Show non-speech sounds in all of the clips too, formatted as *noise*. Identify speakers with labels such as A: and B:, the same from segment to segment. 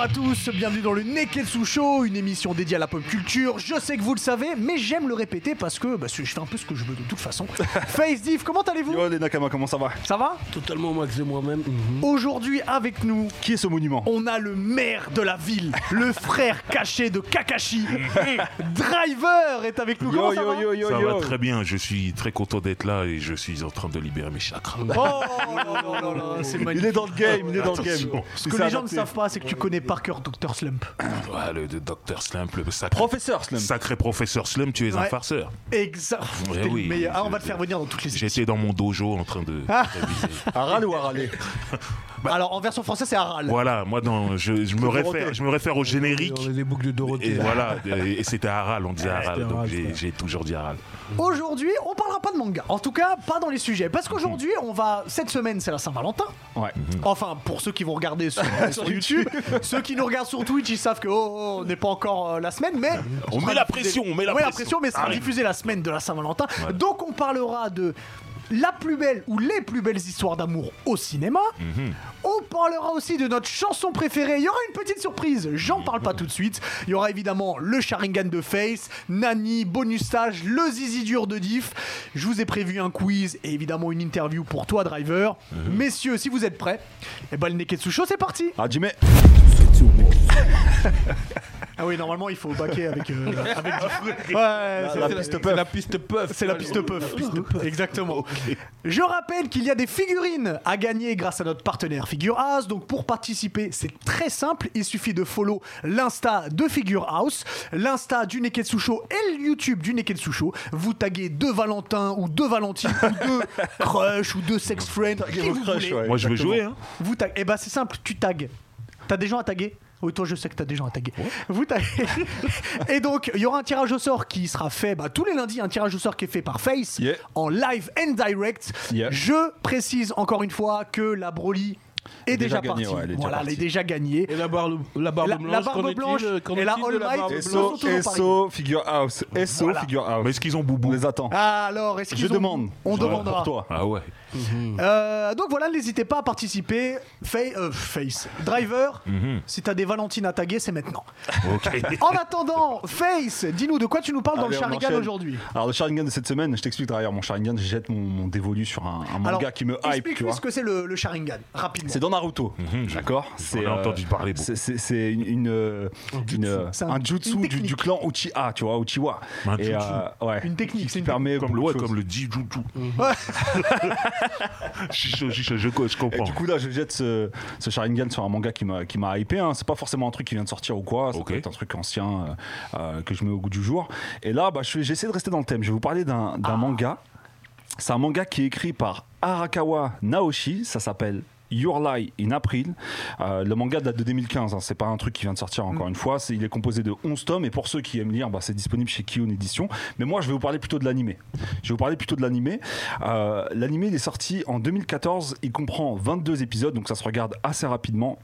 A: à tous, bienvenue dans le Neketsu Show, une émission dédiée à la pop culture. Je sais que vous le savez, mais j'aime le répéter parce que bah, je fais un peu ce que je veux de toute
B: *laughs*
A: façon. Face Diff, comment allez-vous
B: Yo les Nakama, comment ça va
A: Ça va
C: Totalement au max de moi-même.
B: Mhm.
A: Aujourd'hui avec nous,
B: Qui est ce monument
A: on a le maire de la ville,
B: *laughs*
A: le frère caché de Kakashi. Driver est avec nous. Comment ça va
B: Mhm. yo
D: Ça va très bien, je suis très content d'être là et je suis en train de libérer mes chakras.
A: Oh là là là là, c'est
B: Il est
A: magnifique.
B: dans le game, il est dans le game.
D: Attention.
A: Ce que les gens ne savent pas, c'est que tu connais par cœur Dr Slump.
D: Ah, le docteur Slump, le sacré,
B: Professeur Slum.
D: sacré professeur Slump, tu es
A: Ouais.
D: un farceur.
A: Exact.
D: Ouais,
A: T'es le
D: oui.
A: meilleur. Ah, on va te faire venir dans toutes les émissions.
D: J'étais dans mon dojo en train de réviser.
B: Aral ou Aralé
A: Alors en version française, c'est Harald.
D: Voilà, moi dans, je, je me réfère, je me réfère au générique.
C: Les boucles de Dorothée.
D: Et voilà, et et c'était Haral, on disait Haral,
C: c'était
D: donc
C: Harald,
D: j'ai
C: frère.
D: j'ai toujours dit Haral.
A: Aujourd'hui, on parlera pas de manga. En tout cas, pas dans les sujets. Parce qu'aujourd'hui, on va. Cette semaine, c'est la Saint-Valentin. Mhm.
B: Ouais.
A: Enfin, pour ceux qui vont regarder
D: *laughs*
A: sur, sur YouTube, ceux qui nous regardent sur Twitch, ils savent que oh, oh, on n'est pas encore euh, la semaine, mais
D: On met la pression, on met la
A: Ouais,
D: pression.
A: mais ça sera
D: Allez.
A: diffusé la semaine de la Saint-Valentin. Donc, on parlera de la plus belle ou les plus belles histoires d'amour au cinéma.
B: Mhm.
A: On parlera aussi de notre chanson préférée. Il y aura une petite surprise. J'en parle pas tout de suite. Il y aura évidemment le Sharingan de Face, Nani, bonus stage, le zizi dur de Diff. Je vous ai prévu un quiz et évidemment une interview pour toi, Driver.
B: Mhm.
A: Messieurs, si vous êtes prêts, eh ben le Neketsu Show, c'est parti.
B: Hajime
A: Ah oui, normalement, il faut baquer avec.
B: *laughs*
A: euh, avec du- Ouais, c'est-
B: Ah, La piste puff.
C: La piste puff.
A: c'est la piste puff. Exactement. Je rappelle qu'il y a des figurines à gagner grâce à notre partenaire Figure House. Donc pour participer, c'est très simple. Il suffit de follow l'Insta de Figure House, l'Insta du Neketsu Show et le YouTube du Neketsu Show. Vous taguez deux Valentins ou deux Valentines ou *laughs* deux crush ou deux sex friends. qui vous voulez.
D: Moi je veux jouer, hein.
A: Vous taguez. Eh ben c'est simple, tu tagues. T'as des gens à taguer oui, toi, je sais que t'as des gens à taguer. Vous taguez. *laughs* Et donc, il y aura un tirage au sort qui sera fait bah, tous les lundis, un tirage au sort qui est fait par Face
B: Yeah.
A: en live and direct.
B: Yeah.
A: Je précise encore une fois que la Broly est déjà,
B: Déjà gagnée,
A: partie.
B: ouais, elle est déjà
A: voilà, elle est
B: partie.
A: déjà gagnée.
C: Et la barbe, la barbe
A: La- la
C: blanche.
A: barbe
C: qu'en est-il,
A: blanche
C: euh, qu'en
A: et la
C: est-il de
A: All Might.
C: barbe
A: Et
C: blanche
A: so-
B: SO, SO, Figure House. SO,
A: Voilà.
B: Figure House.
D: Mais est-ce qu'ils ont boubou
B: On les attend.
A: Alors, est-ce Ah, qu'ils
B: Je
A: ont-
B: demande.
A: On
B: Je demande
A: demandera.
B: Pour toi.
D: Ah ouais.
A: Euh, donc voilà, n'hésitez pas à participer. Fa- euh, face. Driver,
B: Mhm.
A: si t'as des Valentines à taguer, c'est maintenant.
D: Ok.
A: En attendant, Face, dis-nous de quoi tu nous parles dans
B: Allez,
A: le
B: on
A: Sharingan
B: enchaîne.
A: aujourd'hui.
B: Alors, le Sharingan de cette semaine, je t'explique derrière mon Sharingan, je jette mon, mon dévolu sur un, un manga
A: Alors,
B: qui me hype, tu
A: Explique-nous
B: vois.
A: ce que Mhm. c'est le, le Sharingan, rapidement.
B: C'est dans Naruto, d'accord C'est euh,
D: ai entendu parler beaucoup.
B: c'est- C'est c'est une, une, euh, une, euh,
A: C'est un-
B: un jutsu
A: une
B: du, du
A: technique.
B: clan Uchiha, tu vois, Uchiwa. euh,
D: Un jutsu.
B: ouais,
A: Une technique, c'est
B: qui
A: une
B: permet
D: Comme le,
B: beaucoup
D: ouais,
B: de choses.
D: comme le Jijuju. Je, je, je, je, je
B: Et
D: comprends.
B: du coup là, je jette ce, ce Sharingan sur un manga qui m'a qui m'a hypé. hein. C'est pas forcément un truc qui vient de sortir ou quoi. C'est
D: Ok.
B: peut-être un truc ancien euh, euh, que je mets au goût du jour. Et là, bah, je vais- j'essaie de rester dans le thème. Je vais vous parler d'un d'un manga. C'est un manga qui est écrit par Arakawa Naoshi. Ça s'appelle. Your Lie in April. Euh, le manga date de 2015, hein. c'est pas un truc qui vient de sortir encore une fois. C'est- Il est composé de 11 tomes et pour ceux qui aiment lire, bah, c'est disponible chez Kion Édition. Mais moi, je vais vous parler plutôt de l'animé. Je vais vous parler plutôt de l'animé. Euh, l'animé, il est sorti en 2014. Il comprend 22 épisodes, donc ça se regarde assez rapidement.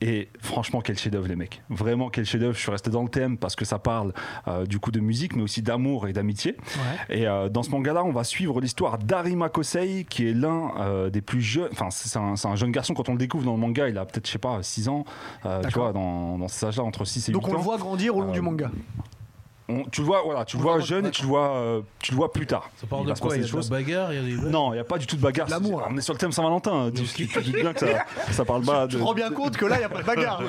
B: Et franchement, quel chef-d'œuvre, les mecs. Vraiment, quel chef-d'œuvre. Je suis resté dans le thème parce que ça parle euh, du coup de musique, mais aussi d'amour et d'amitié. Et euh, dans ce manga-là, on va suivre l'histoire d'Arima Kosei, qui est l'un euh, des plus jeunes. Enfin, c'est un, c'est un jeune garçon. Quand on le découvre dans le manga, il a peut-être, je sais pas, 6 ans. euh, tu
A: D'accord.
B: vois, dans, dans ces âges-là, entre 6 et 8
A: Donc on
B: ans.
A: le voit grandir au long
B: Euh,
A: du manga.
B: On- tu le vois, voilà, tu le vois jeune et tu le vois, euh, tu le vois plus tard.
C: Ça parle
B: Il
C: de
B: va se
C: quoi
B: passer
C: Il y
B: des
C: a de la
B: choses.
C: bagarre il y a des-
B: Non, il n'y a pas du tout de bagarre.
A: De l'amour.
B: C'est- On est sur le thème Saint-Valentin. hein. Tu, tu- tu doutes bien que ça, ça parle
A: *laughs*
B: pas
A: Tu
B: de. *laughs*
A: te rends bien compte que là, il n'y a pas de bagarre.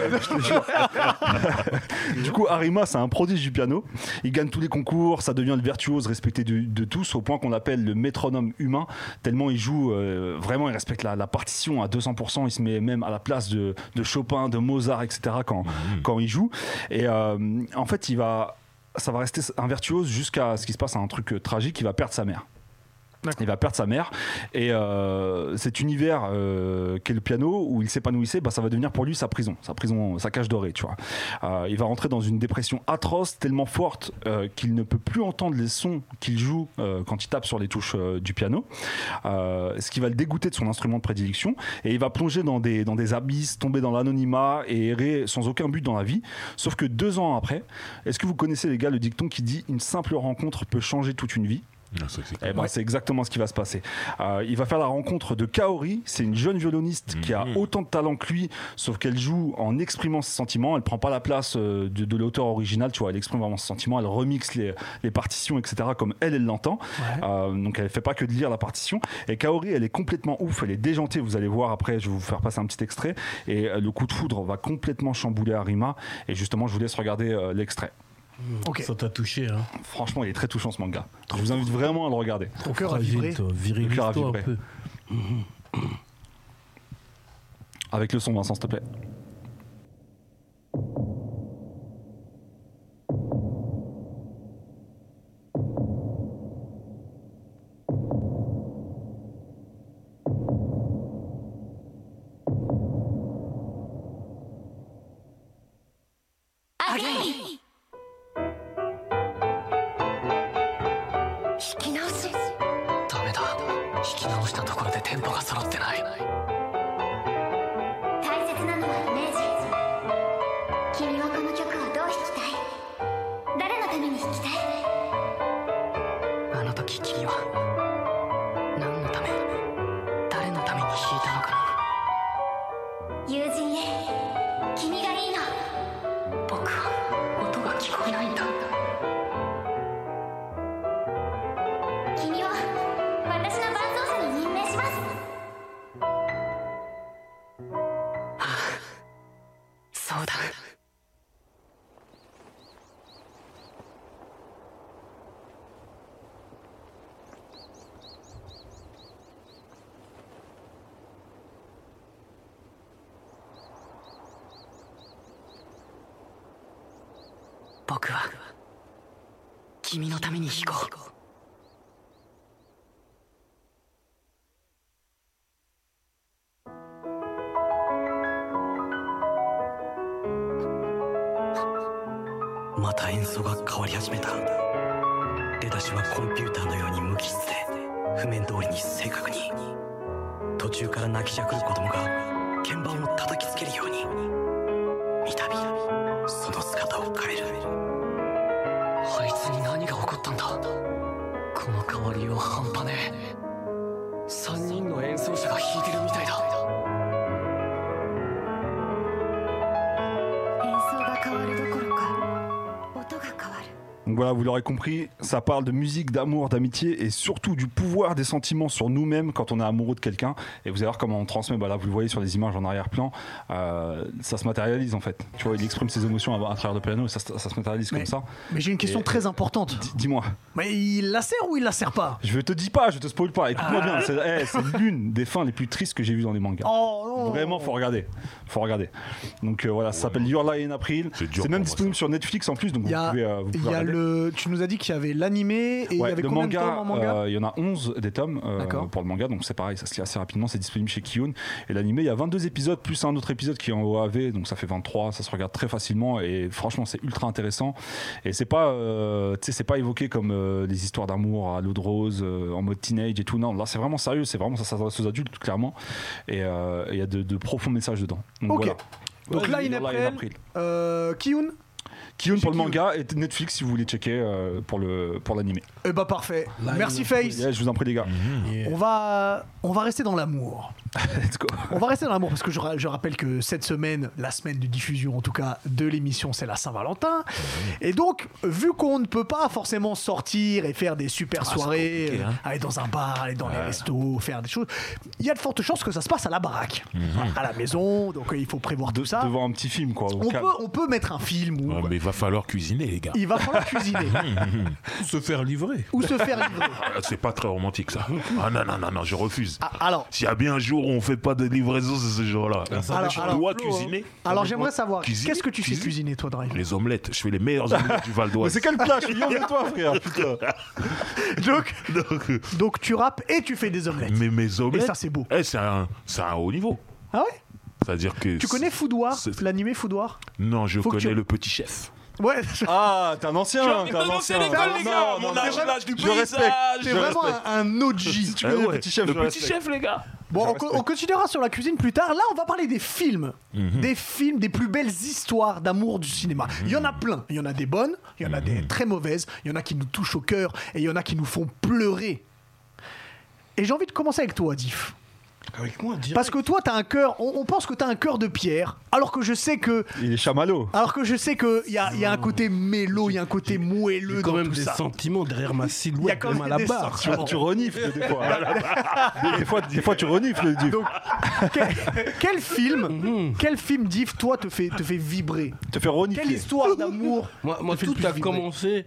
B: Du coup, Arima, c'est un prodige du piano. Il gagne tous les concours, ça devient le virtuose respecté de, de tous, au point qu'on l'appelle le métronome humain, tellement il joue, euh, vraiment, il respecte la, la partition à 200%. Il se met même à la place de, de Chopin, de Mozart, etc. quand, quand il joue. Et euh, en fait, il va. Ça va rester un virtuose jusqu'à ce qui se passe un truc euh, tragique, il va perdre sa mère. Il va perdre sa mère. Et euh, cet univers euh, qu'est le piano, où il s'épanouissait, bah, ça va devenir pour lui sa prison, sa prison, sa cage dorée, tu vois. Euh, il va rentrer dans une dépression atroce, tellement forte euh, qu'il ne peut plus entendre les sons qu'il joue euh, quand il tape sur les touches euh, du piano, Euh, ce qui va le dégoûter de son instrument de prédilection. Et il va plonger dans des, dans des abysses, tomber dans l'anonymat et errer sans aucun but dans la vie. Sauf que deux ans après, est-ce que vous connaissez les gars le dicton qui dit une simple rencontre peut changer toute une vie
D: Ah, ça, c'est-
B: Eh ben, C'est exactement ce qui va se passer. Euh, il va faire la rencontre de Kaori. C'est une jeune violoniste qui a autant de talent que lui, sauf qu'elle joue en exprimant ses sentiments. Elle prend pas la place euh, de, de l'auteur original, tu vois. Elle exprime vraiment ses sentiments. Elle remixe les, les partitions, etc. Comme elle, elle l'entend. Euh, donc elle fait pas que de lire la partition. Et Kaori, elle est complètement ouf. Elle est déjantée. Vous allez voir après. Je vais vous faire passer un petit extrait. Et euh, le coup de foudre va complètement chambouler Arima. Et justement, je vous laisse regarder euh, l'extrait.
A: *laughs* Ok.
C: Ça t'a touché, hein.
B: Franchement, il est très touchant ce manga. Je vous invite vraiment à le regarder.
A: Ton cœur a
C: Fragile,
A: vibré.
C: toi. Virilise-toi
B: Le cœur a
C: un
B: vibré.
C: peu.
B: Avec le son, Vincent, s'il te plaît.
E: 引き直し
F: ダメだ引き直したところでテンポが揃ってない
E: 大切なのはイメージ君はこの曲をどう弾きたい誰のために弾きたい
F: あの時君は何のため誰のために弾いたのか
E: 友人へ君がいいの
F: な僕は音が聞こえないんだ
E: 君を私の伴奏者に任命します
F: そうだ僕は君のために飛行また演奏が変わり始めた出だしはコンピューターのように無機質で譜面通りに正確に途中から泣きじゃくる子供が鍵盤を叩きつけるように三度その姿を変えるあいつに何が起こったんだこの変わりは半端ねえ3人の演奏者が弾いてるみたいだ
E: 演奏が変わるどころか音が変わる
B: Donc voilà, vous l'aurez compris, ça parle de musique, d'amour, d'amitié et surtout du pouvoir des sentiments sur nous-mêmes quand on est amoureux de quelqu'un. Et vous allez voir comment on transmet, bah là vous le voyez sur les images en arrière-plan, euh, ça se matérialise en fait. Tu vois, il exprime ses émotions à, à travers le piano et ça, se- ça se matérialise
A: Mais,
B: comme ça.
A: mais j'ai une question
B: Et-
A: très importante.
B: Di- Dis-moi,
A: Mais il la sert ou il la sert pas
B: je te dis pas, je te spoil pas, écoute-moi bien, c'est eh, c'est l'une des fins les plus tristes que j'ai vues dans les mangas.
A: Ah. Oh non
B: Vraiment, faut regarder. Faut regarder. Donc euh, voilà, ça s'appelle Your Lie in April.
D: C'est dur
B: C'est
D: pour
B: même
D: moi,
B: disponible sur Netflix en plus, donc
A: Il y
B: vous
A: a,
B: pouvez, euh, vous
A: il
B: pouvez
A: y a
B: regarder.
A: le. Tu nous as dit qu'il y avait l'animé et il y
B: Ouais,
A: avait
B: le
A: combien de tomes
B: manga,
A: en manga
B: euh, il y en a 11 des tomes euh,
A: D'accord.
B: pour le manga, donc c'est pareil, ça se lit assez rapidement, c'est disponible chez Kiyun. Et l'animé, il y a 22 épisodes, plus un autre épisode qui est en OAV, donc ça fait 23, ça se regarde très facilement, et franchement, c'est ultra intéressant. Et c'est pas, euh, tu sais, c'est pas évoqué comme euh, les histoires d'amour à l'eau de rose, euh, en mode teenage et tout, non, là c'est vraiment sérieux, c'est vraiment, ça s'adresse aux adultes, clairement, et euh, et il y a de, de profonds messages dedans. Donc
A: Ok.
B: voilà.
A: Donc là,
B: Your
A: in
B: Lie
A: April. Euh, Kiyun
B: Kiyun pour le
A: Kiyun.
B: manga et Netflix si vous voulez checker euh, pour le pour l'animé.
A: Eh bah parfait.
C: Là,
A: Merci
C: il-
A: Face.
B: Yeah, je vous en prie les gars.
A: On va, on va rester dans l'amour.
B: Let's go.
A: On va rester dans l'amour parce que je, ra- je rappelle que cette semaine, la semaine de diffusion en tout cas de l'émission, c'est la Saint-Valentin. Et donc, vu qu'on ne peut pas forcément sortir et faire des super soirées,
D: compliqué, hein.
A: euh, aller dans un bar, aller dans les restos, faire des choses, il y a de fortes chances que ça se passe à la baraque,
D: Mhm.
A: à la maison. Donc euh, il faut prévoir
B: de,
A: tout ça.
B: devant un petit film quoi. au
A: On
B: calme.
A: peut, on peut mettre un film ou
D: Ouais, mais il va falloir cuisiner, les gars.
A: il va falloir cuisiner
D: *laughs*
C: Se faire livrer.
A: ou se faire livrer.
D: Ah, C'est pas très romantique, ça. Ah non, non, non, non, je refuse.
A: Ah, Alors,
D: S'il y a bien un jour où on fait pas de livraison, c'est ce jour-là.
A: va
D: Alors,
A: être
D: on
A: chaud.
D: doit
A: Flo, hein.
D: cuisiner.
A: alors j'aimerais savoir,
D: Cuisiner,
A: qu'est-ce que tu sais
D: cuisiner.
A: cuisiner toi, Drive
D: Les omelettes, je fais les
A: *laughs*
D: meilleures omelettes du Val
B: Mais
D: d'Oise.
B: c'est quel plat Je suis lion de toi frère. Putain.
A: donc,
D: *laughs* Donc, euh,
A: donc tu rappes et tu fais des omelettes.
D: mais mes omelettes,
A: Et ça, c'est beau.
D: eh, c'est un, c'est un haut niveau.
A: Ah ouais
D: C'est-à-dire que.
A: Tu connais Foudoir,
D: c'est-
A: l'animé Foudoir
D: Non, je
A: Faut que
D: connais
A: tu-
D: le petit chef.
A: *laughs* Ouais,
B: Ah t'es un ancien. T'es un ancien. Non, non, non,
A: âge,
B: je respecte.
A: c'est vraiment un, un OG.
B: Si tu connais
D: Eh
B: le
D: ouais,
B: petit chef,
D: le
B: je
D: petit
B: respecte.
D: chef, les gars.
A: Bon,
G: Je
A: on,
G: respecte.
A: co- on continuera sur la cuisine plus tard. Là, on va parler des films. Des films, des plus belles histoires d'amour du cinéma. Il y en a plein. Il y en a des bonnes, il y en a des très mauvaises, il y en a qui nous touchent au cœur et il y en a qui nous font pleurer. Et j'ai envie de commencer avec toi, Diff.
C: Avec moi, dire.
A: Parce que toi, t'as un cœur, on, on pense que t'as un cœur de pierre, alors que je sais que.
B: Il est chamallow.
A: Alors que je sais qu'il y a, il y a un côté mélo, il y a un côté
C: Il y
A: moelleux
C: a quand
A: dans
C: même
A: tout
C: des
A: ça.
C: sentiments derrière ma silhouette,
A: Il y a quand
C: même à
A: même
C: la
A: des
C: barre.
B: Tu, tu renifles des fois. *laughs* des, fois des fois, tu renifles. Tu
A: Donc, quel, quel film, quel film, Diff, toi, te fait, te fait vibrer
B: te fais
A: Quelle
B: renifler.
A: histoire d'amour
C: Moi, moi,
A: te fait le
C: tout
A: plus
C: a
A: vibrer
C: commencé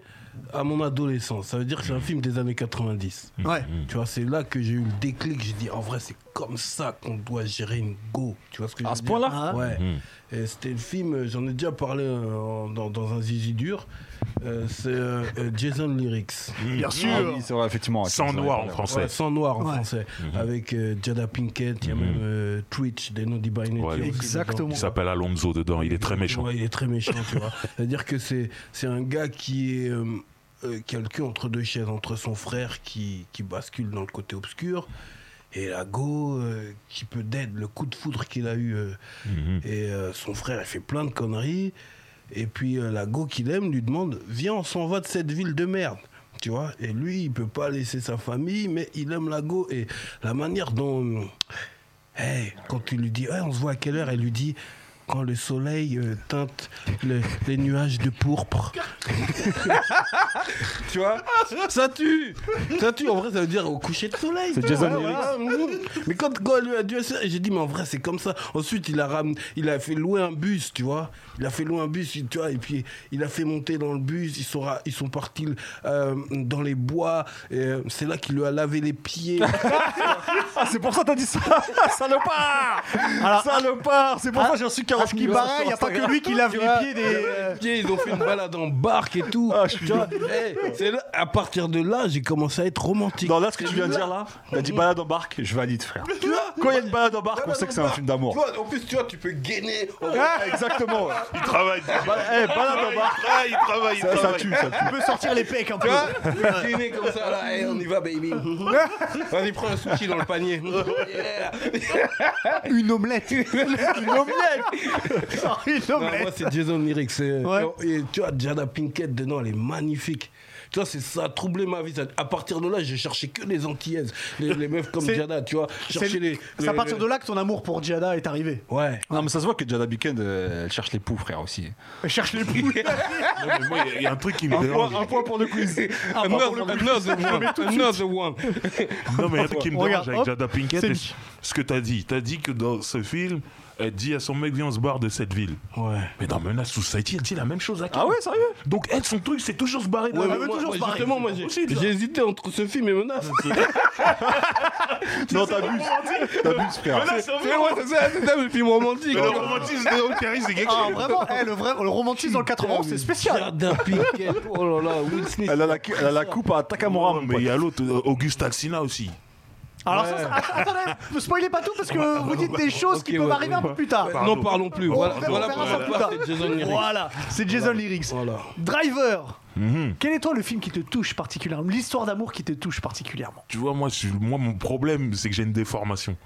C: à mon adolescence. Ça veut dire que c'est un film des années 90.
A: Ouais.
C: Tu vois, c'est là que j'ai eu le déclic. J'ai dit, en vrai, c'est comme ça qu'on doit gérer une go. Tu vois ce que je
B: À
C: veux
B: ce
C: dire Ah
B: point-là
C: Ouais. Et c'était le film, euh, j'en ai déjà parlé euh, en- dans, dans un zizi dur. Euh, c'est euh, euh, Jason Lyrics.
A: Bien
B: Ah
A: sûr.
B: oui, c'est vrai, effectivement.
D: Sans noir en
C: Ouais,
D: français.
C: sans noir en
A: Ouais.
C: français. Avec euh, Jada Pinkett, il y a même euh, Twitch, des non binary
D: Ouais.
A: Exactement.
D: Il s'appelle Alonso dedans, il est très méchant.
C: Ouais, il est très méchant, tu
D: *laughs*
C: vois. C'est-à-dire que c'est c'est un gars qui est euh, euh, quelqu'un entre deux chaises, entre son frère qui, qui bascule dans le côté obscur et la go euh, qui peut d'aide, le coup de foudre qu'il a eu. euh,
D: Mhm.
C: Et euh, son frère, il fait plein de conneries. Et puis euh, la go qu'il aime lui demande Viens, on s'en va de cette ville de merde. Tu vois Et lui, il peut pas laisser sa famille, mais il aime la go. Et la manière dont. Hey, quand tu lui dis Hey, On se voit à quelle heure Elle lui dit Quand le soleil euh, teinte le- les nuages de pourpre. *laughs* tu vois Ça tue Ça tue, en vrai, ça veut dire au coucher de soleil.
B: C'est
C: tu
B: Jason
C: vois, voilà. Mais quand Gold lui a dit ça, j'ai dit, mais en vrai, c'est comme ça. Ensuite, il a, ram... il a fait louer un bus, tu vois. Il a fait louer un bus, tu vois, et puis il a fait monter dans le bus. Ils sont, ra- ils sont partis euh, dans les bois. Et, euh, c'est là qu'il lui a lavé
B: *laughs*
C: les pieds.
B: Ah, c'est pour ça que t'as dit ça *laughs* Salopard
A: Alors,
B: Salopard C'est pour ça que j'ai reçu 40
A: Parce qu'il
B: 000
A: paraît, il n'y a pas que lui qui lave
C: Tu
A: les
C: vois,
A: pieds des. euh,
C: les pieds, ils ont fait une balade en barque et tout.
B: Ah, je suis
C: Tu vois, hey, c'est là- à partir de là, j'ai commencé à être romantique.
B: Dans là, ce que tu viens de dire là, t'as dit balade en barque, je valide, frère. Quand il y a une balade en barque, on sait que c'est un film
C: Tu
B: d'amour.
C: vois, en plus, tu vois, tu peux gainer.
B: Ah, exactement.
D: Il travaille.
B: Bah, eh, balade en
D: Il
B: barque,
D: travaille, il travaille, il
B: ça, ça
D: travaille.
B: tue, ça tue.
A: On peut sortir les pecs un peu.
C: Tu vois,
B: Hein
C: tu es né comme ça, là, et on y va, baby. Vas-y, prends un sushi dans le panier. Yeah.
A: *laughs* Une omelette. Une omelette. Sorry, Une
C: Non, moi,
A: omelette.
C: c'est Jason Lyric. c'est-
A: Ouais.
C: Et tu vois, Jada Pinkett, dedans, elle est magnifique. Tu vois, c'est ça a troublé ma vie. ça- À partir de là, j'ai cherché que les Antillaises, les, les meufs comme
A: C'est-
C: Jada, tu vois.
A: C'est
C: Chercher les.
A: c'est à partir de là que ton amour pour Giada est arrivé.
C: Ouais.
B: Non, mais ça se voit que Jada Biken, euh, elle cherche les poux, frère, aussi.
A: Cherche les poules.
D: Non, mais moi, il y a- il y a un truc qui me
B: Un
D: dérange.
B: point, un point pour le quiz. Ah,
C: Another, another one. Another one.
D: Non, mais il y a un truc qui me
A: Regarde,
D: dérange avec
A: hop,
D: Jada Pinkett.
A: c'est
D: et
A: dit.
D: Ce que t'as dit, t'as dit que dans ce film, elle dit à son mec, viens, on se barre de cette ville.
C: Ouais.
D: Mais dans Menace Society, elle dit la même chose à Kim.
B: Ah ouais, sérieux
D: Donc elle, son truc, c'est toujours se barrer. de
C: Ouais,
D: la-
C: mais
D: elle veut
C: moi-
D: toujours
C: moi,
D: se barrer.
C: justement, moi, j'ai
D: Impossible, ça.
C: j'ai hésité entre ce film et Menace.
B: Non, t'abuses. T'abuses, frère.
D: Menace,
C: Tu vois, c'est ça, c'est ça, le film romantique.
D: Mais le romantisme de Hulk Harris, c'est quelque
A: Ah,
D: chose.
A: vraiment, eh, le, vrai, le romantisme dans le
C: Oh, Eh
A: 91, c'est spécial.
C: Jada Pinkett, oh là là, Will Smith.
B: Elle a la, elle a la coupe à Takamura,
D: Ouais,
B: mon
D: mais
B: pote.
D: il y a l'autre, euh, Auguste Alsina aussi.
A: Alors, ça, ça- att- attendez, ne spoilez pas tout parce que vous dites des choses qui
C: Ok,
A: peuvent
C: ouais,
A: arriver un peu plus tard.
C: N'en parlons plus. Voilà,
A: On verra-
C: Oh, voilà
A: on verra
C: pourquoi
A: ça plus tard.
C: c'est Jason Lyrics.
A: Voilà, c'est Jason Lyrics.
C: Voilà.
A: Driver, quel est toi le film qui te touche particulièrement L'histoire d'amour qui te touche particulièrement
D: Tu vois, moi, je- moi mon problème, c'est que j'ai une déformation.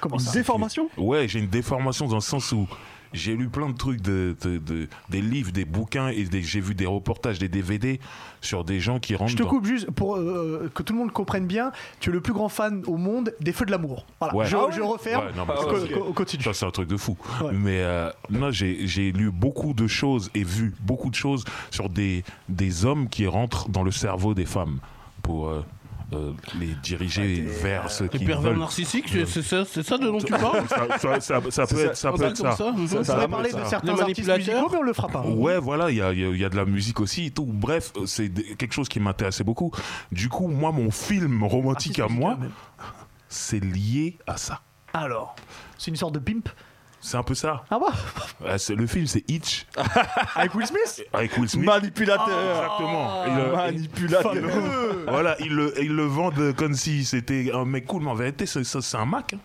A: Comment ça
B: Déformation
D: Ouais, j'ai une déformation dans le sens où j'ai lu plein de trucs, de, de- de- des livres, des bouquins, et des- j'ai vu des reportages, des DVD sur des gens qui rentrent
A: Je te
D: dans-
A: coupe juste pour euh, que tout le monde comprenne bien. Tu es le plus grand fan au monde des Feux de l'amour. Voilà,
D: Ouais.
A: je,
D: Ah ouais
A: je referme.
D: Ouais, non, mais
A: Co-
D: ça, c'est-
A: co- continue.
D: Ça, c'est un truc de fou.
A: Ouais.
D: Mais euh, non, j'ai j'ai lu beaucoup de choses et vu beaucoup de choses sur des, des hommes qui rentrent dans le cerveau des femmes pour euh, euh, les diriger vers ce
C: Les
D: qu'ils
C: pervers
D: veulent.
C: narcissiques, c'est- c'est ça, c'est ça de dont tu parles
D: Ça, ça- ça- ça peut être ça. Peut
C: ça,
D: être
C: comme
D: ça.
C: ça, mhm.
A: On
C: Ça,
A: pourrait
C: ça,
A: parler
D: ça.
A: de
C: Les
A: certains artistes
C: manipulateurs
A: musicaux, mais on le fera pas.
D: Ouais, voilà, il y a, il y a- il y a de la musique aussi et tout. Bref, euh, c'est des- quelque chose qui m'intéressait beaucoup. Du coup, moi, mon film
A: Artiste
D: romantique à
A: musical,
D: moi,
A: même.
D: c'est lié à ça.
A: Alors, c'est une sorte de pimp.
D: C'est un peu ça.
A: Ah bah
D: Euh, c'est- Le film, c'est Hitch
A: *laughs* Avec Will Smith
D: avec Will Smith.
B: Manipulateur
A: ah,
D: Exactement. Et le-
B: Manipulateur
D: *laughs* Voilà, ils le, ils le vendent euh, comme si c'était un mec cool, mais en vérité, c'est, ça, c'est un Mac. hein.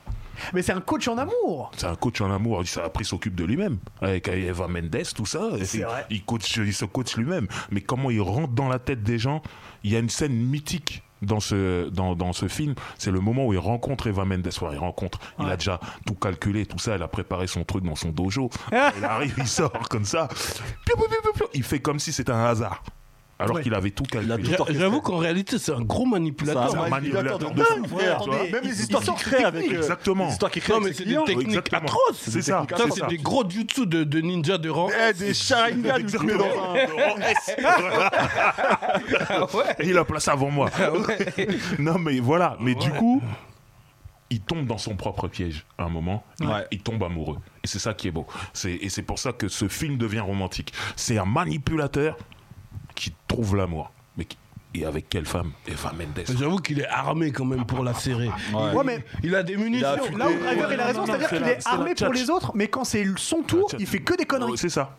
A: Mais c'est un coach en amour.
D: C'est un coach en amour. Ça, après, il s'occupe de lui-même. Avec Eva Mendes, tout ça.
A: C'est
D: il,
A: vrai.
D: il coach, il se coach lui-même. Mais comment il rentre dans la tête des gens Il y a une scène mythique dans ce, dans, dans ce film, c'est le moment où il rencontre Eva Mendes. Ouais, il rencontre, il a déjà tout calculé, tout ça. Elle a préparé son truc dans son dojo. il arrive, il sort comme ça. Piou, piou, piou, piou, piou. Il fait comme si c'était un hasard. Alors
C: Ouais.
D: qu'il avait tout
B: Il a
D: calculé.
B: tout Ah, orchestré.
C: J'avoue qu'en réalité, c'est un gros manipulateur.
B: C'est un
D: un
B: manipulateur de
D: manipulateur
B: ouf,
D: de ouf,
B: frère,
D: ouais,
B: tu vois.
D: attendez,
B: Même
D: ils-
B: les
D: ils
B: histoires qu'il
D: sortent
B: crée avec. euh,
D: exactement.
B: Les histoires qu'il crée
C: Non,
B: avec
C: mais
B: ses
C: c'est des
B: clients.
C: techniques
D: Exactement.
C: atroces.
D: C'est
C: des
D: ça,
C: techniques
D: c'est
C: atroces.
D: ça.
C: C'est des gros jutsu de, de ninja de rang.
B: Eh, des Sharingan, il
D: Exactement.
B: met dans un-
D: En S. Et il a placé avant moi. *laughs* non, mais voilà. Mais du coup, il tombe dans son propre piège à un moment. Il,
B: Ouais.
D: il tombe amoureux. Et c'est ça qui est beau. C'est, et c'est pour ça que ce film devient romantique. C'est un manipulateur qui trouve l'amour. Mais qui- et avec quelle femme Eva Mendes. Euh,
C: J'avoue qu'il est armé quand même pour la serrer. Il,
A: Ouais, mais-
C: il a des munitions.
B: Il a affûté.
A: Là où Driver il a raison,
D: non,
A: c'est-à-dire
D: c'est
A: qu'il
D: la-
A: est
D: c'est la
A: armé pour
D: tchatche.
A: les autres, mais quand c'est son tour, il fait que des
D: Euh,
A: conneries.
D: C'est ça.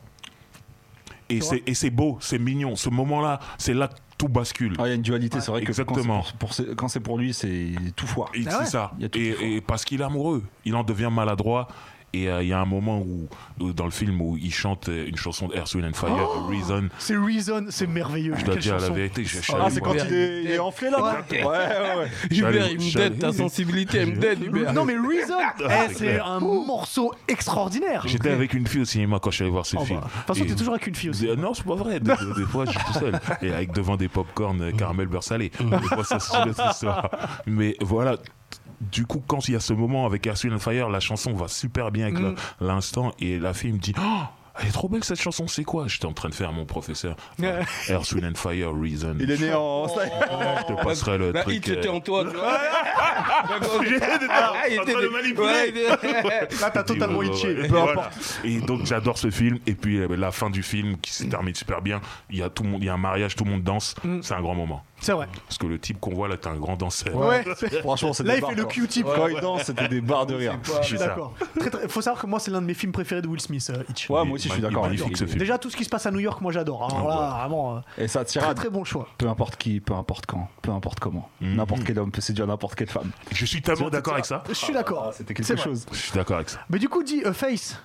D: Et
A: vois
D: c'est, et c'est beau, c'est mignon. Ce moment-là, c'est là que tout bascule.
B: Ah, il y a une dualité, c'est vrai que quand c'est
D: Exactement.
B: pour- pour ce- quand c'est pour lui, c'est tout foire.
D: Et
A: Ah ouais.
D: c'est ça.
B: Il y a tout qu'il faut.
D: Et, et parce qu'il est amoureux. Il en devient maladroit. Et euh, il y a un moment où, où dans le film où il chante euh, une chanson de Earth, Wind and Fire, Reason.
A: C'est Reason, c'est merveilleux.
D: Je
A: Oh
D: dois
A: Quelle
D: dire la
A: chanson.
D: vérité, je je suis
B: Ah,
D: allé
B: c'est quand
D: voir.
B: il est, il est enflé là-bas Ouais, ouais, ouais.
C: Hubert,
D: J'allais-
C: il me
D: j'allais-
C: dead, ta sensibilité, elle me dead, Hubert.
A: Non mais Reason,
D: Ah,
A: eh,
D: c'est
A: c'est
D: clair.
A: un morceau extraordinaire.
D: J'étais avec une fille au cinéma quand je suis allé voir ce
A: Oh, bah.
D: film.
A: De toute façon,
D: Et-
A: t'es toujours avec une fille aussi.
D: Des- Non, c'est pas vrai. Des, des fois, je suis tout seul. Et avec devant des pop-corn euh, caramel beurre salé. Des fois, ça c'est une autre histoire. Mais voilà. Du coup, quand il y a ce moment avec Earth, Wind and Fire, la chanson va super bien avec la- l'instant. Et la fille me dit Oh, Elle est trop belle cette chanson, c'est quoi J'étais en train de faire mon professeur.
A: Ouais.
D: Earth, Wind and Fire, Reason.
B: Il est né en.
D: Je te passerai le
C: La
D: truc.
C: hit
D: euh,
C: Bah, était en toi. *laughs* tu vois. Ah, il
D: en
C: était
D: train de
C: des-
D: manipuler.
C: ouais, il était-
A: Là, t'as
D: dit,
A: totalement
D: ouais, ouais,
A: itché.
D: ouais.
A: Peu
D: Voilà.
A: importe.
D: Et donc j'adore ce film. Et puis euh, la fin du film qui se termine super bien. Il y a tout le monde, il y a un mariage, tout le monde danse. C'est un grand moment.
A: C'est vrai.
D: Parce que le type qu'on voit là, t'es un grand danseur.
A: Ouais.
B: Franchement, c'est
A: Là,
B: des
A: il
B: barres,
A: fait le
B: quoi.
A: Q-tip.
B: Quand il danse, c'était des barres de rire.
A: Je suis d'accord. Très, très- Faut savoir que moi, c'est l'un de mes films préférés de Will Smith, euh, Hitch.
B: Ouais, moi aussi, je suis
D: Il est
B: d'accord.
D: magnifique, ce film.
A: Déjà, tout ce qui se passe à New York, moi, j'adore. Alors là, vraiment, euh,
B: Et ça
A: très
B: tirade.
A: très bon choix.
B: Peu importe qui, peu importe quand, peu importe comment. N'importe quel homme peut séduire n'importe quelle femme.
D: Je suis tellement d'accord avec ça.
A: Je suis d'accord.
B: Ah,
A: C'est
B: C'était quelque
A: vrai.
B: chose.
D: Je suis d'accord avec ça.
A: Mais du coup, dit A Face.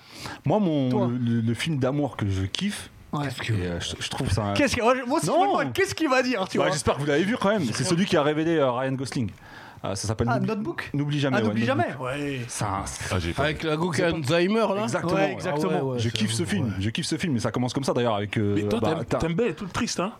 B: Moi, mon,
A: Toi.
B: le, le film d'amour que je kiffe,
A: Ouais.
B: et, euh, je, je trouve ça. un-
A: Qu'est-ce que moi, moi, si je me
B: Non.
A: demande, qu'est-ce qu'il va dire, tu
B: Bah,
A: vois
B: J'espère que vous l'avez vu quand même. C'est celui qui a révélé euh, Ryan Gosling. Euh, ça s'appelle
A: Ah,
B: N'oublie-
A: Notebook
B: N'oublie jamais.
A: Ah,
B: ouais,
A: n'oublie
B: Notebook.
A: jamais. Ouais.
B: C'est un- c'est-
D: Ah, j'ai
C: *laughs*
D: pas
C: Avec la go qui a Alzheimer là.
B: Exactement.
A: Ouais, exactement.
C: Ah ouais, ouais,
B: je
C: c'est
B: kiffe ce film. Je kiffe ce film. Et ça commence comme ça d'ailleurs avec. euh,
D: Mais toi,
B: bah,
D: t'aimes-
B: t'as-
D: t'aimes belle, tout le triste, hein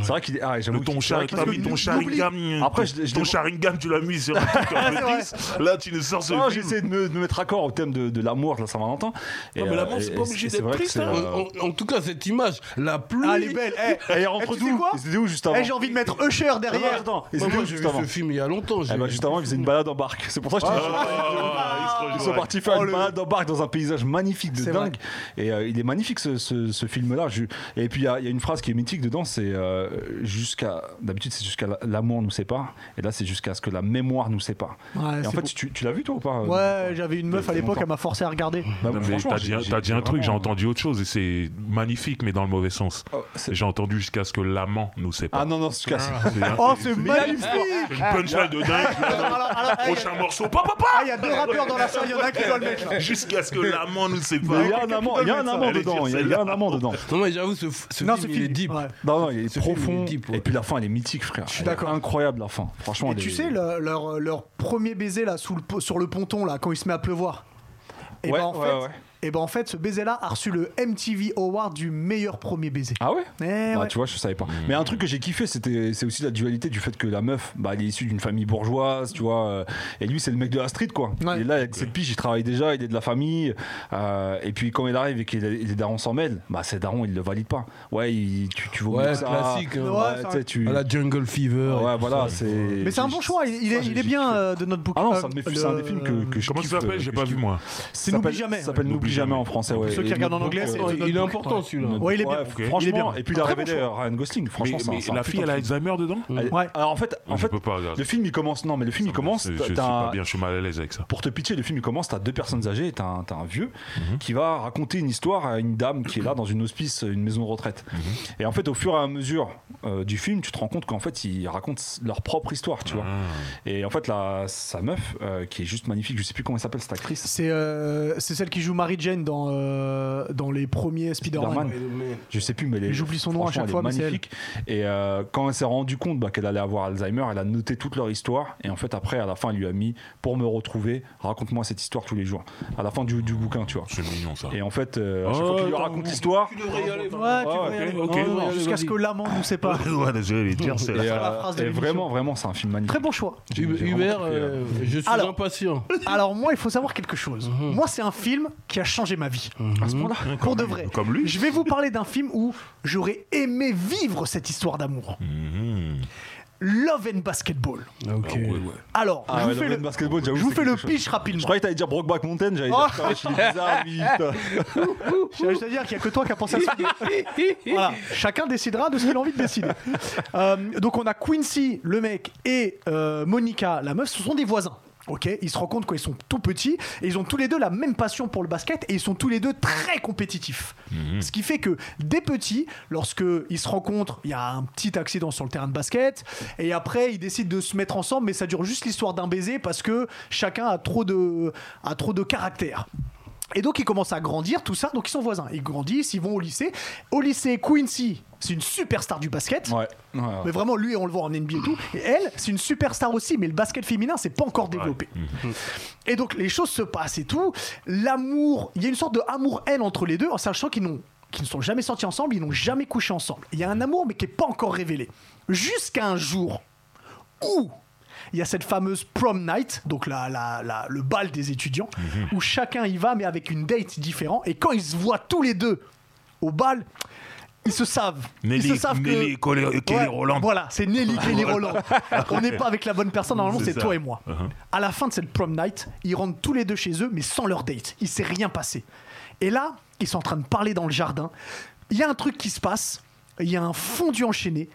B: C'est vrai qu'il est. Ah, j'avoue
D: Le ton
B: qu'il- Ah c'est vrai qu'il-
D: Sharingan, mis ton
A: n'oublie-
D: Sharingan.
B: Après, je- je-
D: ton Sharingan, tu l'as mis sur un
B: *laughs*
D: truc un peu triste. Là, tu nous sors ce
B: Non,
D: film.
B: j'essaie Ah, de me, de me mettre accord au thème de, de l'amour de la Saint-Valentin. Et,
D: mais l'amour,
B: euh,
D: c'est
B: et-
D: pas
B: et
D: obligé
B: c'est
D: d'être
B: vrai que
D: triste,
B: c'est,
D: hein.
B: euh,
C: En, en- en tout cas, cette image, la pluie.
A: Ah, elle est belle. Oh. Eh,
B: *laughs* Elle est
A: eh,
B: entre
A: tu sais
B: nous.
A: quoi
B: Et c'était où juste avant
A: Eh, j'ai envie de mettre Usher derrière.
B: Attends, et
C: Moi,
B: c'était
C: moi,
B: où
C: j'ai
B: juste
C: vu
B: avant
C: ce film il y a longtemps. j'ai-
B: Eh ben, juste avant, ils faisaient une balade en barque. C'est pour ça que je te dis-
D: Ah, il
B: Ils
D: se
B: sont
D: rejoint.
B: partis faire une balade en barque dans un paysage magnifique de
A: Oh, C'est
B: dingue. Et euh, il est magnifique ce, ce- ce film-là. Je- Et puis il y, a il y a une phrase qui est mythique dedans c'est euh, jusqu'à. D'habitude, c'est jusqu'à la- l'amour nous sépare. Et là, c'est jusqu'à ce que la mémoire nous sépare.
A: Ouais,
B: et
A: c'est
B: en fait,
A: beau.
B: tu, tu l'as vu toi ou pas euh,
A: Ouais, j'avais une meuf
B: fait
A: à l'époque,
B: longtemps.
A: elle m'a forcé à regarder.
B: Bah,
D: Non, mais
B: franchement,
D: t'as
B: j'ai-
D: dit, un-
B: j'ai-
D: t'as dit un
B: j'ai
D: truc, j'ai
B: vraiment-
D: entendu autre chose et c'est magnifique, mais dans le mauvais sens.
B: Oh, c'est-
D: J'ai entendu jusqu'à ce que l'amant nous sépare.
B: Ah non, non, c'est casse.
D: C'est un-
A: Oh, c'est magnifique
D: une punchline de dingue.
A: Alors, alors, eh,
D: Prochain morceau, pa, pa, pa,
A: Ah, il y a deux rappeurs dans la salle, il y en a un qui doit le mettre là.
D: *laughs* jusqu'à ce que l'amant nous
B: Ah, Mais Il y
D: sépare.
B: a un amant, il y a un amant
D: Allez,
B: dedans.
D: dire
B: Il y a- il y a un amant dedans.
C: Non, mais j'avoue, ce, f- ce
A: Non,
C: film,
A: ce
C: il est
A: film,
C: deep.
A: ouais.
B: Non, non, il est
C: Ce film,
B: profond.
C: il est deep, ouais.
B: Et puis la fin, elle est mythique, frère. Je suis
A: d'accord.
B: Incroyable la fin. Franchement.
A: Et
B: elle
A: tu
B: est-
A: sais, le- leur, leur premier baiser là, sous le po- sur le ponton, là, quand il se met à pleuvoir. Et
B: Ouais,
A: ben en
B: ouais,
A: fait,
B: ouais.
A: eh ben, en fait, ce baiser-là a reçu le MTV Award du meilleur premier baiser.
B: Ah ouais
A: Eh
B: bah,
A: ouais.
B: Tu vois, je savais pas. Mais un truc que j'ai kiffé, c'était, c'est aussi la dualité du fait que la meuf, bah, elle est issue d'une famille bourgeoise, tu vois. euh, et lui, c'est le mec de la street, quoi.
A: Ouais.
B: Et là, avec cette pige, il travaille déjà, il est de la famille. euh, et puis quand il arrive et qu'il est daron s'en mêle, bah, ses darons, ils le valident pas. Ouais, il- tu, tu vois
C: Ouais, classique. hein.
A: Ouais,
B: tu sais, tu.
C: À la Jungle Fever. et
B: Ouais,
C: tout
B: voilà,
C: ça.
B: c'est.
A: Mais c'est un bon choix, il, il est,
B: j'ai-
A: il est
B: j'ai
A: bien
B: kiffé.
A: euh, de notre bouquin.
B: Ah non, c'est un de mes- c'est un des films que, que je
D: Comment il
B: kiffe,
D: s'appelle
B: euh,
D: J'ai
B: que
D: pas
B: je
D: vu
B: kiffe.
D: moi.
A: C'est
B: Ça
A: N'oublie
B: s'appelle-
A: jamais.
B: Ça s'appelle N'oublie jamais en français, ouais.
A: Ceux qui
B: Et
A: regardent en
B: donc,
A: anglais,
B: euh,
A: c'est-
C: Oh, Il est important celui-là.
A: Ouais, il est bien.
B: Ouais,
D: Ok.
A: Il est
B: Franchement,
A: bien.
B: et puis il a
A: Très bon
B: révélé euh, Ryan Gosling. Franchement,
D: Mais,
B: c'est un-
D: mais
B: c'est un
D: la
B: putain
D: fille, elle
B: de
D: a
B: film.
D: Alzheimer dedans
B: Elle-
A: Ouais.
B: Alors en fait, en
D: Je
B: fait,
D: peux pas regarder.
B: le film il commence. Non, mais le film il commence.
D: Je je
B: t'as-
D: suis
B: t'as
D: pas
B: un-
D: bien, je suis mal à l'aise avec ça.
B: Pour te pitcher, le film il commence. T'as deux personnes âgées. et T'as un, t'as un vieux qui va raconter une histoire à une dame qui est là dans une hospice, une maison de retraite. Et en fait, au fur et à mesure euh, du film, tu te rends compte qu'en fait, ils racontent leur propre histoire, tu vois. Et en fait, la, sa meuf, euh, qui est juste magnifique, je sais plus comment elle s'appelle, cette actrice.
A: C'est euh, c'est celle qui joue Mary Jane dans, euh, dans les premiers Spider-Man.
B: Spider-Man. Je sais plus, mais elle est-
A: J'oublie son nom à
B: franchement,
A: chaque
B: elle
A: fois,
B: est
A: mais c'est
B: magnifique. Et euh, quand elle s'est rendue compte bah, qu'elle allait avoir Alzheimer, elle a noté toute leur histoire. Et en fait, après, à la fin, elle lui a mis Pour me retrouver, raconte-moi cette histoire tous les jours. À la fin du, du bouquin, tu vois.
D: C'est mignon ça.
B: Et en fait, euh, à
D: Oh,
B: chaque fois qu'il lui
D: attends,
B: raconte
D: vous-
B: l'histoire,
A: Ouais, tu
B: Ah,
A: vois,
D: ok,
A: elle-
D: ok.
A: Ouais, ouais,
D: Allez,
A: Jusqu'à ce que l'amant nous sépare.
D: *laughs* Ouais, désolé, les tirs, c'est
B: et,
D: la-
A: la
B: euh,
A: phrase de
B: et
A: l'émission.
B: vraiment, vraiment, c'est un film magnifique.
A: Très bon choix.
B: J'ai- j'ai vraiment
C: Hubert,
B: kiffé, euh.
C: euh, je suis
A: Alors-
C: impatient.
A: *laughs* Alors moi, il faut savoir quelque chose.
B: Mhm.
A: Moi, c'est un film qui a changé ma vie.
B: À ce point-là
A: Pour de vrai.
D: Comme lui.
A: Je vais vous parler d'un film où j'aurais aimé vivre cette histoire d'amour.
D: Mhm.
A: Love and Basketball.
C: Ok.
D: Ah ouais, ouais.
A: Alors,
B: Ah
A: je
B: ouais,
A: vous
B: Love
A: fais le,
B: and Basketball,
A: je
B: j'avoue,
A: vous
B: c'est
A: fais le
B: quelque chose.
A: pitch rapidement.
B: Je croyais que t'allais dire Brokeback Mountain, j'allais
A: Oh. *laughs*
B: dire putain, je suis bizarre, lui, putain.
A: Je tiens juste à dire qu'il n'y a que toi qui as pensé à ce film. Voilà. Chacun décidera de ce qu'il a envie de décider. Euh, donc on a Quincy, le mec, et euh, Monica, la meuf, ce sont des voisins. Ok, ils se rencontrent quand ils sont tout petits et ils ont tous les deux la même passion pour le basket et ils sont tous les deux très compétitifs. Ce qui fait que dès petits, lorsque ils se rencontrent, il y a un petit accident sur le terrain de basket et après ils décident de se mettre ensemble, mais ça dure juste l'histoire d'un baiser parce que chacun a trop de, a trop de caractère. Et donc ils commencent à grandir, tout ça, donc ils sont voisins. Ils grandissent, ils vont au lycée. Au lycée, Quincy, c'est une superstar du basket.
B: Ouais. Ouais, ouais.
A: Mais vraiment, lui, on le voit en NBA et tout. Et elle, c'est une superstar aussi, mais le basket féminin, c'est pas encore développé. Et donc, les choses se passent et tout. L'amour, il y a une sorte de amour-haine entre les deux, en sachant qu'ils n'ont qu'ils ne sont jamais sortis ensemble, ils n'ont jamais couché ensemble. Il y a un amour, mais qui n'est pas encore révélé. Jusqu'à un jour où il y a cette fameuse prom night, donc la, la- la- le bal des étudiants,
D: Mhm.
A: où chacun y va, mais avec une date différente. Et quand ils se voient tous les deux au bal, ils se savent.
D: Nelly-
A: ils se savent
D: Nelly et
A: que...
D: Colé- et Kelly
A: Ouais,
D: Roland.
A: Voilà, c'est Nelly
D: *laughs*
A: Kelly Roland. On n'est pas avec la bonne personne, normalement
D: C'est
A: c'est
D: ça.
A: toi et moi.
D: Uh-huh.
A: À la fin de cette prom night, ils rentrent tous les deux chez eux, mais sans leur date. Il s'est rien passé. Et là, ils sont en train de parler dans le jardin. Il y a un truc qui se passe. Il y a un fondu enchaîné.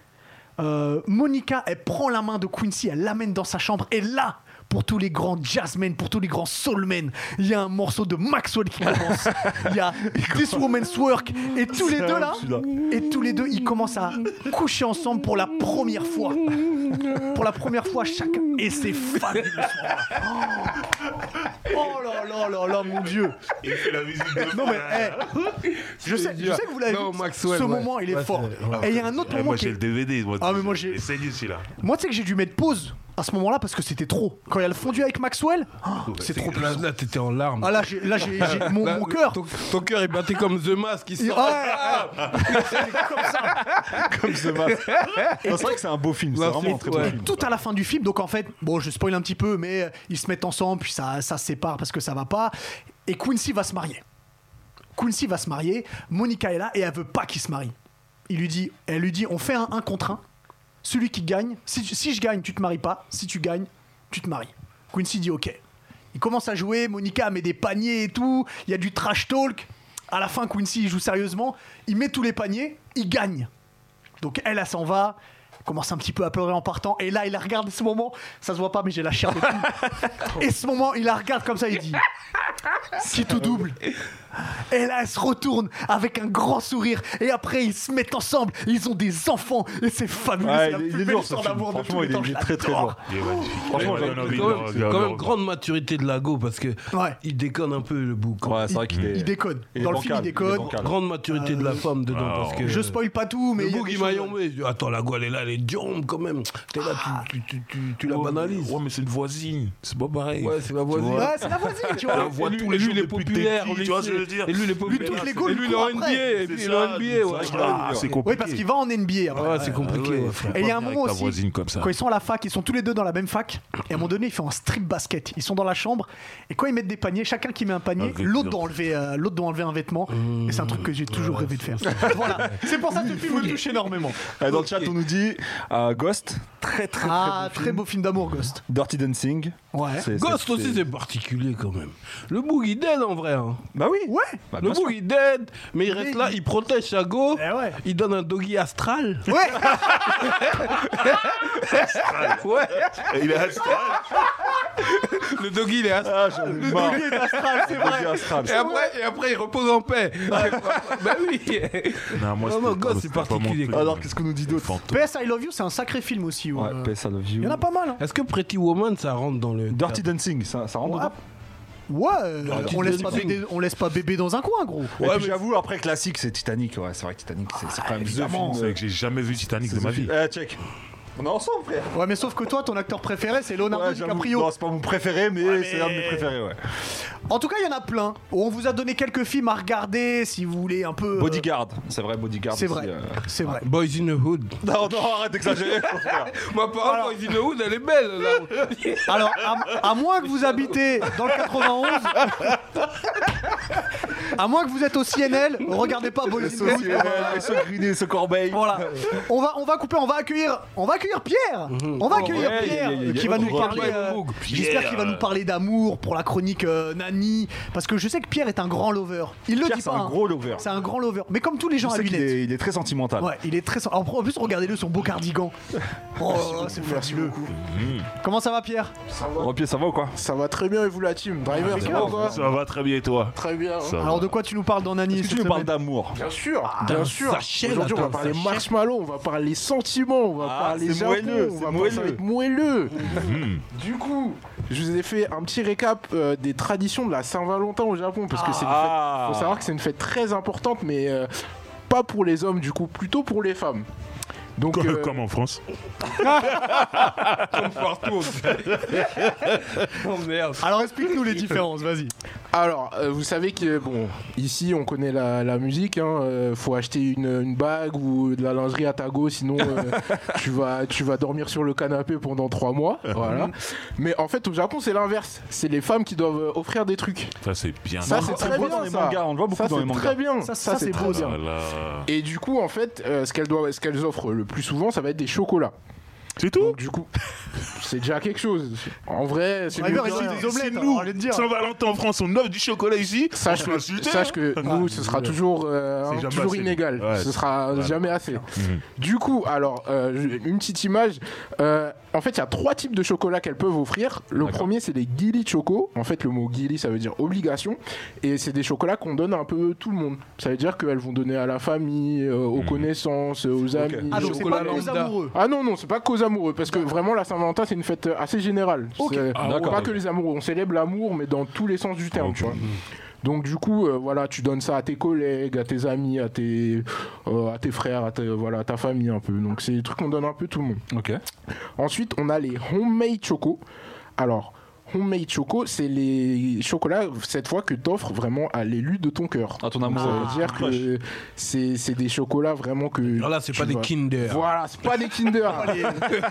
A: Euh, Monica, elle prend la main de Quincy, elle l'amène dans sa chambre. Et là, pour tous les grands jazzmen, pour tous les grands soulmen, il y a un morceau de Maxwell qui commence. *laughs* Il y a This Woman's Work. Et tous les deux là, et tous les deux, ils commencent à coucher ensemble pour la première fois. Pour la première fois
C: *laughs*
A: chacun. Et c'est fabuleux. ce moment-là. Oh oh là là là là, mon Dieu.
D: Il fait la musique de
A: Non mais, eh, je, sais, je sais que vous l'avez
C: Non,
A: vu.
C: Maxwell,
A: ce
C: ouais.
A: moment, il est
C: Ouais,
A: fort.
C: c'est-
A: Et il y a un autre
D: Eh,
A: moment
D: moi
A: qui
D: j'ai
A: est-
D: le DVD. Moi,
A: Ah, mais moi, j'ai-
D: C'est nul celui-là.
A: Moi, tu sais que j'ai dû mettre pause à ce moment-là parce que c'était trop. Quand il y a le fondu avec Maxwell, oh, c'est trop
C: Là,
A: puissant.
C: là, t'étais en larmes.
A: Ah là, j'ai, là, j'ai, j'ai-
C: *laughs*
A: mon,
C: Là,
A: mon cœur.
C: Bah, Ton, ton cœur est batté comme The Mask. Il
A: il-
C: sort.
A: ah, ah, ah, c'est comme ça.
B: Comme
A: *laughs*
B: ce masque. Non, C'est vrai que c'est un beau film, c'est
C: Ouais,
B: vraiment un très beau
C: ouais.
B: film.
A: tout à la fin du film. Donc en fait, bon, je spoil un petit peu, mais euh, ils se mettent ensemble, puis ça, ça se sépare parce que ça va pas. Et Quincy va se marier. Quincy va se marier. Monica est là et elle veut pas qu'il se marie. Il lui dit, elle lui dit, on fait un 1 contre 1. Celui qui gagne, si, tu- si je gagne, tu te maries pas. Si tu gagnes, tu te maries. Quincy dit ok. Il commence à jouer. Monica met des paniers et tout. Il y a du trash talk. À la fin, Quincy il joue sérieusement. Il met tous les paniers. Il gagne. Donc elle, elle s'en va, elle commence un petit peu à pleurer en partant, et là, il la regarde, et ce moment, ça se voit pas, mais j'ai la chair de
B: *laughs*
A: poule. Et ce moment, il la regarde comme ça, il dit Si tout double. Et là, elle se retourne avec un grand sourire, et après, ils se mettent ensemble, ils ont des enfants, et c'est fabuleux,
B: Ouais,
A: c'est la
B: il est- il
A: plus
B: est
A: belle
B: lourd, ce
A: histoire
B: film.
A: d'amour de tous
B: Franchement,
A: les
B: il est-
A: temps.
B: il est très, très
A: j'adore.
B: lourd.
D: Il est magnifique.
B: Franchement,
D: Eh,
B: j'ai-
D: donne
C: Quand
D: envie de
C: même-
D: le-
C: quand
D: de
C: même
D: le-
C: grande maturité de Lago parce que
A: Ouais.
C: il déconne un peu le bouc.
B: Ouais, c'est vrai qu'il est.
A: Il déconne.
B: il est
A: Dans le film, il
B: bancal, est
A: déconne.
B: bancal.
C: Grande maturité de la femme dedans
D: Ah,
C: parce que
A: Je spoil pas tout, mais.
C: le
A: il y a
C: bouc
A: des
C: il m'a
A: choses-
C: yombé. Attends, Lago elle est là, elle est jombe quand même. T'es là, tu, tu, tu, tu- tu la banalises.
D: Oh,
C: Ah,
D: Ouais, mais c'est une voisine. C'est pas pareil.
C: Ouais, c'est la voisine.
A: Ouais, c'est la voisine, tu
D: On
A: vois.
D: la voit
C: Et lui-
D: tous les
C: et lui,
D: jours
C: il est
D: depuis que t'es
C: populaire,
D: petit,
C: on
D: tu
C: le
D: vois
C: sait.
D: ce que je veux dire
C: Et lui, il est populaire.
A: toutes les
C: Et
A: goals,
C: lui,
A: il
C: il est en
A: court après.
C: NBA. Et puis,
D: C'est
C: il est en
D: ça,
C: NBA. ouais.
D: c'est
A: Ah,
D: ça, C'est
A: Oui, parce
D: compliqué.
A: qu'il va en NBA. après. Ah
C: Ouais, c'est compliqué.
D: ouais,
C: ouais.
D: frère.
A: Et il y a un
D: Avec
A: moment
D: ta
A: aussi,
D: voisine comme ça.
A: quand ils sont à la fac, ils sont tous les deux dans la même fac, et à un moment donné, ils font un strip basket. Ils sont dans la chambre, et quand ils mettent des paniers, chacun qui met un panier,
D: Avec
A: l'autre
D: l'autre.
A: doit, enlever, euh, l'autre doit enlever un vêtement, et c'est un truc que j'ai toujours rêvé de faire. voilà, c'est pour ça que ce film me touche énormément.
B: Euh, Dans le chat, on nous dit euh, Ghost,
A: Ah, très beau film d'amour, Ghost.
B: Dirty Dancing.
A: Ouais.
B: C'est-
C: Ghost
B: c'est-
C: aussi, c'est particulier quand même. Le bouc il dead en vrai. hein.
B: Bah oui.
A: Ouais,
B: Bah,
C: Le
B: bien sûr.
C: bouc il dead, mais il reste
A: il-
C: là, il protège Chago.
A: Eh ouais.
C: Il donne un doggy astral.
A: ouais,
C: *laughs* Ouais.
D: Et Il est astral.
C: Le doggy il est astral.
B: Ah, j'en ai marre.
A: il est astral, c'est vrai.
B: Doggy Astral.
C: Et après, et après, il repose en paix. *laughs* bah oui.
D: Non, moi,
C: Non,
D: c'était
C: non,
D: pas-
C: Ghost, c'est
D: c'était pas mon
C: particulier.
D: truc.
B: Ah, Alors, qu'est-ce qu'on nous dit d'autre
D: Fantôme.
A: PS I Love You, c'est un sacré film aussi. ouais.
B: Ouais, PS I Love
A: Il Euh, y
B: You.
A: en a pas mal. hein.
C: Est-ce que Pretty Woman, ça rentre dans le.
B: Dirty Dancing, ça, ça rentre
A: Ouais.
B: dedans
A: Ouais, euh,
C: Ah,
A: on,
C: Titanic.
A: laisse pas bébé, on laisse pas bébé dans un coin, gros.
B: Et
C: Ouais,
B: puis
C: mais-
B: j'avoue, après classique, c'est Titanic. Ouais, c'est vrai que Titanic, c'est c'est quand même
D: Évidemment,
B: the
D: c'est
B: film.
D: vrai que j'ai jamais vu Titanic de ma vie.
B: Eh, check. On est ensemble, frère.
A: Ouais, mais sauf que toi, ton acteur préféré, c'est Leonardo
B: Ouais, j'avoue,
A: DiCaprio.
B: non, c'est pas mon préféré, mais c'est un de mes préférés, ouais.
A: En tout cas, il y en a plein. On vous a donné quelques films à regarder si vous voulez un peu. euh,
B: Bodyguard, c'est vrai, Bodyguard.
A: C'est
B: aussi,
A: vrai.
B: euh.
A: C'est vrai.
C: Boys in the Hood.
B: Non, non, arrête d'exagérer. mon frère.
G: Ma parole, Boys in the Hood, elle est belle. là.
B: Ah.
A: Alors, à, à moins que vous habitez dans le 91, à moins que vous êtes au CNL, regardez pas Boys in the Hood.
B: Saucier, ce Grinet, ce Corbeil.
A: Voilà. On va, on va couper, on va accueillir, on va accueillir Pierre. On va accueillir
B: Mm-hmm. Oh, ouais,
A: Pierre
B: yeah, yeah, yeah.
A: qui va nous
B: Oh,
A: parler.
G: Pierre.
A: euh, J'espère qu'il va nous parler d'amour pour la chronique euh, Nani, parce que je sais que Pierre est un grand lover. Il le
B: Pierre,
A: dit
B: c'est
A: pas.
B: un
A: hein.
B: gros lover.
A: C'est un grand lover. Mais comme tous les
B: Je
A: gens à
B: sais qu'il
A: lunettes.
B: est, il est très sentimental.
A: Ouais, il est très. En en plus, regardez-le son beau cardigan. Oh, c'est fabuleux. Comment ça va, Pierre
H: Ça va,
B: Repier, ça va ou quoi
H: ça va très bien et vous la team
B: Ah,
H: Driver, ça va ou quoi
D: Ça va très bien et toi
H: Très bien. hein.
D: Ça va.
A: Alors, de quoi tu nous parles dans Nani
B: Est-ce que
A: cette
B: tu nous parles
A: semaine
B: d'amour
H: Bien sûr,
B: Ah,
H: bien
C: dans
H: sûr.
C: sa chaîne,
H: Aujourd'hui, on va
C: attends,
H: parler
C: sa chaîne.
H: marshmallow, on va parler sentiments, on va
B: Ah,
H: parler
B: c'est
H: Japon,
B: moelleux,
H: on
B: c'est
H: va parler- ça va
B: moelleux. Mhm.
H: être moelleux. du coup, je vous ai fait un petit récap euh, des traditions de la Saint-Valentin au Japon parce que c'est une fête-
B: Ah
H: faut savoir que c'est une fête très importante, mais euh, pas pour les hommes du coup, plutôt pour les femmes. Donc,
D: Co-
H: euh,
D: Comme en France.
G: Partout. oh merde.
A: Alors, explique-nous les différences, vas-y.
H: Alors, euh, vous savez que, bon, ici, on connaît la, la musique. Il faut acheter une, une bague ou de la lingerie à Tago, sinon
B: *laughs*
H: euh, tu, vas, tu vas dormir sur le canapé pendant trois mois.
B: *laughs* Mhm.
H: Voilà. Mais en fait, au Japon, c'est l'inverse. C'est les femmes qui doivent euh, offrir des trucs.
D: Ça, c'est bien.
H: Ça,
D: Ah,
H: c'est
B: Bah, on
H: très
B: le voit
H: bien,
B: dans les
H: ça.
B: mangas, on le voit beaucoup
H: Ça,
B: dans
H: c'est
B: les mangas.
H: très bien.
A: Ça,
H: Ça,
A: ça, c'est
H: c'est
A: beau,
H: très bien.
D: là.
H: Et du coup, en fait, euh, ce qu'elles doivent- ce qu'elles offrent le plus souvent, ça va être des chocolats.
D: C'est tout
H: Donc,
B: *laughs*
H: du coup, c'est déjà quelque chose. En vrai, c'est
A: Driver,
H: mieux que
A: il
H: rien.
A: dit des omelettes,
D: nous.
A: alors, on va le dire.
D: Saint-Valentin en France, on offre du chocolat ici.
H: Sache
D: On se fait
H: que,
D: insulter,
H: sache
D: hein. *laughs*
H: que nous, ce sera toujours, euh,
D: C'est
H: hein,
D: jamais
H: toujours
D: assez,
H: inégal.
D: ouais.
H: ce sera
D: Voilà. Mhm. *laughs*
H: jamais assez. Du coup, alors, euh, je- une petite image. Euh, en fait, il y a trois types de chocolats qu'elles peuvent offrir. Le premier, c'est les guilis choco. En fait, le mot guili, ça veut dire obligation. Et c'est des chocolats qu'on donne un peu tout le monde. Ça veut dire qu'elles vont donner à la famille, euh, aux
D: Mhm.
H: connaissances, aux amis.
A: Ah, donc, c'est pas
G: Chocolat
A: les
G: lambda.
A: amoureux.
H: Ah non, non, c'est pas qu'aux amoureux, parce que vraiment la Saint-Valentin c'est une fête euh, assez générale.
A: Ok.
H: C'est
B: Ah, d'accord,
H: pas
B: ok.
H: que les amoureux, on célèbre l'amour, mais dans tous les sens du terme.
D: Ok. Mhm.
H: tu vois. Donc du coup, euh, voilà, tu donnes ça à tes collègues, à tes amis, à tes, euh, à tes frères, à, ta- voilà, à ta famille un peu. Donc c'est des trucs qu'on donne un peu tout le monde.
B: Ok.
H: Ensuite, on a les homemade choco. Alors, homemade choco, c'est les chocolats, cette fois, que t'offres vraiment à l'élu de ton cœur.
B: À Ah, ton
H: Donc,
B: amour. euh,
H: ça veut dire
B: Crush.
H: que c'est c'est des chocolats vraiment que.
C: Alors là, c'est
H: tu
C: pas des
H: vas-
C: Kinder.
H: voilà, c'est pas
C: *laughs*
H: des Kinder.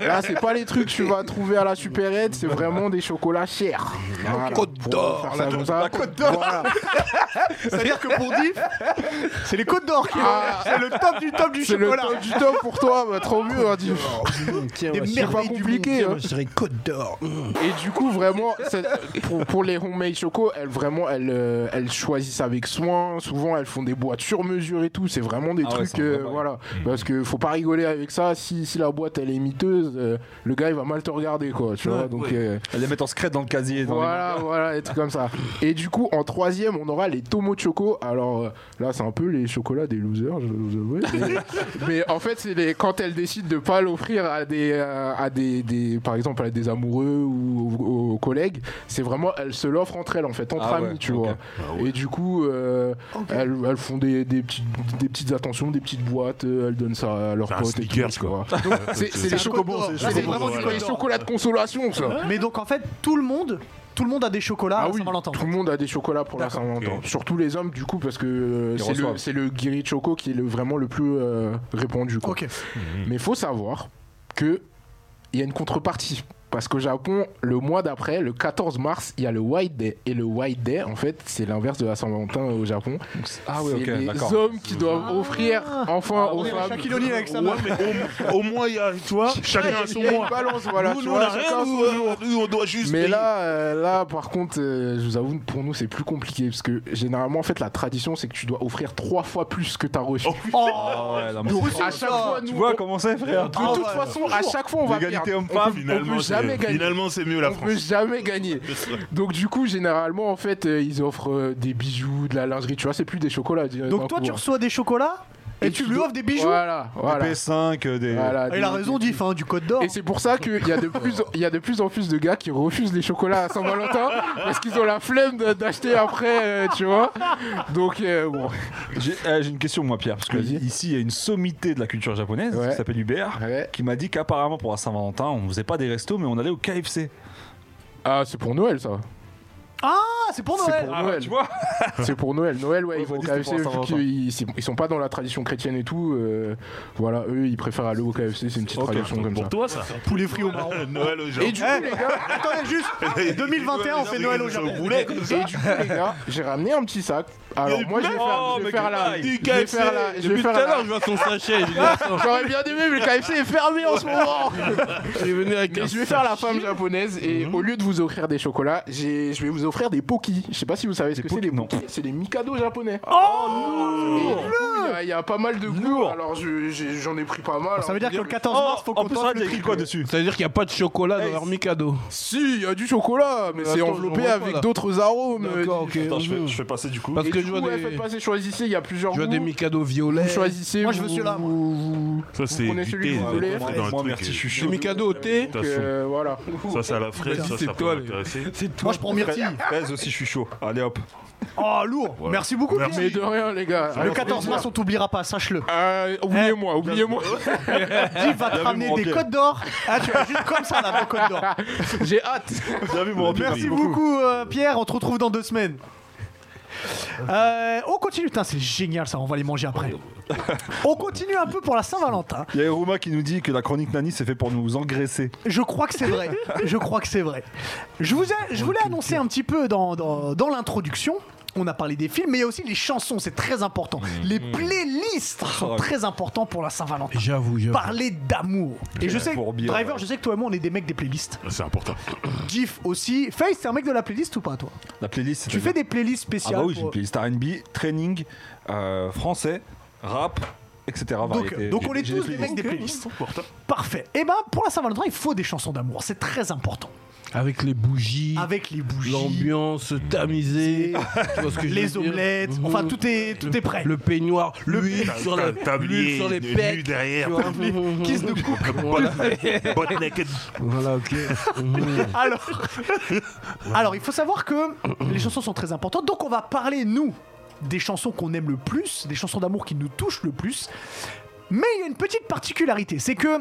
H: Là, c'est pas les trucs que tu vas trouver à la supérette, c'est vraiment des chocolats chers. Voilà.
C: Côte d'Or,
H: Pour faire ça comme ça. Voilà.
A: C'est-à-dire que pour Diff, c'est les côtes d'or qui
H: Ah.
A: C'est le top du top du
H: C'est le
A: chocolat.
H: top du top pour toi, bah, trop mieux. hein, dis-
A: Des
H: c'est pas
A: merveilles du
H: compliqué. hein.
C: Je dirais Côte d'Or.
H: Et du coup, vraiment, c'est- pour, pour les homemade choco, elles, vraiment, elles, euh, elles choisissent avec soin. Souvent, elles font des boîtes sur mesure et tout. C'est vraiment des
B: Ah ouais,
H: trucs,
B: c'est un
H: euh,
B: vrai bail.
H: voilà. Parce que faut pas rigoler avec ça. Si, si la boîte elle est miteuse, euh, le gars il va mal te regarder, quoi. Tu vois. Donc, euh,
B: Elle les met en secret dans le casier. dans les
H: Voilà, voilà, des trucs comme ça. Et du coup, en troisième, on aura les Tomo Choco. Alors euh, là, c'est un peu les chocolats des losers, je vais vous avouer. Mais, mais en fait, c'est les- quand elles décident de pas l'offrir à des, euh, à des, des- par exemple, à des amoureux ou aux, aux collègues, c'est vraiment elles se l'offrent entre elles, en fait, entre
B: Ah
H: amis,
B: ouais,
H: tu
B: ok.
H: vois. Et du coup, euh, elles, elles font des, des, petites, des petites attentions, des petites boîtes, euh, elles donnent ça à leurs
D: C'est un
H: potes. et tout,
D: Snickers,
H: tu
D: quoi.
H: vois. Donc, C'est c'est
D: C'est
H: les
A: un Côte
H: chocobons,
A: d'Or.
H: c'est
A: Ah, c'est
H: les
A: vraiment du
H: chocobons,
A: Côte
H: les
A: d'Or.
H: chocolats de consolation, ça.
A: Mais donc en fait, tout le monde, tout le monde a des chocolats
H: Ah
A: à
H: oui,
A: Saint-Valentin.
H: tout le monde a des chocolats pour la Saint-Valentin.
D: Ok.
H: Surtout les hommes, du coup, parce que euh,
B: Ils
H: c'est
B: reçoivent.
H: le, c'est le guiri choco qui est le- vraiment le plus euh, répandu. quoi.
A: Ok.
B: Mhm.
H: Mais faut savoir que il y a une contrepartie. Parce qu'au Japon, le mois d'après, le 14 mars, il y a le White Day. Et le White Day, en fait, c'est l'inverse de la Saint-Valentin au Japon.
B: magasins. Ah ouais,
H: c'est
B: ok,
H: les
B: d'accord.
H: hommes qui doivent
D: Ah.
H: offrir enfin
A: On
H: aux
A: dirait
H: femmes.
A: Shaquille O'Neal avec sa
D: Ouais,
A: meuf.
D: mais au, au moins, il y a, tu vois, chacun a son
H: Il y a une
D: mois.
H: balance, voilà.
D: nous,
H: tu
D: nous, on
H: vois,
D: a rien,
H: chacun son
D: nous, euh, nous, on doit juste.
H: Mais
D: payer.
H: là, euh, là, par contre, euh, je vous avoue, pour nous, c'est plus compliqué parce que généralement, en fait, la tradition, c'est que tu dois offrir trois fois plus que t'as reçu.
D: Oh,
A: Oh,
B: Ah ouais, la
H: Donc,
B: mort.
H: à chaque fois, nous,
B: Tu
H: on-
B: vois comment c'est, frère
A: Ah,
H: de toute façon, à chaque fois, on va
B: L'égalité
H: perdre. On
B: homme-femme,
H: peut- on
D: finalement,
H: peut jamais
D: c'est-
H: gagner.
D: finalement, c'est mieux la
H: On peut
D: France.
H: jamais gagner. Donc du coup, généralement, en fait, euh, ils offrent euh, des bijoux, de la lingerie. Tu vois, c'est plus des chocolats.
A: Donc toi, tu reçois des chocolats Et tu lui
H: dois-
A: offres des bijoux
H: Voilà, voilà.
B: PS5, euh, des.
H: Voilà,
A: Il a
H: des-
A: raison,
H: des-
A: Diff, hein, du code d'or.
H: Et c'est pour ça qu'il y, a de plus- il y a de plus en plus de gars qui refusent les chocolats à Saint-Valentin parce qu'ils ont la flemme de- d'acheter après, euh, tu vois. Donc, euh, bon.
B: J'ai euh, j'ai une question, moi, Pierre, parce que
H: Vas-y.
B: ici, il y a une sommité de la culture japonaise
H: Ouais.
B: qui s'appelle Hubert,
H: Ouais.
B: qui m'a dit qu'apparemment, pour la Saint-Valentin, on faisait pas des restos, mais on allait au KFC.
H: Ah, c'est pour Noël, ça.
A: Ah, c'est pour
H: C'est
A: Noël.
H: pour
B: Ah ouais,
H: Noël.
B: tu vois
H: *laughs* C'est pour Noël. Noël, ouais,
B: Ouais,
H: ils vont au
B: ils disent que
H: KFC,
B: c'est pour
H: vu
B: Saint-Valentin.
H: qu'ils ils- ils sont pas dans la tradition chrétienne et tout. euh, voilà, eux, ils préfèrent aller au KFC, c'est une petite
B: Ok.
H: tradition comme ça.
D: Pour toi, ça
A: Poulet frit au marron.
D: *laughs* Noël au
H: Et du coup,
A: Eh,
D: *laughs*
H: les gars,
A: Attendez juste, 2021, on fait Noël au Japon.
B: Oh,
H: Et du coup, les gars, j'ai ramené un petit sac. Alors, moi, je vais
D: Oh,
H: faire, je vais faire la. Je vais faire la. Je vais
C: Depuis tout
H: faire
C: à l'heure,
H: la.
C: je vois son sachet. Je
H: J'aurais bien aimé, mais le KFC est fermé en ce
C: *laughs*
H: moment.
C: suis venu avec Mhm.
H: Mais je vais faire la femme japonaise et au lieu de vous offrir des chocolats, j'ai- je vais vous offrir des pokis. Je sais pas si vous savez ce que c'est les pokis. C'est des mikado japonais. Oh, Il y, a pas mal de goût.
B: Lourd.
H: Alors je- j'ai- j'en ai pris pas mal. hein.
A: Ça veut
H: Alors,
A: dire que le 14 mars, faut
B: Oh, en
A: qu'on
B: plus,
A: tente
B: regarde, il y
A: le
B: a écrit
A: tri.
B: quoi dessus
C: C'est-à-dire qu'il n'y a pas de chocolat dans leur Mikado.
H: Si, il y a du chocolat, mais
C: Mais
H: c'est
C: attends, je
H: enveloppé
C: vois pas,
H: avec
C: là.
H: d'autres arômes.
C: D'accord, ok.
H: Et
B: Attends, je fais, je fais passer du coup.
C: Parce que
H: du
C: je
H: coup,
C: vois
H: ouais,
C: des-
H: faites passer, choisissez, il y a plusieurs
C: Je vois
H: goûts.
C: des Mikado violets.
H: Vous choisissez.
A: Moi, je veux
H: vous-
A: celui-là, moi.
H: vous-
D: Ça, c'est
H: prenez
D: du
H: celui
D: thé.
H: que vous
D: vous
H: voulez.
D: êtes rentré dans euh. un
B: Moi,
D: truc,
B: merci, je suis
C: Des
B: chaud.
C: Mikado au thé.
D: T'as
H: Donc, euh, voilà.
D: euh, Ça, c'est à la fraise, ça,
C: C'est
D: ça
C: toi,
D: peut m'intéresser.
C: C'est
A: Moi,
C: toi.
A: je prends myrtille.
B: Fraise aussi, je suis chaud. Allez hop.
A: Oh, lourd.
D: Voilà.
A: Merci beaucoup, Pierre.
H: Mais de rien, les gars.
A: Le 14 mars, on t'oubliera pas, *laughs* sache-le.
H: Euh, oubliez-moi,
C: Eh,
H: oubliez-moi.
A: Div va te
B: vu
A: ramener
B: mon
A: des
B: pied.
A: codes d'or. Ah, tu vas juste comme ça, là, des *laughs* codes d'or.
H: J'ai hâte.
B: Bien vu, mon Pierre.
A: Merci beaucoup, euh, Pierre. On te retrouve dans deux semaines. Euh, on continue, putain, c'est génial ça, on va les manger *laughs* après. On continue un peu pour la Saint-Valentin.
B: Il y a Eruma qui nous dit que la chronique Nani, c'est fait pour nous engraisser.
A: Je crois que c'est vrai. Je crois que c'est vrai. Je, vous ai- je voulais annoncer un petit peu dans, dans- dans l'introduction. On a parlé des films, mais il y a aussi les chansons, c'est très important. Les playlists sont très importants pour la Saint-Valentin.
C: J'avoue, j'avoue.
A: Parler d'amour. Et je sais,
B: pour bien,
A: Driver,
B: ouais.
A: je sais que toi et moi, on est des mecs des playlists.
D: C'est important.
A: Jif aussi. Faith, t'es un mec de la playlist ou pas, toi
B: La playlist, c'est
A: Tu fais des playlists
B: Ah
A: spéciales.
B: bah oui, j'ai
A: pour-
B: une playlist RB, training, euh, français, rap, etc.
A: Donc,
B: variété.
A: donc
B: J'ai-
A: on est
B: j'ai
A: tous
B: des
A: des
B: playlists.
A: mecs des playlists. Parfait. Et ben pour la Saint-Valentin, il faut des chansons d'amour. C'est très important.
C: Avec les bougies,
A: Avec les bougies,
C: l'ambiance tamisée, tu vois ce que je veux
A: *laughs* les
C: dire
A: omelettes,
C: Mhm.
A: enfin tout est tout est prêt.
C: Le peignoir, l'huile
D: T'as-
C: sur,
D: t'as
C: la-
D: un tablier,
C: l'huile sur les
D: des nus
C: pecs.
D: derrière.
C: tu vois.
A: kiss de couple.
D: Bot- Bot naked.
C: *laughs* Voilà, ok.
A: Alors, *laughs* alors il faut savoir que les chansons sont très importantes. Donc on va parler nous des chansons qu'on aime le plus, des chansons d'amour qui nous touchent le plus. Mais il y a une petite particularité, c'est que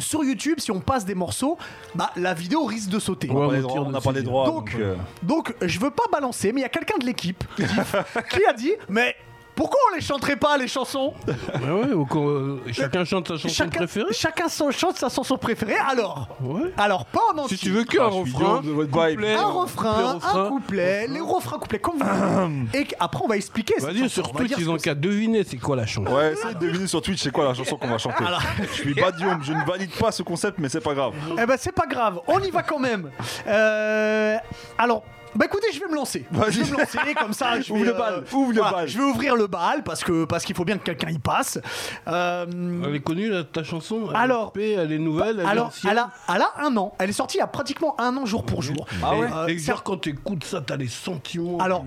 A: sur YouTube, si on passe des morceaux, bah, la vidéo risque de sauter.
B: On n'a
C: Ouais,
B: pas les
C: on
B: droits,
C: tire
B: on n'a
C: dessus.
B: pas les droits.
A: Donc,
B: Donc, euh,
A: Donc, je veux pas balancer, mais il y a quelqu'un de l'équipe Diff, qui *laughs* a dit Mais pourquoi on les chanterait pas, les chansons
C: Ouais, ouais, ou qu'on- euh, chacun chante sa chanson
A: Chacun,
C: préférée.
A: chacun son- chante sa chanson préférée, alors
C: Ouais.
A: Alors, pas en entier.
C: Si tu veux qu'un
B: Ah, je suis
C: refrain,
B: de votre vibe.
C: couplet,
A: Un Ah, refrain,
C: couplet,
A: un
C: refrain.
A: couplet, les refrains couplets, comme vous voulez. Et qu- après, on va expliquer. cette
C: Vas-y,
A: chanson, on va
C: surtout
A: dire
C: qu'ils
A: ce
C: ont
A: que c'est.
C: qu'à deviner c'est quoi la chanson.
B: ouais, essayez de deviner sur Twitch c'est quoi la chanson qu'on va chanter.
A: Alors-
B: Je suis pas Diom, je ne valide pas ce concept, mais c'est pas grave.
A: Eh ben, c'est pas grave, on y va quand
C: *laughs*
A: même. Euh, alors. Bah écoutez, je vais me lancer. Je vais me lancer comme ça.
C: *laughs*
A: Je vais,
B: Ouvre le
A: euh,
B: bal, ouvre le
A: voilà,
B: bal.
A: Je vais ouvrir le bal parce que parce qu'il faut bien que quelqu'un y passe. Euh,
C: Elle est connue la- ta chanson Elle est
A: Alors-
C: coupée, elle est nouvelle, elle est
A: Alors,
C: ancienne.
A: elle a, elle a un an. Elle est sortie il y a pratiquement un an jour pour jour.
C: Et-
A: Euh,
C: Ah et
A: c'est-
C: genre quand t'écoutes ça, t'as les sentiments.
A: alors,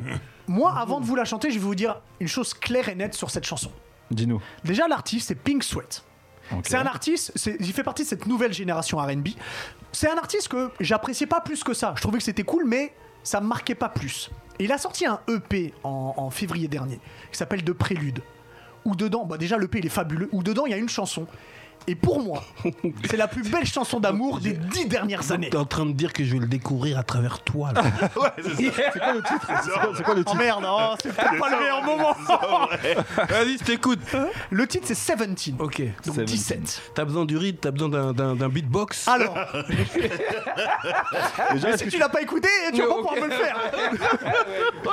A: moi, avant de vous la chanter, je vais vous dire une chose claire et nette sur cette chanson.
B: Dis-nous.
A: Déjà, l'artiste, c'est Pink Sweat. C'est un artiste, c'est- il fait partie de cette nouvelle génération RB. C'est un artiste que j'appréciais pas plus que ça. Je trouvais que c'était cool, mais ça me marquait pas plus. Et il a sorti un EP en, en février dernier qui s'appelle De Prélude. Où dedans, bah déjà l'EP il est fabuleux, où dedans il y a une chanson. Et pour
C: *laughs*
A: moi, c'est la plus belle chanson d'amour des dix dernières années.
C: T'es en train de dire que je vais le découvrir à travers toi. Là.
B: C'est quoi le titre C'est quoi- C'est quoi le
A: Oh
B: titre
A: merde, oh, c'est peut-être pas le meilleur moment.
C: Vas-y, je t'écoute.
A: Le titre c'est 17, donc
C: Ok.
A: 17.
C: T'as besoin du rythme, t'as besoin d'un- d'un d'un beatbox.
A: Alors,
B: Déjà, est-ce
A: si
B: Ah, que
A: tu
B: tu,
A: l'as pas écouté, tu vas pas pouvoir me le
B: *laughs*
A: faire.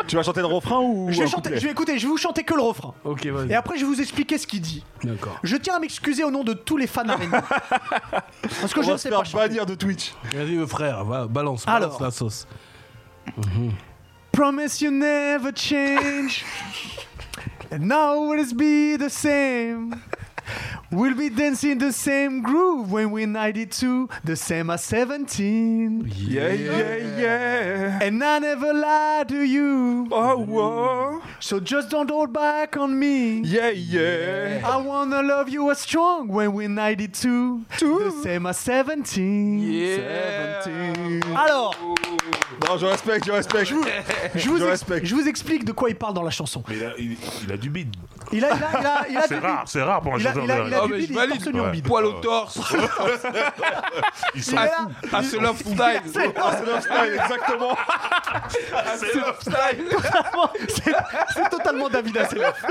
B: tu vas chanter le refrain ou
A: Je vais,
B: un
A: chanter,
B: couplet
A: je vais écouter, je vais vous chanter que le refrain.
C: Ok,
A: Et
C: vas-y.
A: après, je vais vous expliquer ce qu'il dit.
C: D'accord.
A: Je tiens à m'excuser au nom de tous les fans
B: *laughs*
A: RNB. Parce que
B: On
A: je ne
B: va se
A: sais pas.
B: faire
A: chanter.
B: bannir de Twitch.
C: Vas-y, euh, frère, va, balance, balance
A: Alors.
C: la sauce.
A: Promise you never change and always be the same. We'll be dancing the same groove when we're 92, the same as 17.
B: Yeah, yeah, yeah.
A: And I never lie to you,
B: Oh, wow.
A: so just don't hold back on me.
B: Yeah, yeah.
A: I wanna love you as strong when we're 92, the same as 17. Alors,
B: Non, je respecte, je respecte.
A: je vous,
B: Je
A: ex-
B: respecte.
A: je vous explique de quoi il parle dans la chanson.
D: Mais il a, il, il a du bide.
A: Il a, il a, il a, il a du-
D: C'est rare, c'est rare pour un
A: il a-
D: chanteur
A: il a-
D: de-
A: il a
G: Ah,
A: du
G: mais
A: bide,
G: je
A: il est
G: valide.
A: torse nu en
D: Ouais.
A: bide.
G: Poil au torse.
D: *laughs* Ils
A: Il
D: sont-
A: est là.
G: Ah, c'est love style.
B: C'est leur style, exactement.
G: Ah, c'est love style.
A: Vraiment, c'est c'est totalement David Hasselhoff.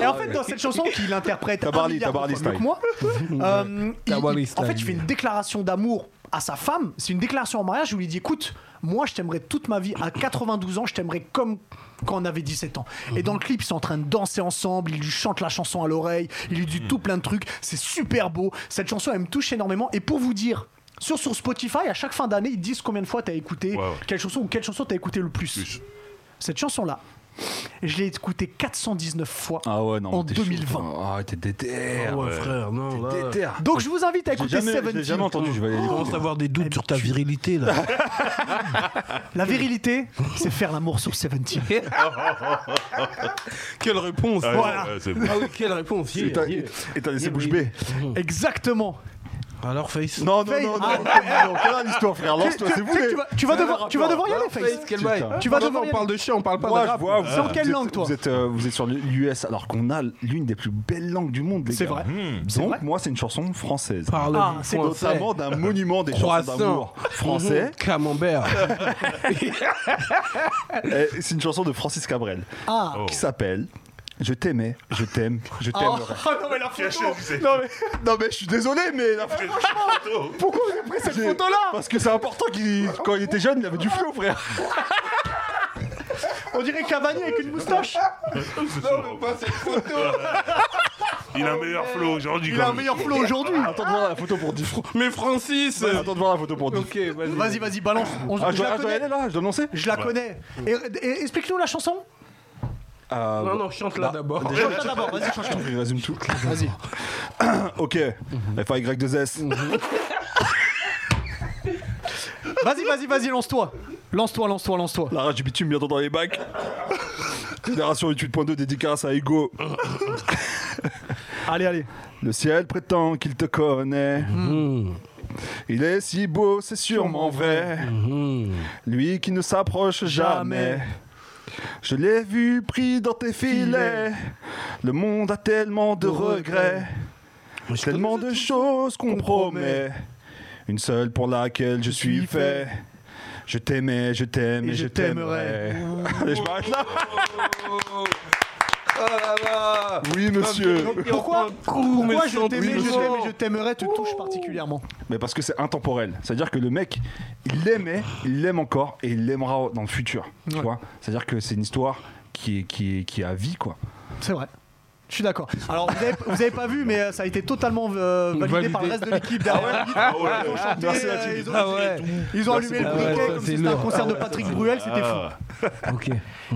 A: Et en fait, dans cette chanson qu'il interprète un
B: Tabarly,
A: milliard de fois
B: Tabarly
A: mieux que moi,
B: *laughs*
A: euh, il-
G: Tabarly
A: il- en fait,
G: style.
A: il fait une déclaration d'amour à sa femme. C'est une déclaration en mariage où il dit écoute, moi, je t'aimerais toute ma vie. À 92 ans, je t'aimerais comme quand on avait 17 ans. Et dans le clip, ils sont en train de danser ensemble. Il lui chante la chanson à l'oreille. Il lui
B: Mm.
A: dit tout plein de trucs. C'est super beau. Cette chanson, elle me touche énormément. Et pour vous dire. Sur, sur Spotify, à chaque fin d'année, ils disent combien de fois t'as écouté,
D: Ouais, ouais.
A: quelle chanson ou quelle chanson t'as écouté le plus
D: Plus.
A: cette chanson-là, je l'ai écoutée 419 fois
B: Ah ouais, non.
A: en
B: t'es chaud.
A: 2020.
B: Ah, t'es déter.
C: Ah ouais, frère, non, là.
B: Déter.
A: Donc je vous invite à
B: J'ai
A: écouter Oh,
B: jamais, je l'ai
A: 17.
B: jamais entendu, je vais aller
C: Tu commences à avoir des doutes sur ta virilité, là.
A: La virilité, c'est faire l'amour sur *laughs* 17.
G: Quelle réponse.
D: Ah,
G: Voilà.
D: ouais, c'est bon.
G: Ah oui, quelle réponse.
B: Et
G: yeah,
B: t'as-
G: yeah.
B: et t'as laissé bouche bée.
A: Exactement.
C: Alors, Face.
B: Non, non,
A: Faye.
B: non, non.
A: Ah.
B: Non, voilà eh, l'histoire, frère. Lance-toi, c'est vous.
A: Tu sais que
B: les-
A: tu vas, tu vas devoir, tu vas devoir y aller, Face.
G: Face, quel bail.
B: Putain.
A: Tu vas
G: Non,
A: devoir
G: non,
A: y
G: On parle de chien, on parle pas
B: Moi,
G: de
B: je
G: rap.
B: vois, vous
A: C'est en
B: vous
A: quelle
B: êtes-
A: langue, toi *laughs*
B: vous êtes, euh, vous êtes sur l'US alors qu'on a l'une des plus belles langues du monde, les
A: C'est
B: gars.
A: vrai.
D: Hmm.
A: C'est
B: Donc,
A: vrai.
B: moi, c'est une chanson française.
G: Parle
A: Ah, c'est
B: notamment d'un monument des chansons
G: Croissant.
B: d'amour
C: mmh,
B: français.
G: Camembert.
B: Euh, C'est une chanson de Francis Cabrel
A: Ah.
D: Oh.
B: qui s'appelle Je t'aimais, je t'aime, je
A: Oh,
B: t'aimerai.
A: non mais la photo.
B: Non, mais, non mais je suis désolé mais la photo- pourquoi j'ai pris cette photo là Parce que c'est important qu'il quand il était jeune il avait du flow frère.
A: On dirait Cavani avec une moustache.
D: *laughs* Il a un meilleur flow aujourd'hui.
A: Oh, Il a un meilleur flow aujourd'hui.
B: Attends de voir la photo pour 10 francs.
G: Mais Francis.
B: Attends de voir la photo pour 10.
G: Ok, vas-y.
A: Vas-y, vas-y, balance. On-
B: Ah, je,
A: je
B: dois-
A: la
B: ah, je dois y
A: connais.
B: aller là, je dois lancer
A: Je la connais. Et, et- explique-nous la chanson.
B: Euh,
G: Non, non, chante là d'abord.
A: Ah, bah, Chante-la d'abord, vas-y, chante-la.
B: Je résume tout.
A: Vas-y.
B: *coughs* ok. Mhm. FAY2S.
A: Vas-y, vas-y, vas-y, lance-toi. Lance-toi, lance-toi, lance-toi.
B: La rage du bitume bientôt dans les *laughs* bacs. Génération 8.2 dédicace à Ego.
A: Allez, allez.
B: Le ciel prétend qu'il te connaît. Il est si beau, c'est Mhm. sûrement vrai. Mhm. Lui qui ne s'approche jamais.
A: Jamais.
B: Je l'ai vu pris dans tes filets.
A: Filet.
B: Le monde a tellement de regrets, tellement de choses qu'on promet. Une seule pour laquelle je suis fait. Je t'aimais, je t'aime
A: Et
B: et
A: je
B: je
A: t'aimerai.
B: t'aimerais. Allez, *laughs* je m'arrête là.
G: Oh là là.
B: Oui, monsieur.
A: Pourquoi, pourquoi je t'aimais,
G: t'aime
A: je t'aimais, je t'aimerais te touche particulièrement
B: Mais parce que c'est intemporel. C'est-à-dire que le mec, il l'aimait, il l'aime encore et il l'aimera dans le futur. Tu
A: Ouais.
B: vois C'est-à-dire que c'est une histoire qui est, qui est, qui est à vie, quoi.
A: C'est vrai. Je suis d'accord. Alors, vous avez, vous avez pas vu, mais euh, ça a été totalement euh, validé,
G: Validé.
A: par le reste de l'équipe derrière. Ils ont chanté,
B: Merci, la
A: euh,
B: team.
A: ils ont-
G: Ah ouais.
A: Ils ont allumé le
G: beaucoup. Ah ouais, ça,
A: briquet comme
G: c'est
A: si c'était un
G: lourd. Ah
A: concert de Patrick Bruel, c'était fou.
G: Ok.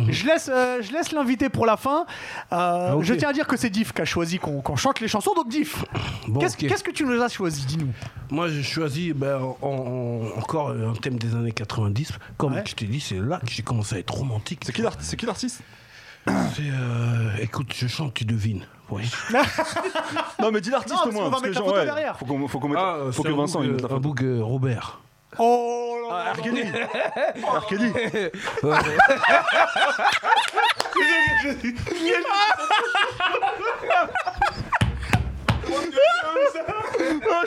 A: Je laisse, euh, je laisse l'invité pour la fin. Euh,
G: Ah, ok.
A: Je tiens à dire que c'est Diff qui a choisi qu'on qu'on chante les chansons, donc Diff,
C: Bon,
A: qu'est-ce
G: ok.
A: qu'est-ce que tu nous as choisi Dis-nous.
C: Moi, j'ai choisi ben, en- en- encore euh, un thème des années 90. Comme
A: Ouais.
C: je t'ai dit, c'est là que j'ai commencé à être romantique.
B: C'est qui l'art- c'est qui l'artiste
C: C'est, euh, écoute, je chante, tu devines. Ouais.
B: Non, mais dis l'artiste
A: Non,
B: au moins.
A: parce qu'on va mettre la
B: parce que genre,
A: photo
B: ouais,
A: derrière.
B: Faut, qu'on- faut, qu'on mette-
C: euh,
B: faut
C: c'est
B: que
C: un
B: Vincent il
C: boug,
B: mette la
C: euh, Un
B: photo. Ah,
C: boug euh, Robert.
A: Oh là là.
B: R. Kelly.
A: Qu'est-ce que Ah,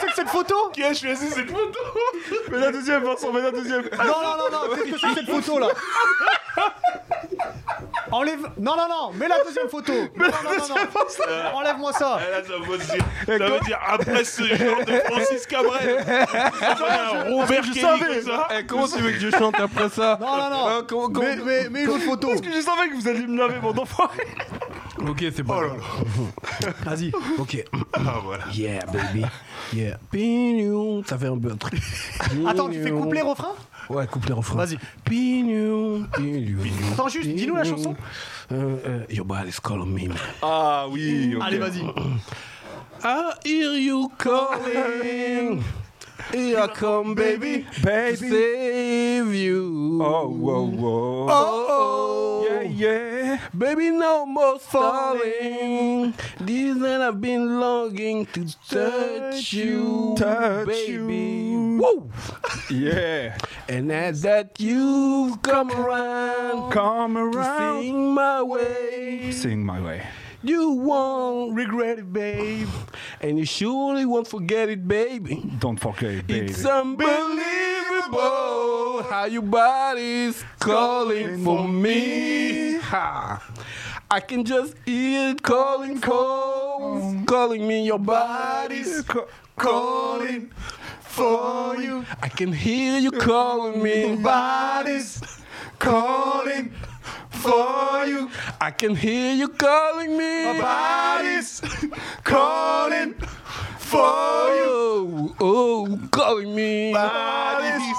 A: c'est que cette photo
D: Qui a choisi
A: *laughs*
D: cette photo
B: Mets la deuxième, Vincent, mets la deuxième.
A: Ah, Non, non, non, non, qu'est-ce que c'est cette photo là *laughs* Enlève. Non, non, non, *laughs* mets la deuxième photo. non, non, non, non. Enlève-moi ça.
D: Là, ça veut dire, ça veut dire après ce genre de
A: *laughs*
D: Francis Cabrel. Ça va, un Robert Kelly comme ça.
G: Eh, comment tu veux que je chante après ça
A: Non, non, non.
G: Hein, comment- comment-
A: Mais, mais, mais une autre photo.
B: Je savais que vous alliez me laver, mon enfant.
G: Ok, c'est
B: Oh
G: pas grave.
A: Vas-y.
C: Ok.
D: Ah, voilà.
C: Yeah, baby. Yeah. Pignon. Ça fait un peu un truc.
A: Attends, tu fais couplet, refrain
C: Ouais, coupe les refrains.
A: Vas-y.
C: Pignon, pignon.
A: Attends, juste, dis-nous la chanson.
C: Euh, euh, your body's calling me.
B: Ah oui, ok.
A: Allez, vas-y.
C: I hear you calling. Here I come, baby,
B: Baby.
C: to save you.
B: Oh, wow, wow.
C: oh, oh.
B: Yeah, yeah.
C: Baby, no more falling. This night I've been longing to touch you,
B: Touch
C: baby.
B: you.
C: Woo!
B: Yeah.
C: And as that you've come around,
B: Come
C: to
B: around.
C: sing my way,
B: Sing my way.
C: you won't regret it, babe, and you surely won't forget it, baby.
B: Don't forget, baby.
C: It's unbelievable how your body's calling for me. Ha. I can just hear it calling, calls, calling me. Your body's calling for you. I can hear you calling me. Body's calling for you. I can hear you calling me. Body's calling for you. Bah. Oh, calling me. Body's.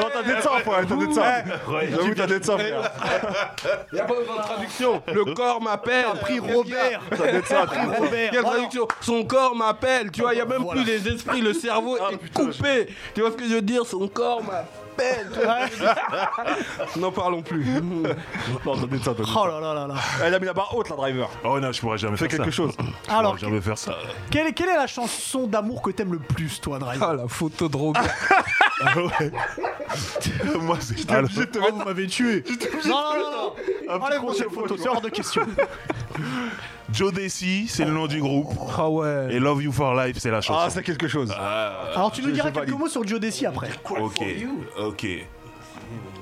B: Non, t'as des temps, ouais, t'as des temps. J'avoue, t'as des temps, frère.
C: Le corps m'appelle.
A: Prix Robert.
B: T'as des temps, t'as des temps.
A: Robert.
C: Quelle
A: Oh, non.
C: traduction Son corps m'appelle, tu vois, il n'y a même
A: Voilà.
C: plus les esprits, le cerveau est coupé. Tu vois ce que je veux dire Son corps m'appelle. tu vois ce que je veux dire N'en parlons plus.
B: Non, t'as des temps, t'as des
A: Oh
B: temps.
A: là là là là.
B: Elle a mis la barre haute, la driver.
D: Oh non, je pourrais jamais
B: Fais
D: faire
B: quelque
D: ça.
B: chose.
D: Je
A: Alors,
D: pourrais jamais
A: *laughs*
D: faire ça.
A: Quelle est, quelle est la chanson d'amour que t'aimes le plus, toi, Drive
C: Ah, la photo de Robert.
D: Moi, c'est Alors,
A: Oh, vous m'avez tué Non, non, non, non Allez, prochaine photo, c'est hors de question.
D: Joe Desi, c'est le nom du groupe.
A: Oh.
C: Ah ouais.
D: Et Love You for Life, c'est la chanson.
B: Ah, c'est quelque chose.
A: Alors, tu nous
B: Je-
A: diras
B: je
A: quelques
B: valide.
A: mots sur Joe Desi après.
D: ok, ok.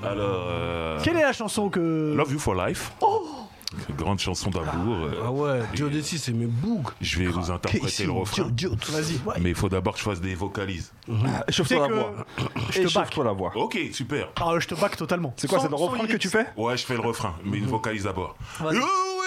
D: Alors, euh,
A: Quelle est la chanson que.
D: Love You for Life. Oh Grande chanson d'amour. euh,
C: Ah ouais, Joe Desi, c'est mes bougs.
D: Je vais vous interpréter le refrain.
A: Vas-y, ouais.
D: Mais il faut d'abord que je fasse des vocalises.
B: Chauffe-toi la
A: que-
B: voix.
A: je te back.
B: Chauffe-toi la voix.
D: Ok, super.
A: Ah, je te back totalement.
B: C'est quoi,
A: Sans-
B: c'est le
A: sans
B: refrain que
A: lyrics.
B: tu fais
D: Ouais, je fais le refrain, mais une vocalise d'abord.
A: Vas-y.
D: Oh oui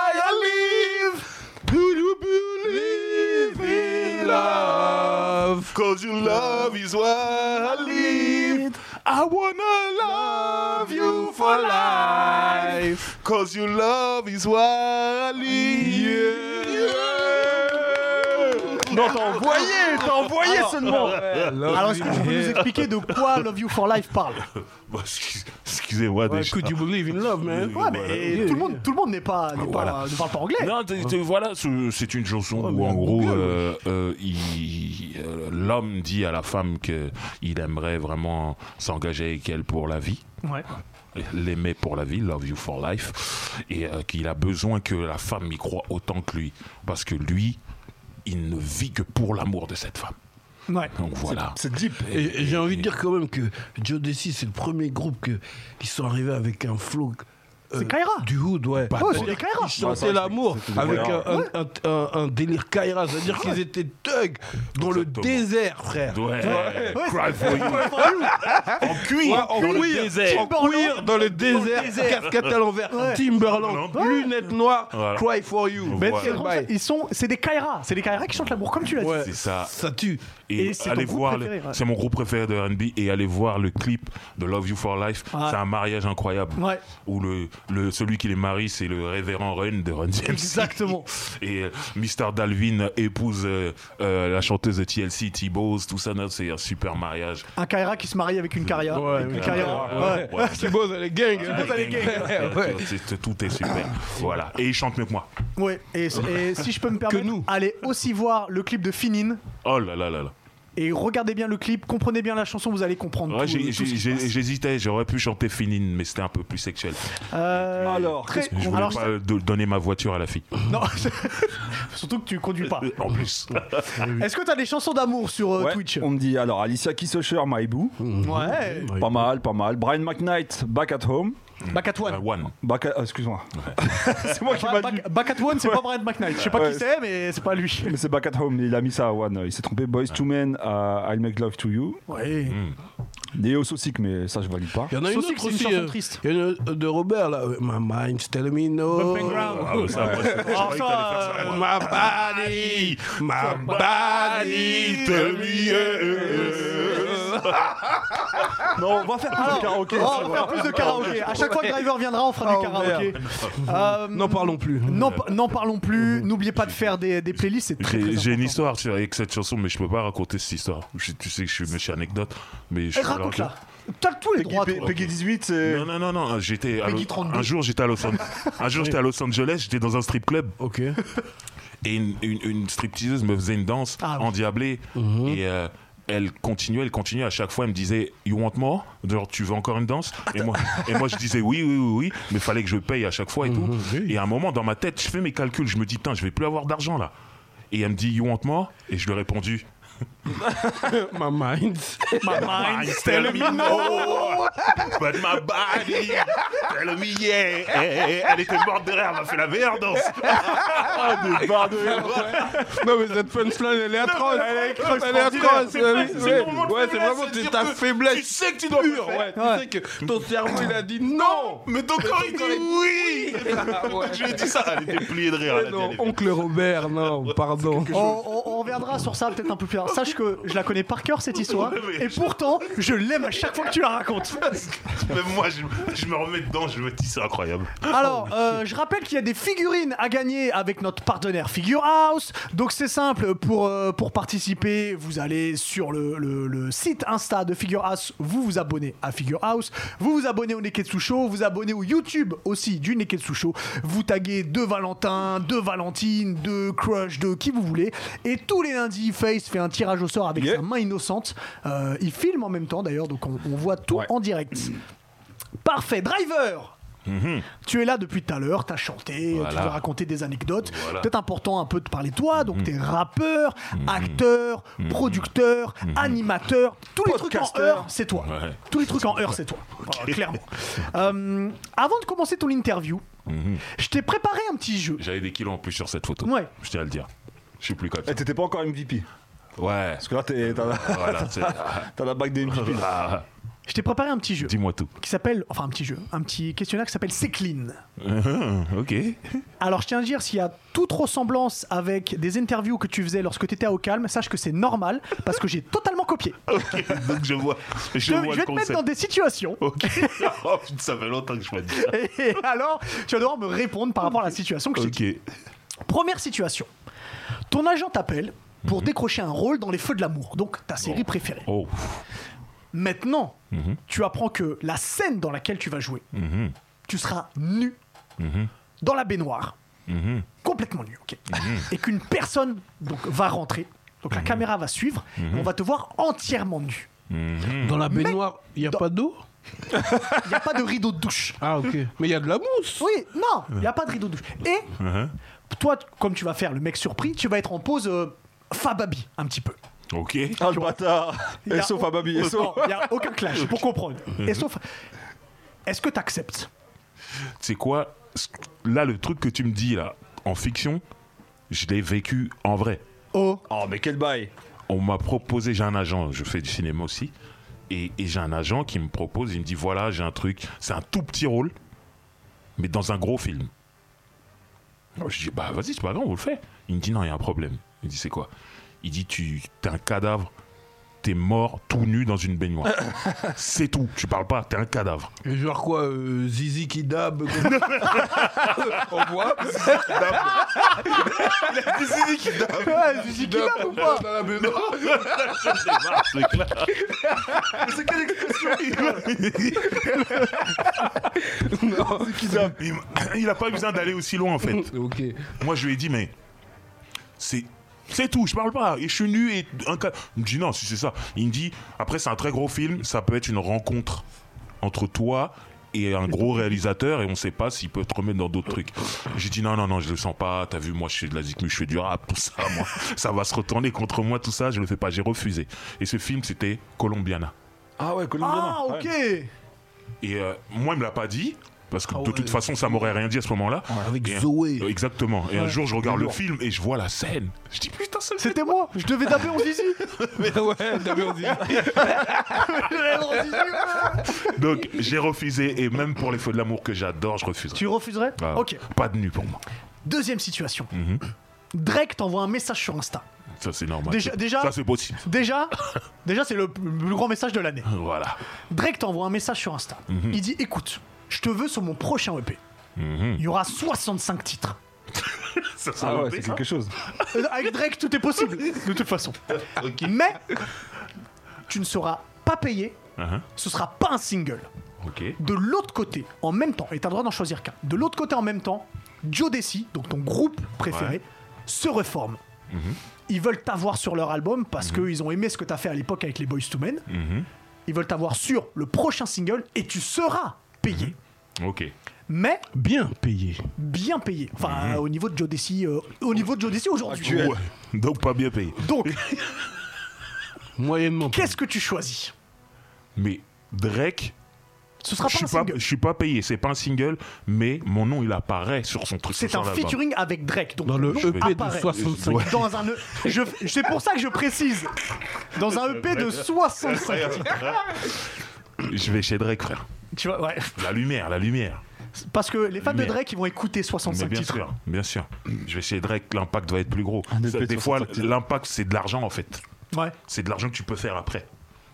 D: I live. Do you believe in love? Cause your love is why I live. I wanna
A: oh,
D: love you for life. Cause your love is why I live.
B: Non, t'as envoyé, t'as
A: oh,
B: envoyé seulement.
A: Alors, est-ce que tu peux nous expliquer de quoi Love You for Life parle
D: Bon, excuse- Excusez-moi déjà.
C: Could you believe in love, man
A: Ouais, mais tout le monde, tout le monde n'est pas, n'est pas-
D: Voilà.
A: ne parle pas anglais.
D: Non, t'es- t'es- voilà, ce- c'est une chanson où en gros, euh, euh, il- euh, l'homme dit à la femme que il aimerait vraiment s'engager avec elle pour la vie.
A: Ouais.
D: l'aimer pour la vie, love you for life, et euh, qu'il a besoin que la femme y croit autant que lui, parce que lui, il ne vit que pour l'amour de cette femme.
A: Ouais.
D: Donc voilà.
B: C'est deep.
C: Et j'ai envie de dire quand même que Joe Desi, c'est le premier groupe que, qui sont arrivés avec un flow. euh,
A: C'est Kaira.
C: Du hood, ouais.
A: Ah.
C: Bah,
A: Ouais, c'est des Kaira.
C: Ils chantaient
D: bah,
C: l'amour avec un, un- un- un délire Kaira, c'est-à-dire qu'ils étaient thugs dans le
D: Exactement.
C: désert, frère.
D: Ouais.
A: Ouais,
D: Cry for you.
C: En cuir, en
D: dans le
C: cuir,
D: désert.
C: en cuir, dans le désert, casquette à l'envers,
A: Ouais.
C: Timberland,
A: Ouais.
C: lunettes noires,
D: Voilà.
C: Cry for You.
D: Ben,
C: Bye.
A: C'est drôle, ça. Ils sont, c'est des Kaira, c'est des Kaira qui chantent l'amour comme tu l'as
C: Ouais.
A: dit.
D: C'est ça.
C: Ça tue.
D: Et,
A: Et c'est ton
D: allez
A: groupe
D: voir, le-
A: préféré, ouais.
D: c'est mon groupe préféré de R&B et allez voir le clip de Love You for Life.
A: Ouais.
D: C'est un mariage incroyable
A: Ouais.
D: où le, le celui qui les marie c'est le révérend Run de Run DMC.
A: Exactement.
D: *laughs* Et euh, Mr Dalvin épouse euh, euh, la chanteuse de TLC, T-Bose, tout ça. non, C'est un super mariage.
A: Un Kaira qui se marie avec une Kaira.
C: Ouais,
A: une
C: ouais.
A: Kaira. Ouais. *laughs*
D: Ouais.
C: C'est beau, elle est gang. hein.
A: beau, elle est gang.
C: Ouais.
D: C'est- Tout
A: *laughs*
D: est super. voilà. Et il chante mieux que moi.
A: Ouais. Et, et si je peux me permettre,
C: nous.
A: allez aussi voir le clip de Finine.
D: Oh là là là là.
A: Et regardez bien le clip, comprenez bien la chanson, vous allez comprendre.
D: Ouais,
A: tout-
D: j'ai-
A: tout ce
D: j'ai-
A: qui se
D: j'ai-
A: passe.
D: J'hésitais, j'aurais pu chanter Féline, mais c'était un peu plus sexuel.
A: Euh,
B: Alors,
A: très-
D: Je voulais
A: alors,
D: pas do- donner ma voiture à la fille.
A: non, *laughs* surtout que tu conduis pas.
D: En
A: *laughs*
D: plus.
A: Est-ce que t'as des chansons d'amour sur euh,
B: Ouais,
A: Twitch
B: On me dit alors Alicia Kissocher, My Boo.
A: Ouais.
B: Pas mal, pas mal. Brian McKnight, Back at Home.
A: Back at
D: Euh,
A: one.
D: One.
B: Back at- ah, excuse-moi. *laughs* c'est moi qui
A: Ba-
B: m'a dit.
A: Back, Back at one, c'est pas Brian McKnight. Je sais pas
B: Ouais.
A: qui c'est, mais c'est pas lui.
B: Mais c'est Back at Home, il a mis ça à One. Il s'est trompé. Boys to Men, euh, I'll Make Love to You.
A: Ouais.
D: Mm.
B: Neo Saucic, mais ça je valide pas.
C: Il y en a une
A: Sauf si
C: autre
A: c'est une
C: aussi.
A: chanson
C: euh,
A: triste.
C: Il y en a une euh, de Robert là. euh, My mind's telling me no.
A: Bumping Ground.
D: Ah, bah, ça, moi, c'est- je croyais que t'allais faire ça.
A: euh,
C: My body, my body, tell me yes.
B: Non, on va faire plus de karaoké.
A: Oh, on va faire plus de karaoké. À chaque fois que Driver viendra, on fera du karaoké. Euh,
C: N'en parlons plus.
A: n'en pa- N'en parlons plus. N'oubliez pas de faire des, des playlists. C'est très,
D: J'ai
A: très
D: j'ai une
A: important.
D: histoire sur- avec cette chanson, mais je peux pas raconter cette histoire. Je- tu sais que je suis méchant anecdote, mais je
A: Eh,
D: peux la
A: Raconte-la.
D: raconter.
A: T'as tous les
B: Peggy,
A: droits.
B: Pe-
A: toi.
B: Peggy 18, c'est.
D: Non, non, non, non. J'étais à
A: Peggy
D: Lo-
A: 32.
D: un jour, j'étais
A: *laughs*
D: à Los Angeles. un jour, j'étais à Los Angeles. J'étais dans un strip club
C: Ok.
D: et une, une, une stripteaseuse me faisait une danse
A: Ah oui. Mhm.
D: endiablée et euh, elle continuait, elle continuait à chaque fois, elle me disait You want more Genre tu veux encore une danse et moi, et moi je disais oui, oui, oui, oui, mais fallait que je paye à chaque fois
A: Mhm,
D: et tout. Et à un moment dans ma tête, je fais mes calculs, je me dis putain, je vais plus avoir d'argent là. Et elle me dit You want more Et je lui ai répondu
C: *laughs* My mind's.
A: My mind's telling me no.
D: But my body, tell me yeah. Elle était morte derrière, elle m'a fait la meilleure danse.
A: Ah,
G: Non, mais cette punchline, elle est atroce. Elle est atroce. Elle est atroce. Ouais, ouais. Ouais, c'est vraiment
D: c'est-à-dire
G: ta
D: que Tu
G: faiblesse
D: sais que tu dois
G: pure. Ouais, tu sais que ton cerveau, il a dit non.
D: Mais ton corps, il dit oui *laughs* Je lui ai dit ça, elle était pliée de rire. elle a dit,
G: Non,
D: elle est-
G: oncle Robert,
D: *laughs*
G: non, pardon.
A: On, on- on reviendra sur ça peut-être un peu plus tard. Sache que je la connais par cœur cette histoire. Et pourtant, je l'aime à chaque fois que tu la racontes.
D: Même moi, je, je me remets dedans, je me dis c'est incroyable.
B: Oh,
A: Alors, euh, je rappelle qu'il y a des figurines à gagner avec notre partenaire Figure House. Donc, c'est simple, pour, euh, pour participer, vous allez sur le, le- le site Insta de Figure House, vous vous abonnez à Figure House, vous vous abonnez au Neketsu Show, vous abonnez au YouTube aussi du Neketsu Show, vous taguez de Valentin, de Valentine, de Crush, de qui vous voulez. Et tous les lundis, Face fait un tirage au sort avec
B: Yeah.
A: sa main innocente. Euh, il filme en même temps d'ailleurs, donc on, on voit tout
B: Ouais.
A: en direct. Parfait, Driver tu es là depuis tout à l'heure, t'as chanté, tu
D: Mhm. Voilà.
A: veux raconter des anecdotes.
D: Voilà. Mhm.
A: Peut-être important un peu de parler de toi. Donc t'es rappeur, acteur, producteur, animateur. Tous les trucs en heure, c'est toi.
D: Mhm. Ouais.
A: Tous les trucs en heure,
D: *laughs*
A: c'est toi. Voilà, clairement. Euh, avant de commencer ton interview,
D: Mhm.
A: je t'ai préparé un petit jeu.
D: J'avais des kilos en plus sur cette photo.
A: Ouais.
D: Je tiens à le dire. Je suis plus comme ça.
B: Eh, T'étais pas encore MVP.
D: Ouais.
B: Parce que là, t'es- t'as la-
D: Voilà, c'est-
B: *laughs* t'as la bague des MVP. là.
D: Ah,
A: Je t'ai préparé un petit jeu
D: Dis-moi *laughs* tout.
A: qui s'appelle, enfin un petit jeu, un petit questionnaire qui s'appelle C'est clean.
D: Ah, ok.
A: Alors, je tiens à dire, s'il y a toute ressemblance avec des interviews que tu faisais lorsque tu étais au calme, sache que c'est normal parce que j'ai totalement copié.
D: Ok, Donc *laughs* je vois, je
A: Je,
D: vois
A: je
D: le
A: vais te mettre
D: concept.
A: dans des situations
D: Ok. Oh, putain, ça fait longtemps que je me dis ça.
A: *laughs* et alors tu vas devoir me répondre par rapport à la situation que je t'ai
D: Ok.
A: dit. Première situation. Ton agent t'appelle pour décrocher un rôle dans Les Feux de l'amour, donc ta série préférée.
D: Oh.
A: Maintenant, tu apprends que la scène dans laquelle tu vas jouer, tu seras nu dans la baignoire, complètement nu, ok, et qu'une personne donc va rentrer. Donc la caméra va suivre, et on va te voir entièrement nu.
C: Dans la baignoire, il n'y a
A: Dans-
C: pas d'eau
A: Il n'y a pas de rideau de douche.
C: Ah, ok. Mais il y a de la mousse.
A: Oui, non, il n'y a pas de rideau de douche. Et toi, t- comme tu vas faire le mec surpris, tu vas être en pause euh, Fababi un petit peu.
D: Ok.
B: Ah, le bâtard
A: Il y a
B: Et sauf
A: au-
B: à Babi, et
A: Non,
B: sauf.
A: Il n'y a aucun clash, pour comprendre. Et sauf. Est-ce que tu acceptes
D: C'est quoi ce- Là, le truc que tu me dis là, en fiction, je l'ai vécu en vrai.
A: Oh,
B: Oh, mais quel bail
D: on m'a proposé, j'ai un agent, je fais du cinéma aussi, et, et j'ai un agent qui me propose, il me dit voilà, j'ai un truc, c'est un tout petit rôle, mais dans un gros film. Alors, je dis bah vas-y, c'est pas grave, on le fait. Il me dit non, il y a un problème. Il dit c'est quoi Il dit tu t'es un cadavre, t'es mort tout nu dans une baignoire. c'est tout, tu parles pas, t'es un cadavre.
C: Et genre quoi, euh, Zizi qui dab comme-
G: *laughs*
C: On voit
A: ouais, Zizi qui dab ou pas
C: Dans la baignoire.
D: C'est clair. *laughs* Il m- il a pas eu besoin d'aller aussi loin en fait.
C: Ok.
D: Moi, je lui ai dit, mais c'est C'est tout, je parle pas. Et je suis nu et un ca- Il me dit non, si c'est ça. Il me dit après c'est un très gros film, ça peut être une rencontre entre toi et un gros réalisateur et on sait pas s'il peut te remettre dans d'autres trucs. J'ai dit non non non, je le sens pas, t'as vu moi je suis de la zikmu, je fais du rap, tout ça moi. *laughs* Ça va se retourner contre moi tout ça, je le fais pas, j'ai refusé. Et ce film c'était Colombiana.
B: Ah ouais, Colombiana.
A: Ah, ok.
D: Et euh, moi, il me l'a pas dit. Parce que de toute façon, ça m'aurait rien dit à ce moment-là.
C: Ah Avec
D: Et-
C: Zoé.
D: Exactement. Et un jour, je regarde le film et je vois la scène. Je dis putain, ça c'est.
A: C'était moi. Je devais taper en zizi.
G: ouais, t'avais on dit.
D: Donc, j'ai refusé. Et même pour les feux de l'amour que j'adore, je
A: *laughs*
D: refuse.
A: tu refuserais
D: Ah.
A: Ok.
D: Pas de nu pour moi.
A: Deuxième situation. Drake t'envoie un message sur Insta.
D: Ça, c'est normal.
A: Déjà-
D: C'est-
A: déjà-
D: Ça, c'est possible. *laughs*
A: Déjà, déjà c'est le p- plus grand message de l'année.
D: Voilà.
A: Drake t'envoie un message sur Insta. Il dit écoute, je te veux sur mon prochain EP. Il y aura 65 titres.
D: Ça, ça
B: Ah
D: va
B: ouais,
D: pas,
B: c'est
D: ça.
B: quelque chose.
A: Euh, Avec Drake, tout est possible, de toute façon. Mais tu ne seras pas payé,
D: Uh-huh.
A: ce sera pas un single.
D: Ok.
A: De l'autre côté, en même temps, et t'as le droit d'en choisir qu'un, de l'autre côté en même temps, Joe Desi, donc ton groupe préféré, se reforme.
D: Mhm.
A: Ils veulent t'avoir sur leur album parce qu'ils ont aimé ce que t'as fait à l'époque avec les Boys to Men.
D: Mhm.
A: Ils veulent t'avoir sur le prochain single et tu seras payé.
D: Mhm. Ok.
A: Mais
C: Bien payé.
A: bien payé. Enfin,
D: Mhm.
A: euh, au niveau de Joe Desi, euh, au niveau de Joe Desi aujourd'hui.
D: Ouais. Donc, pas bien payé.
A: Donc, *laughs*
C: Moyennement.
A: qu'est-ce que tu choisis
D: Mais Drake,
A: Ce sera pas un
D: je suis pas,
A: single.
D: je suis pas payé. C'est pas un single, mais mon nom, il apparaît sur son truc.
A: C'est
D: sur
A: un
D: l'album.
A: featuring avec Drake. Donc
C: Dans le
A: nom
G: E
C: EP de
A: apparaît.
C: 65.
A: Dans un E- je- C'est pour ça que je précise. Dans un EP de 65 titres.
D: Je vais chez Drake, frère.
A: Tu vois, ouais.
D: La lumière, la lumière.
A: Parce que les fans de
D: Lumière.
A: Drake, ils vont écouter
D: Mais
A: 65
D: bien
A: titres.
D: sûr, bien sûr. Je vais essayer Drake, l'impact doit être plus gros. Ça,
B: EP
D: Des
B: de
D: fois,
B: 65 titres.
D: l'impact, c'est de l'argent en fait.
A: Ouais.
D: C'est de l'argent que tu peux faire après.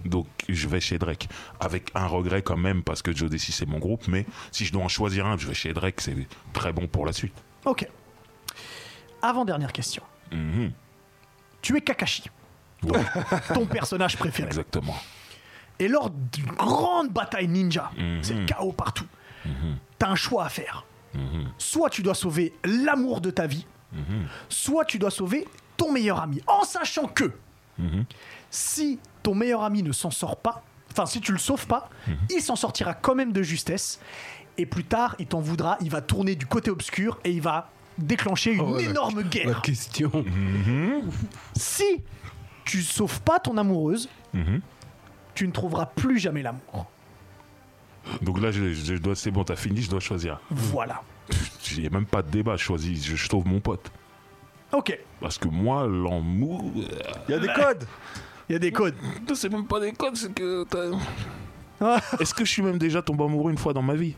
D: Donc, je vais chez Drake. Avec un regret quand même, parce que Joe Desi, c'est mon groupe. Mais si je dois en choisir un, je vais chez Drake. C'est très bon pour la suite.
A: Ok. Avant-dernière question.
D: Mhm.
A: Tu es Kakashi.
D: Ouais,
A: Ton personnage préféré.
D: exactement.
A: Et lors d'une grande bataille ninja, c'est le chaos partout, t'as un choix à faire. Soit tu dois sauver l'amour de ta vie, soit tu dois sauver ton meilleur ami. En sachant que si ton meilleur ami ne s'en sort pas, enfin si tu le sauves pas, il s'en sortira quand même de justesse. Et plus tard, il t'en voudra, il va tourner du côté obscur et il va déclencher une
C: Oh, ouais, la-
A: énorme
C: La
A: guerre.
C: question.
A: Si tu sauves pas ton amoureuse, tu ne trouveras plus jamais l'amour.
D: Donc là, je, je dois, c'est bon, t'as fini, je dois choisir.
A: Voilà.
D: Il n'y a même pas de débat. Je choisis, je, je trouve mon pote.
A: Ok.
D: Parce que moi, l'amour.
B: Il y a des codes.
A: Il y a des codes.
D: euh, C'est même pas des codes, c'est que. t'as- Est-ce que je suis même déjà tombé amoureux une fois dans ma vie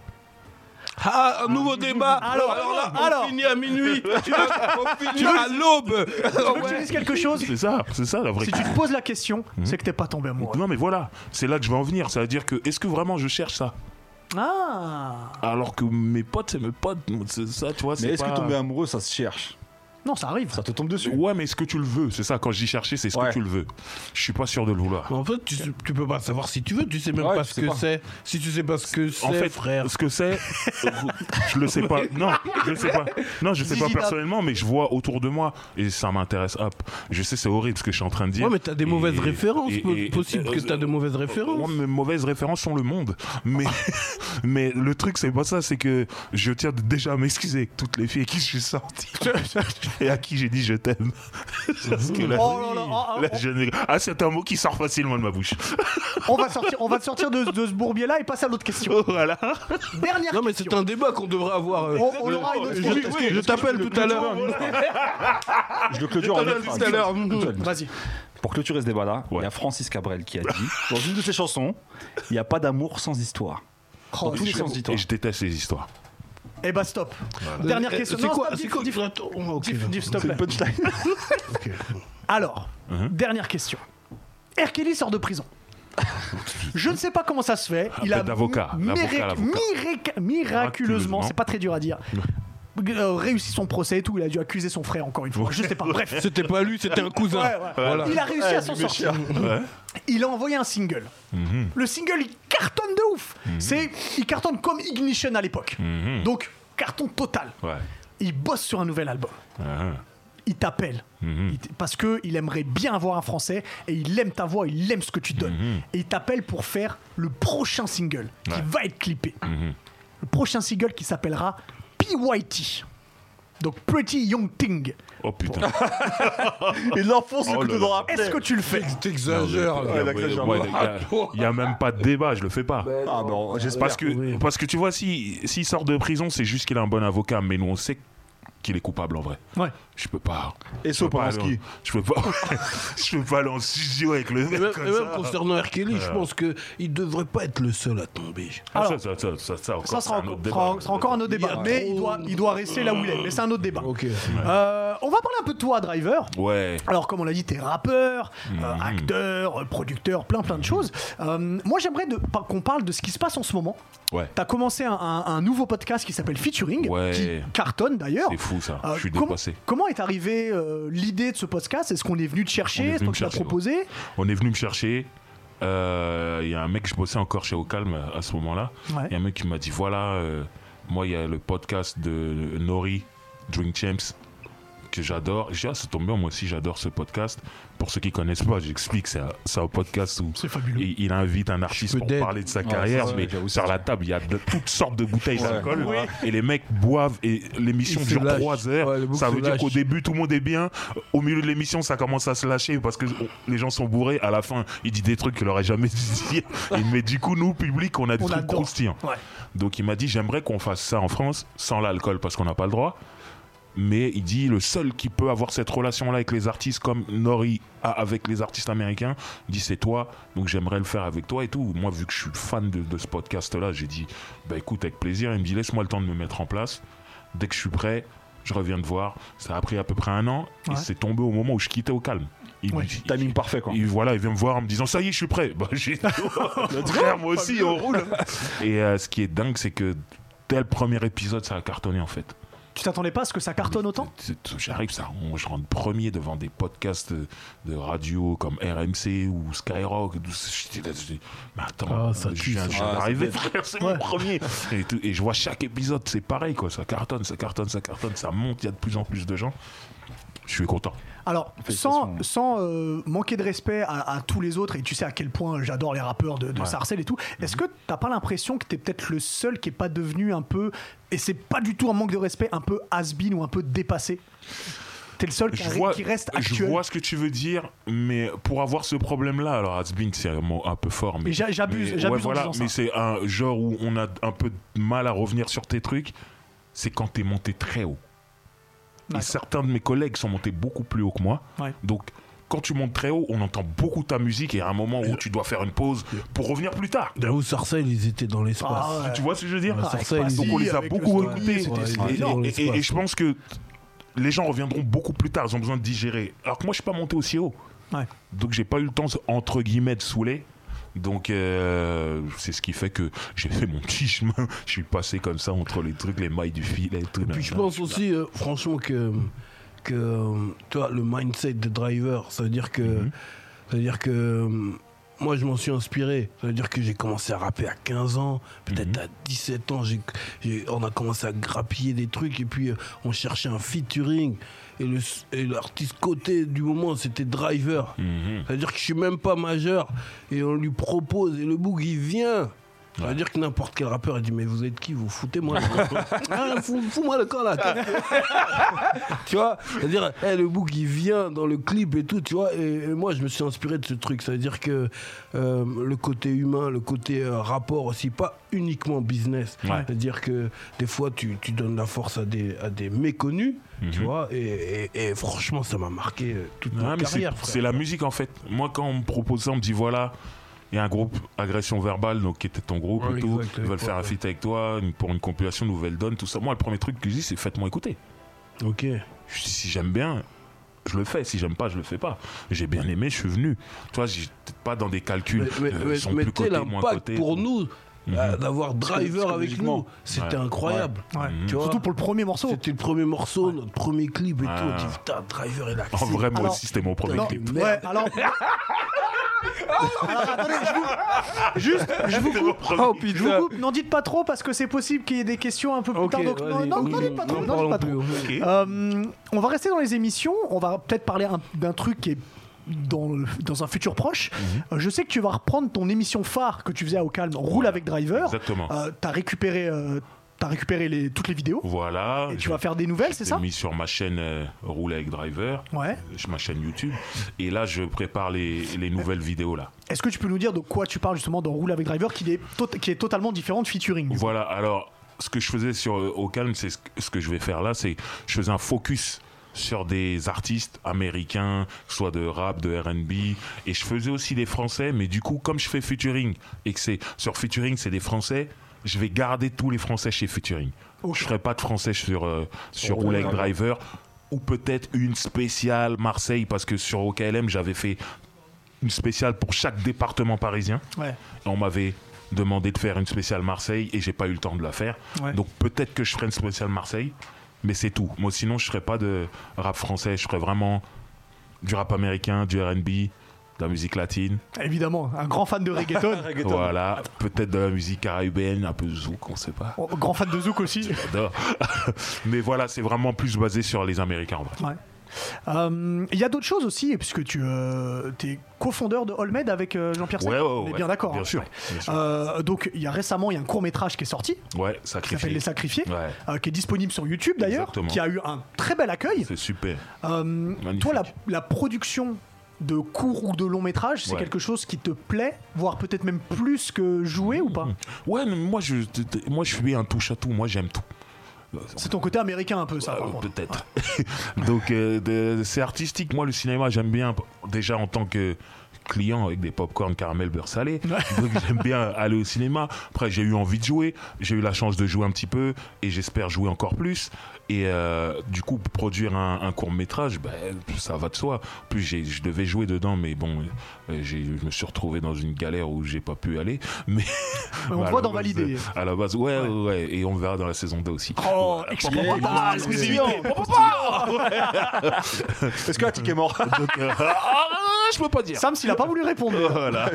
G: Ah, un nouveau débat.
A: Alors,
G: là, on
A: alors.
G: finit à
B: *laughs*
G: minuit. Tu vois, on finit à
B: Ah,
G: l'aube.
A: Faut que tu dises quelque chose.
D: C'est ça, c'est ça la vraie
A: Si tu te poses la question, c'est que t'es pas tombé amoureux.
D: Non mais voilà, c'est là que je vais en venir. Ça veut dire que est-ce que vraiment je cherche ça
A: Ah
D: Alors que mes potes, c'est mes potes, c'est ça, tu vois.
B: Mais
D: c'est
B: est-ce
D: pas-
B: que tomber amoureux, ça se cherche
A: Non, ça arrive.
B: Ça te tombe dessus
D: Ouais, mais est-ce que tu le veux C'est ça, quand je dis chercher, c'est est-ce
B: Ouais.
D: que tu le veux Je suis pas sûr de le vouloir.
C: Mais en fait, tu, sais- tu peux pas savoir si tu veux, tu sais même
B: Ouais,
C: pas
B: tu
C: ce
B: sais
C: que
B: pas.
C: c'est. Si tu sais pas ce que c'est,
D: En fait,
C: frère.
D: ce
C: *laughs*
D: que c'est, je le sais pas. Non, je le sais pas. Non, je sais pas
A: Zizi Dab.
D: personnellement, mais je vois autour de moi et ça m'intéresse. Hop, je sais, c'est horrible ce que je suis en train de dire.
C: Ouais, mais t'as des
D: Et-
C: mauvaises références.
D: et-
C: po-
D: et- euh,
C: possible que t'as de mauvaises
D: Moi,
C: références.
D: mes mauvaises références sont le monde. Mais, *laughs* mais le truc, c'est pas ça, c'est que je tiens déjà à m'excuser avec toutes les filles avec qui je
C: *laughs*
D: suis sorti et à qui j'ai dit je t'aime. *laughs* Parce que là,
A: Oh là là, ah, ah,
D: là, je ne- Ah, c'est un mot qui sort facilement de ma bouche.
A: On va sortir, on va te sortir de, de ce bourbier-là et passer à l'autre question.
D: voilà.
A: Dernière
C: Non, mais c'est
A: question.
C: un débat qu'on devrait avoir. euh.
A: On, on aura une autre
C: Je,
A: question.
C: je- je t'appelle tout à l'heure.
B: Ah, Je le clôture en une
C: Tout à
B: phrase.
C: l'heure.
A: Vas-y.
B: Pour clôturer ce débat-là, il
D: Ouais.
B: y a Francis Cabrel qui a dit dans une de ses chansons, il n'y a pas d'amour sans histoire.
A: Oh,
B: Dans tous les sens
D: Et
B: d'histoire.
D: je déteste les histoires.
A: Eh bah stop. Dernière question.
C: C'est
A: Non,
C: quoi
A: stop,
C: C'est
A: diff,
C: quoi
A: diff,
C: Attends, ok.
A: diff, diff, stop.
B: C'est une punchline.
A: Alors,
D: Uh-huh.
A: dernière question. R. Kelly sort de
D: *laughs*
A: prison. Je ne sais pas comment ça se fait. Il a
D: Appel d'avocat,
A: mi-
D: Ah, l'avocat,
A: mirac-
D: l'avocat.
A: mirac- miraculeusement,
D: Miraculeusement.
A: c'est pas très dur à
D: *laughs*
A: dire, euh, réussi son procès et tout. Il a dû accuser son frère encore une fois. Je sais pas. Bref.
C: C'était pas lui, c'était un cousin. Euh,
A: Ouais,
D: *laughs*
A: ouais.
C: Voilà.
A: Il a réussi à s'en sortir. Il a envoyé un single.
D: Mm-hmm.
A: Le single, il cartonne de ouf. C'est, il cartonne comme Ignition
D: Mm-hmm.
A: à l'époque. Donc carton total.
D: Ouais.
A: Il bosse sur un nouvel album.
D: Ah.
A: il t'appelle.
D: Mhm.
A: Il t- Parce qu'il aimerait bien avoir un français et il aime ta voix, il aime ce que tu donnes. Et il t'appelle pour faire le prochain single qui
D: Mhm. Ouais. Mhm.
A: va être clippé. Le prochain single qui s'appellera PYT. Donc Pretty Young Thing.
D: Oh putain.
B: Il l'enfonce
D: Oh
B: le
D: là
B: couteau dans la
A: Est-ce que tu le fais
G: T'exagères.
B: Ouais, la crèche,
D: Il
B: j'en vois.
D: n'y a même pas de débat, je le fais pas.
B: Ah bon, j'espère
D: Parce que, parce que tu vois, si- s'il sort de prison, c'est juste qu'il a un bon avocat, mais nous on sait qu'il est coupable en vrai.
A: Ouais.
D: Je peux pas.
B: Et
D: je peux pas
B: Soporansky.
D: aller en- Je peux pas. *laughs* je peux pas aller en studio avec le
C: Et
D: mec
C: même,
D: comme
C: et même
D: ça.
C: concernant R. Kelly, je pense qu'il ne devrait pas être le seul à tomber.
D: Ah,
A: Alors,
D: ça, ça, ça, ça, ça, encore,
A: Ça
D: c'est
A: sera,
D: un
A: encore-
D: autre débat. hein,
A: sera- sera encore un autre
C: Il y a
A: débat.
C: trop-
A: Mais il doit, il doit rester là où il est. Mais c'est un autre débat.
C: Ok.
A: Euh, on va parler un peu de toi, Driver.
D: Ouais.
A: Alors, comme on l'a dit, t'es rappeur, euh,
D: Mmh.
A: acteur, euh, producteur, plein plein de choses. Euh, moi, j'aimerais de- par- qu'on parle de ce qui se passe en ce moment.
D: Ouais.
A: T'as commencé un, un- un nouveau podcast qui s'appelle Featuring,
D: Ouais.
A: qui cartonne d'ailleurs.
D: C'est fou ça.
A: Euh,
D: je suis
A: comment-
D: dépassé.
A: Comment est arrivée euh, l'idée de ce podcast Est-ce qu'on est venu te
D: On
A: chercher
D: est
A: Est-ce
D: venu
A: que tu
D: me
A: l'as
D: chercher,
A: proposé
D: On est venu me chercher. Euh, Il y a un mec, je bossais encore chez Au Calme euh, à ce moment-là.
A: Ouais.
D: Il y a un mec qui m'a dit voilà, euh, moi, il y a le podcast de Nori, Drink Champs, que j'adore. J'ai dit ah, c'est tombé, moi aussi, j'adore ce podcast. Pour ceux qui connaissent pas, j'explique c'est un, c'est un podcast où il, il invite un artiste pour
C: dead.
D: parler de sa
G: Ouais,
D: carrière,
G: Ah, ça, ouais,
D: mais
G: j'avoue,
D: sur la table, il y a de- toutes sortes de bouteilles d'alcool. Et les mecs boivent, et l'émission
C: Ils se
D: dure
C: lâchent.
D: 3 heures.
C: Ouais, les mecs
D: ça
C: se
D: veut dire
C: lâchent.
D: qu'au début, tout le monde est bien. Au milieu de l'émission, ça commence à se lâcher parce que les gens sont bourrés. À la fin, il dit des trucs qu'il aurait jamais dit. Et- mais du coup, nous, public, on a des
A: On
D: trucs
A: adore.
D: croustillants.
A: Ouais.
D: Donc il m'a dit j'aimerais qu'on fasse ça en France sans l'alcool parce qu'on n'a pas le droit. Mais il dit le seul qui peut avoir cette relation-là avec les artistes comme Nori a avec les artistes américains, il dit c'est toi, donc j'aimerais le faire avec toi et tout. Moi vu que je suis fan de, de ce podcast-là, j'ai dit bah écoute avec plaisir. Il me dit laisse-moi le temps de me mettre en place. Dès que je suis prêt, je reviens te voir. Ça a pris à peu près un an
A: Ouais.
D: et c'est tombé au moment où je quittais au calme. Il,
A: Ouais.
D: il-
B: Timing parfait quoi.
D: et voilà, il vient me voir en me disant ça y est, je suis prêt. Bah,
A: *laughs*
D: j'ai dit, frère, moi aussi, on roule. Et euh, ce qui est dingue, c'est que dès le premier épisode, ça a cartonné en fait.
A: Tu t'attendais pas à ce que ça cartonne autant
D: C'est- J'arrive, ça, on- je rentre premier devant des podcasts de, de radio comme RMC ou Skyrock. et tout. J'étais là, j'étais, mais attends,
C: Ah, ça
D: je
C: tue,
D: viens,
C: ça.
D: je viens
G: Ah,
D: d'arriver, *laughs* frère, c'est mon premier. Et, tout. Et je vois chaque épisode, c'est pareil, quoi. Ça cartonne, ça cartonne, ça cartonne, ça monte, il y a de plus en plus de gens. Je suis content.
A: Alors,
B: Félicitations.
A: sans, sans euh, manquer de respect à, à tous les autres, et tu sais à quel point j'adore les rappeurs de, de Sarcelles et tout,
D: Mhm.
A: est-ce que t'as pas l'impression que t'es peut-être le seul qui est pas devenu un peu, et c'est pas du tout un manque de respect, un peu has-been ou un peu dépassé T'es le seul qui,
D: je
A: arri-
D: vois,
A: qui reste
D: je
A: actuel.
D: vois ce que tu veux dire, mais pour avoir ce problème-là, alors Hasbin, c'est un mot un peu fort, mais
A: Et j'a- j'abuse-
D: mais-
A: j'abuse en
D: voilà,
A: disant ça.
D: mais c'est un genre où on a un peu de mal à revenir sur tes trucs. C'est quand t'es monté très haut. Et
A: D'accord.
D: certains de mes collègues sont montés beaucoup plus haut que moi.
A: Ouais.
D: Donc, quand tu montes très haut, on entend beaucoup ta musique et à un moment où tu dois faire une pause pour revenir plus tard.
C: Daou Ben, Sarcelles, ils étaient dans l'espace.
A: Ah ouais.
D: Tu vois ce que je veux dire
C: Ah,
A: avec
C: Sarcelles, ils
A: Passy,
D: donc on les a
A: avec
D: beaucoup
A: le Story,
D: écoutés.
A: c'était- c'était
C: Ouais,
D: Et,
A: énorme.
C: dans
D: et- et-
C: l'espace.
D: et je pense que t- les gens reviendront beaucoup plus tard. Ils ont besoin de digérer. Alors que moi, je suis pas monté aussi haut.
A: Ouais.
D: Donc j'ai pas eu le temps entre guillemets de saouler. Donc euh, c'est ce qui fait que j'ai fait mon petit chemin. Je suis passé comme ça entre les trucs, les mailles du filet. Et tout,
C: Puis je
D: nanana.
C: pense aussi, euh, franchement, que, que euh, toi, le mindset de driver, ça veut dire que. Ça veut dire que. euh, Moi, je m'en suis inspiré. Ça veut dire que j'ai commencé à rapper à 15 ans, peut-être à 17 ans. j'ai- j'ai- on a commencé à grappiller des trucs et puis euh, on cherchait un featuring. Et le- et l'artiste côté du moment, c'était Driver.
D: Mhm.
C: C'est-à-dire que je suis même pas majeur et on lui propose et le boug il vient. Ça veut dire que n'importe quel rappeur il dit mais vous êtes qui vous
D: *laughs*
C: foutez-moi le camp. Ah, fous- Fous-moi le camp là. tu vois C'est-à-dire eh, le boug il vient dans le clip et tout, tu vois. Et, et moi je me suis inspiré de ce truc. Ça veut dire que euh, le côté humain, le côté euh, rapport aussi, pas uniquement business.
D: Ouais.
C: C'est-à-dire que des fois tu, tu donnes la force à des, à des méconnus, tu vois. Et, et- et franchement ça m'a marqué euh, toute
D: Mhm. Ouais,
C: ma
D: Ah, mais c'est-
C: carrière. frère.
D: C'est la musique en fait. Moi, quand on me propose ça, on me dit voilà, il y a un groupe Agression Verbale, donc qui était ton groupe
C: Ouais,
D: et tout.
C: exact,
D: Ils
C: avec
D: veulent
C: toi,
D: faire un
C: ouais.
D: feat avec toi une- pour une compilation Nouvelle Donne, tout ça. Moi, le premier truc que je dis, c'est faites-moi écouter.
C: Ok.
D: Je- si j'aime bien, je le fais. Si j'aime pas, je le fais pas. J'ai bien aimé, je suis venu. Toi, j'étais pas dans des calculs.
C: Mais, mais,
D: euh,
C: mais-
D: sont
C: mais
D: plus
C: t'es
D: cotés, moins Mhm.
C: l'impact
D: cotés.
C: pour nous euh, d'avoir
B: parce
C: Driver
B: que
C: avec
B: logiquement,
C: nous, c'était
D: ouais. Mhm.
C: incroyable.
A: Ouais.
C: Tu vois,
A: Surtout pour le premier morceau.
C: c'était le premier morceau, notre premier clip et tout.
D: Ah.
C: On dit, putain, Driver est là.
D: En vrai, moi
A: Alors-
D: *laughs* aussi, c'était mon premier
A: Non,
D: clip.
A: ouais, alors. Alors, attendez, je vous...
D: *laughs*
A: Juste, je vous coupe.
G: Oh
A: Je vous
G: putain.
A: coupe, n'en dites pas trop parce que c'est possible qu'il y ait des questions un peu plus
G: Ok,
A: tard. Donc, non,
G: vas-y,
A: non,
G: ok.
A: n'en dites pas
G: N'en
A: trop. n'en dites pas
G: parlons
A: trop.
G: plus, ok.
A: Euh, on va rester dans les émissions. On va peut-être parler un- d'un truc qui est dans, le- dans un futur proche.
D: Mhm.
A: Euh, je sais que tu vas reprendre ton émission phare que tu faisais à Au Calme, Roule avec Driver.
D: Exactement.
A: Euh, T'as récupéré, euh, t'as récupéré les, toutes les vidéos
D: Voilà.
A: et tu
D: j'ai-
A: vas faire des nouvelles, c'est
D: j'ai
A: ça
D: mis sur ma chaîne euh, Roule avec Driver,
A: Ouais.
D: euh, ma chaîne YouTube. Et là, je prépare les, les nouvelles vidéos là.
A: Est-ce que tu peux nous dire de quoi tu parles justement dans Roule avec Driver qui est, tot- qui est totalement différent de featuring du coup
D: Voilà, alors ce que je faisais sur euh, Au Calme, c'est ce que- ce que je vais faire là, c'est je faisais un focus sur des artistes américains, que ce soit de rap, de R&B, et je faisais aussi des français, mais du coup, comme je fais featuring, et que c'est sur featuring, c'est des français, je vais garder tous les français chez featuring. Je ferai pas de français sur, euh, sur
A: Oh,
D: Roule avec Driver, ou peut-être une spéciale Marseille, parce que sur OKLM, j'avais fait une spéciale pour chaque département parisien.
A: Ouais.
D: On m'avait demandé de faire une spéciale Marseille et j'ai pas eu le temps de la faire.
A: Ouais.
D: Donc peut-être que je ferai une spéciale Marseille, mais c'est tout. Moi sinon je ferai pas de rap français, je ferai vraiment du rap américain, du R&B, de la musique latine,
A: Évidemment, un grand fan de reggaeton,
D: *laughs* voilà, peut-être de la musique caribéenne, un peu zouk, on sait pas.
A: Oh, grand fan de zouk aussi.
D: J'adore. *laughs* mais voilà, c'est vraiment plus basé sur les Américains en vrai.
A: Ouais. Euh, Il y a d'autres choses aussi, puisque tu es cofondeur de Olmed avec euh, Jean-Pierre Sec.
D: Ouais, ouais,
A: On est
D: ouais.
A: bien d'accord.
D: Bien
A: hein.
D: sûr,
A: Ouais.
D: bien sûr.
A: Euh, donc, il y a récemment, il y a un court métrage qui est sorti,
D: Ouais,
A: qui s'appelle
D: sacrifié.
A: Les Sacrifiés,
D: Ouais.
A: euh, qui est disponible sur YouTube d'ailleurs,
D: Exactement.
A: qui a eu un très bel accueil.
D: C'est super.
A: Euh, toi, la, la production de court ou de long métrage, c'est
D: Ouais.
A: quelque chose qui te plaît, voire peut-être même plus que jouer
D: *laughs*
A: ou pas
D: Ouais, mais moi je moi je suis un touche à tout, moi j'aime tout.
A: C'est ton côté américain un peu, ça.
D: Euh,
A: par contre.
D: Peut-être. *laughs* Donc euh, de- c'est artistique. Moi, le cinéma, j'aime bien p- déjà en tant que client avec des popcorn caramel beurre salé. *laughs* Donc j'aime bien aller au cinéma. Après, j'ai eu envie de jouer. J'ai eu la chance de jouer un petit peu et j'espère jouer encore plus. Et euh, du coup, produire un, court métrage, ça va de soi. En plus, j'ai- je devais jouer dedans, mais bon, euh, j'ai- je me suis retrouvé dans une galère où j'ai pas pu aller. *laughs* Mais
A: Mais on
D: à
A: te voit
D: la
A: dans
D: base,
A: Valider.
D: euh, À la base, ouais, ouais, ouais. et on verra dans la saison 2 aussi.
A: Oh, expérimental,
B: Est-ce que la tique est mort
D: Donc, euh, ah, je peux pas dire.
A: Sam, s'il a pas voulu répondre.
D: *laughs*
A: *laughs*
D: Voilà.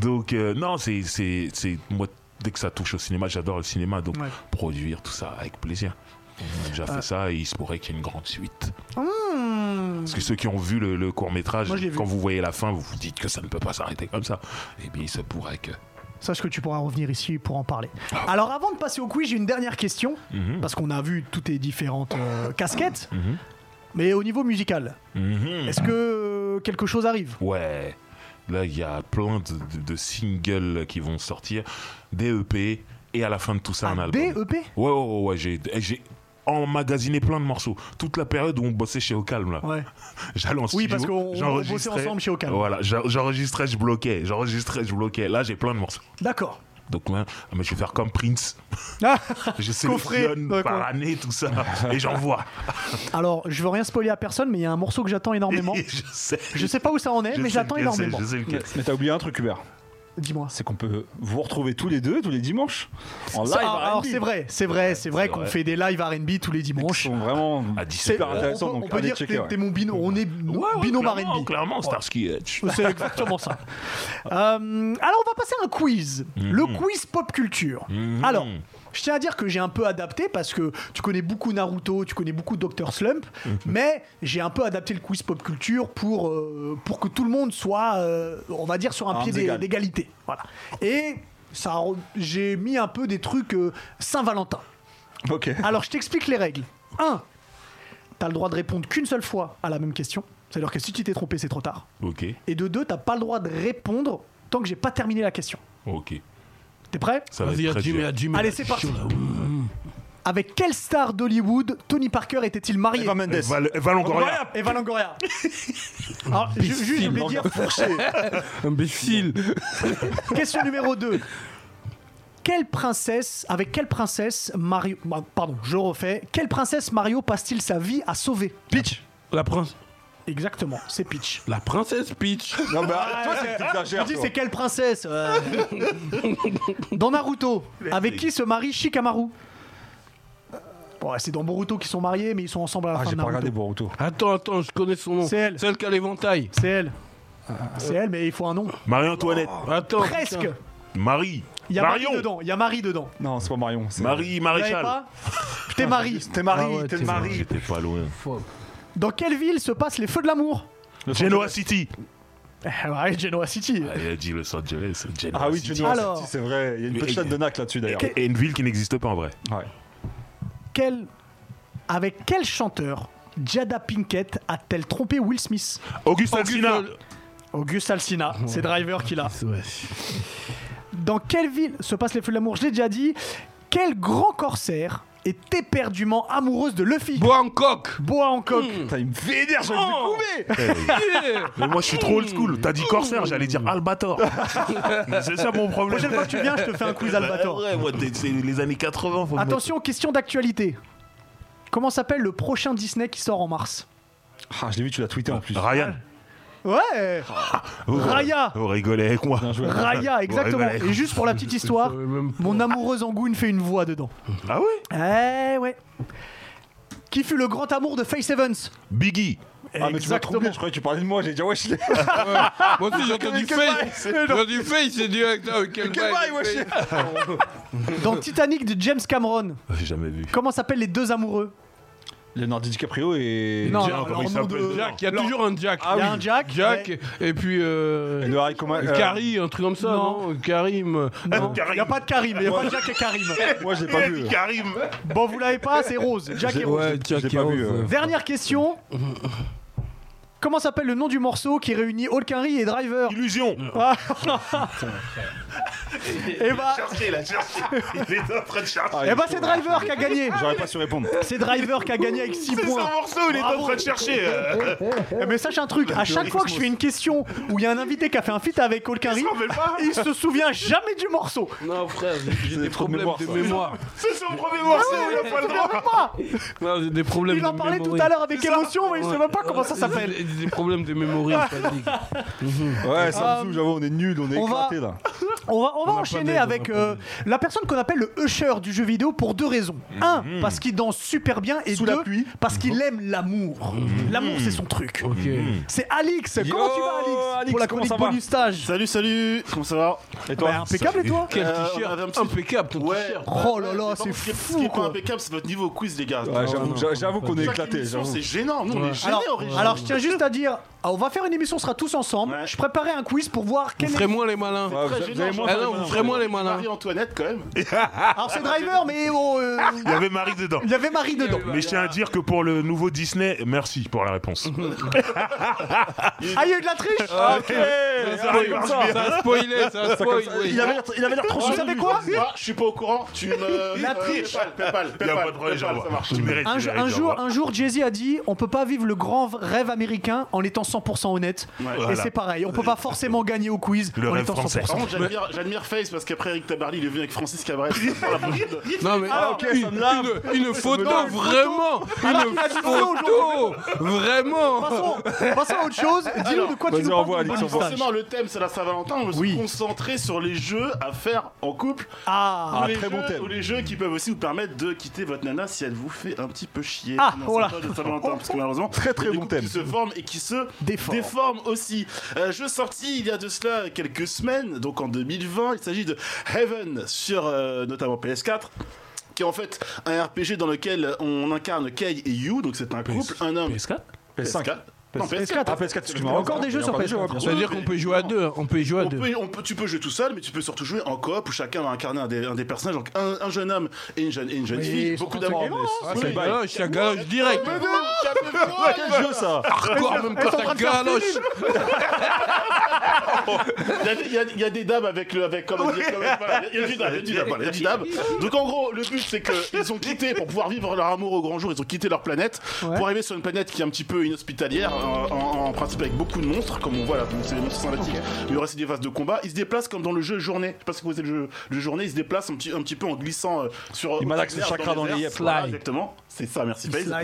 D: Donc, euh, non, c'est, c'est, c'est- Moi, dès que ça touche au cinéma, j'adore le cinéma. Donc,
A: Ouais. Euh.
D: produire tout ça avec plaisir. On a déjà fait ça et il se pourrait qu'il y ait une grande suite.
A: Hmm.
D: Parce que ceux qui ont vu le, court métrage,
A: Moi, je l'ai vu.
D: quand vous voyez la fin, vous vous dites que ça ne peut pas s'arrêter comme ça. Eh bien, il se pourrait que.
A: Sache que tu pourras revenir ici pour en parler.
D: Ah
A: Alors avant de passer au quiz, j'ai une dernière question,
D: Mhm.
A: parce qu'on a vu toutes tes différentes euh, casquettes, mais au niveau musical,
D: Mhm.
A: est-ce que euh, quelque chose arrive
D: Ouais. Là, il y a plein de, de- de singles qui vont sortir, des EP et à la fin de tout
B: Ah,
D: ça, un
A: Un
D: album.
A: DEP
D: Ouais, ouais, ouais, ouais, j'ai, j'ai emmagasiné plein de morceaux. Toute la période où on bossait chez Au Calme, là.
A: Ouais.
D: J'allais en studio,
A: Oui, parce qu'on on bossait
D: j'enregistrais.
A: ensemble chez Ocam.
D: Voilà, j'a- j'enregistrais, je bloquais, j'enregistrais, je bloquais. Là, j'ai plein de morceaux.
A: D'accord. *laughs*
D: Donc, ouais, mais je vais faire comme Prince.
A: Ah.
D: Je
A: Coffret,
D: sélectionne
A: ouais,
D: par
A: quoi.
D: année tout ça
A: *laughs*
D: et j'envoie.
A: Alors, je veux rien spoiler à personne, mais il y a un morceau que j'attends énormément.
D: Et je sais.
A: Je sais pas où ça en est,
D: je
A: mais
D: sais
A: j'attends
D: lequel c'est,
A: énormément.
D: Je sais lequel.
B: Mais t'as oublié un truc, Hubert.
A: Dis-moi.
B: C'est qu'on peut vous retrouver tous les deux, tous les dimanches, en live.
A: Ça- Ah, alors,
B: R&B.
A: c'est vrai, c'est vrai, c'est vrai qu'on
D: vrai.
A: fait des lives R&B tous les
B: Qui
A: dimanches.
B: sont vraiment
D: À 17
A: C'est-
B: super
A: on-
B: intéressants.
A: on peut,
B: donc
A: on peut
B: allez
A: dire que
B: checker,
A: t'es
B: ouais.
A: t'es mon binôme, on est binôme
D: clairement,
A: R&B.
D: clairement, Starsky et Hutch.
A: C'est exactement ça. Euh, alors, on va passer à un quiz.
B: Mhm.
A: Le quiz pop culture. Alors, je tiens à dire que j'ai un peu adapté parce que tu connais beaucoup Naruto, tu connais beaucoup Dr. Slump,
B: Mhm.
A: mais j'ai un peu adapté le quiz pop culture pour, euh, pour que tout le monde soit, euh, on va dire, sur un
B: Armes
A: pied d'é-
B: égales.
A: d'égalité. Voilà. Et ça, re- j'ai mis un peu des trucs euh, Saint-Valentin.
B: Ok.
A: Alors, je t'explique les règles. 1. T'as le droit de répondre qu'une seule fois à la même question. C'est-à-dire que si tu t'es trompé, c'est trop tard.
D: Ok,
A: Et de deux, t'as pas le droit de répondre tant que j'ai pas terminé la question.
D: ok.
A: T'es prêt
D: Ça va être très dur.
A: Allez, c'est parti. Avec quelle star d'Hollywood Tony Parker était-il marié
B: Eva Mendes.
D: Val- Valangoria.
A: Eva Longoria. Alors, ju- juste, je voulais dire,
G: Imbécile.
A: *laughs* question numéro 2. Quelle princesse, avec quelle princesse Mario, bah, pardon, je refais, quelle princesse Mario passe-t-il sa vie à sauver
B: Pitch.
G: La, prince...
A: Exactement, c'est Peach.
G: la princesse Peach.
B: Non, mais ah, toi, c'est
A: Je
B: t'exagères,
A: dis,
B: toi.
A: c'est quelle princesse
B: *laughs*
A: euh. Dans Naruto, avec qui se marie Shikamaru Bon, ouais, c'est dans Boruto qu'ils sont mariés, mais ils sont ensemble à la
B: Euh, Ah,
A: fin
B: j'ai
A: de
B: pas
A: Naruto.
B: regardé Boruto.
G: Attends, attends, je connais son nom.
A: C'est elle.
G: Celle qui a l'éventail.
A: C'est elle.
B: Euh,
A: C'est elle, mais il faut un nom.
B: Oh,
D: Marie-Antoinette.
C: Attends.
A: Presque.
D: Marie.
A: Oh. Il y a
D: Marion.
A: Marie dedans. Il y a Marie dedans.
B: Non, c'est pas Marion. c'est-
D: Marie
A: Vous l'avez
D: Maréchal.
A: pas T'es Marie.
B: T'es Marie,
C: Ah ouais,
B: t'es
C: t'es
B: Marie.
D: J'étais pas loin.
A: Dans quelle ville se passent les feux de l'amour
D: Genoa City.
A: Eh ouais, *laughs* Genoa City.
D: Ah, il a dit Los Angeles. Genoa
B: Ah oui,
D: City.
B: Johnny Ross,
A: Alors.
B: c'est vrai. Il y a une
D: Mais-
B: petite chatte de nac là-dessus d'ailleurs.
D: Et une ville qui n'existe pas en vrai.
B: Ouais.
A: Quel... Avec quel chanteur Jada Pinkett a-t-elle trompé Will Smith
D: Auguste Alsina.
A: Auguste Alsina, c'est Driver qui l'a.
C: Ouais.
A: Dans quelle ville se passent les feux de l'amour Je l'ai déjà dit. Quel grand corsaire est éperdument amoureuse de Luffy
G: Bangkok
A: Boa Hancock.
D: Mmh.
B: Putain, il me
A: Eh
B: vénère, j'avais
G: Oh.
B: découvert.
A: *laughs*
D: Eh Mais moi, je suis trop old school. T'as dit Corsair, j'allais dire
A: *laughs*
D: Albator. Mais c'est ça mon problème.
A: Oh. Prochaine fois que tu viens, je te fais un quiz
D: Bah,
A: Albator.
D: ouais, ouais, t'es- c'est les années 80. Faut me mettre-
A: Attention, question d'actualité. Comment s'appelle le prochain Disney qui sort en mars
B: Ah, je l'ai vu, tu l'as tweeté en plus.
D: Ryan.
A: Ouais
D: Vous-
A: Raya.
D: Vous rigolez avec moi.
A: Raya, exactement.
D: Ah, Ouais, voilà.
A: Et juste pour la
D: *laughs*
A: petite histoire, mon amoureuse Angoune fait une voix dedans.
D: Ah ouais
A: Eh ouais. Qui fut le grand amour de Face Evans
D: Biggie.
B: Ah, mais tu m'as trompé, je croyais que tu parlais de moi, j'ai dit, ah, ouais, *laughs* je l'ai.
G: Moi aussi j'ai entendu Face J'ai entendu Face, j'ai dit ah, putain, quel
B: Quel bail,
G: bail
B: wesh
G: Face.
A: Dans Titanic de James Cameron.
D: J'ai jamais vu.
A: Comment s'appellent les deux amoureux
B: Leonardo DiCaprio et.
A: Non,
D: Jack,
A: Ah, alors,
D: comment il
A: leur nom
D: s'appelle
A: de-
D: Jack
G: Il y a toujours un Jack
A: Ah Il y a un Jack.
G: Jack
A: ouais.
G: et puis euh,
B: Et le Harry Coma- euh,
G: Karim, un truc comme ça
A: non.
G: non, Karim non.
A: Il n'y a pas de Karim, il n'y a pas de Jack et Karim.
B: Moi, j'ai pas vu.
D: Eh, Karim.
A: Bon, vous l'avez pas, c'est Rose. Jack et Rose.
G: Ouais, Jack
B: J'ai
G: et
B: pas vu,
G: Rose.
B: euh.
A: Dernière question. Comment s'appelle le nom du morceau qui réunit Hulkenry et Driver
D: Illusion.
A: Eh bah,
D: Il a cherché. Il est en train de chercher.
B: Ah,
A: eh bah c'est Driver qui a gagné.
B: J'aurais pas su répondre.
A: C'est Driver qui a gagné avec 6
D: C'est
A: points.
D: son morceau, il est en train de chercher. euh.
A: Eh, Mais sache un truc, à chaque fois que je fais une question où il y a un invité qui a fait un feat avec Hulkenry, il se souvient jamais du morceau.
G: Non frère, j'ai- j'ai des
B: trop de
G: problèmes
B: mémoire,
G: de
B: ça.
G: mémoire.
D: C'est son premier morceau, il a pas le
A: Il en
D: droit.
A: a pas.
G: Non, j'ai des problèmes
A: Il en
G: de
A: parlait tout
G: mémoire.
A: à l'heure avec
G: C'est ça.
A: émotion, mais il ne sait même pas comment ça
G: Ouais,
A: s'appelle. Ah.
G: J'ai j'ai des problèmes de mémoire, Patrick.
B: Ouais, ça me saoule, j'avoue, on est nuls, Ah, on est
A: on va-
B: éclatés là.
A: On va, on va
G: pas
A: enchaîner
G: d'aide, on
A: avec
G: n'a
A: euh, la personne qu'on appelle le usher du jeu vidéo pour deux raisons. Un, parce qu'il danse super bien et
B: Sous la
A: deux,
B: pluie.
A: parce qu'il aime l'amour. L'amour, c'est son truc.
C: Oh.
B: *laughs*
G: Ok.
B: Mhm.
A: C'est Alix. Comment tu vas, Alix,
B: Alix,
A: Pour la
B: comment
A: chronique
B: ça va
A: bonus stage.
I: Salut, salut Comment ça va
B: Et
A: Bah,
B: toi
A: impeccable et toi
G: Quel
I: Euh, on
G: t-shirt
I: avait un petit-
G: impeccable ton
I: Ouais.
G: t-shirt.
A: Oh là là,
I: Mais
A: c'est
I: bon, ce qui est- Ce qui
A: fou
I: est pas
A: quoi.
I: impeccable, c'est votre niveau au quiz, les gars.
B: Ouais, j'avoue, j'a- j'avoue qu'on est
I: Chaque
B: éclatés,
I: émission,
B: j'avoue.
I: c'est gênant, nous on est gênés
A: Alors,
I: originalement.
A: alors, je tiens juste à dire, ah, on va faire une émission, on sera tous ensemble.
I: Ouais.
A: Je préparais un quiz pour voir
G: Vous
A: quel
G: ferez
A: est...
G: moins les malins.
B: Ouais,
I: Très
B: vous- vous
I: gênant,
B: avez moins
I: je-
G: Ah non, vous ferez moins les malins.
I: Marie-Antoinette quand même.
A: Alors c'est Driver, mais oh, euh,
D: Il y avait Marie dedans.
A: il y avait Marie
D: *laughs*
A: dedans.
D: Mais je tiens à dire que pour le nouveau Disney, merci pour la réponse.
A: Ah, il y a eu de la triche
D: *laughs*
G: Ça spoil, ça a spoilé, ça a spoilé. oui.
B: Il avait l'air- il avait l'air trop
A: Vous savez quoi
I: Ah, Je suis pas au courant, tu me.
A: *laughs* La
I: euh,
A: triche.
I: Paypal, Paypal,
D: Il y a pas
I: Paypal,
D: de problème,
I: Paypal,
D: j'envoie.
I: ça marche.
D: Tu mérites,
A: Un,
D: tu
A: jour-
D: mérites,
A: un
D: j'envoie.
A: jour, un jour, Jay-Z a dit on peut pas vivre le grand v- rêve américain en étant 100% honnête. et
D: voilà.
A: c'est pareil, on peut pas forcément gagner au quiz
D: Le
A: en
D: rêve
A: étant 100%.
D: français.
I: Par contre, j'admire- j'admire Face parce qu'après Eric Tabarly, il est venu avec Francis
A: *laughs*
I: Cabrel. Pour la prochaine-
G: Non mais
A: Ah, ok,
G: une,
B: ça me lave.
G: une- une photo vraiment,
A: Alors,
G: une
A: il a dit ça
G: photo vraiment.
A: Passons, *laughs* passons à autre chose. Dis-nous
I: Alors,
A: de quoi tu
B: vas-y,
A: nous
B: envoie,
A: parles. dans le
B: Alexandre.
A: bonus stage.
I: Forcément, le thème c'est la Saint-Valentin. On veut
A: Oui.
I: se concentrer sur les jeux à faire en couple.
A: Ah,
I: ou
B: Ah,
I: les
B: très
I: jeux,
B: bon thème.
I: Ou les jeux qui peuvent aussi vous permettre de quitter votre nana si elle vous fait un petit peu chier.
A: Ah,
I: Non,
A: voilà.
I: c'est pas de Saint-Valentin, parce que
B: *laughs*
I: malheureusement,
B: Très, très
I: il y a des
B: bon
I: couples
B: thème.
I: Qui se forment et qui se
A: Déforment.
I: déforment aussi. Euh, jeu sorti il y a de cela quelques semaines, donc en 2020. Il s'agit de Heaven sur euh, notamment PS4 qui est en fait un RPG dans lequel on incarne Kei et Yu, donc c'est un couple, un homme.
G: PS4
I: PS4. Non,
A: PS4.
B: Ah, PS4, excuse-moi.
A: Encore des jeux sur PS4.
B: bien sûr.
G: C'est à dire qu'on peut jouer à deux, hein, on peut jouer à
I: On
G: deux.
I: peut- on peut- tu peux jouer tout seul, mais tu peux surtout jouer en coop où chacun va incarner un des, un des personnages, donc un, un jeune homme et une jeune, et une jeune fille. Beaucoup d'amour. Oh,
G: Ah, c'est galoche, c'est galoche direct.
B: Quel jeu ça
G: Encore même quand t'as galoche.
I: Il y a des- il y, a- il y a des dames avec le. Avec, comment dire, comment- voilà, il y a du dab, il y a du dab, voilà, il y a du dab. Donc en gros, le but c'est qu'ils ont quitté, pour pouvoir vivre leur amour au grand jour, ils ont quitté leur planète pour arriver sur une planète qui est un petit peu inhospitalière, en, en- en principe avec beaucoup de monstres, comme on voit là, donc c'est des monstres sympathiques. Il y aura aussi des phases de combat. Ils se déplacent comme dans le jeu journée. Je sais pas si vous connaissez le jeu, le journée, ils se déplacent un petit, un petit peu en glissant euh, sur.
B: Ils malaxent le
I: dans
B: chakra dans les
I: airs.
B: yeux.
I: Voilà,
G: Slide.
I: Exactement, c'est ça, merci Faze.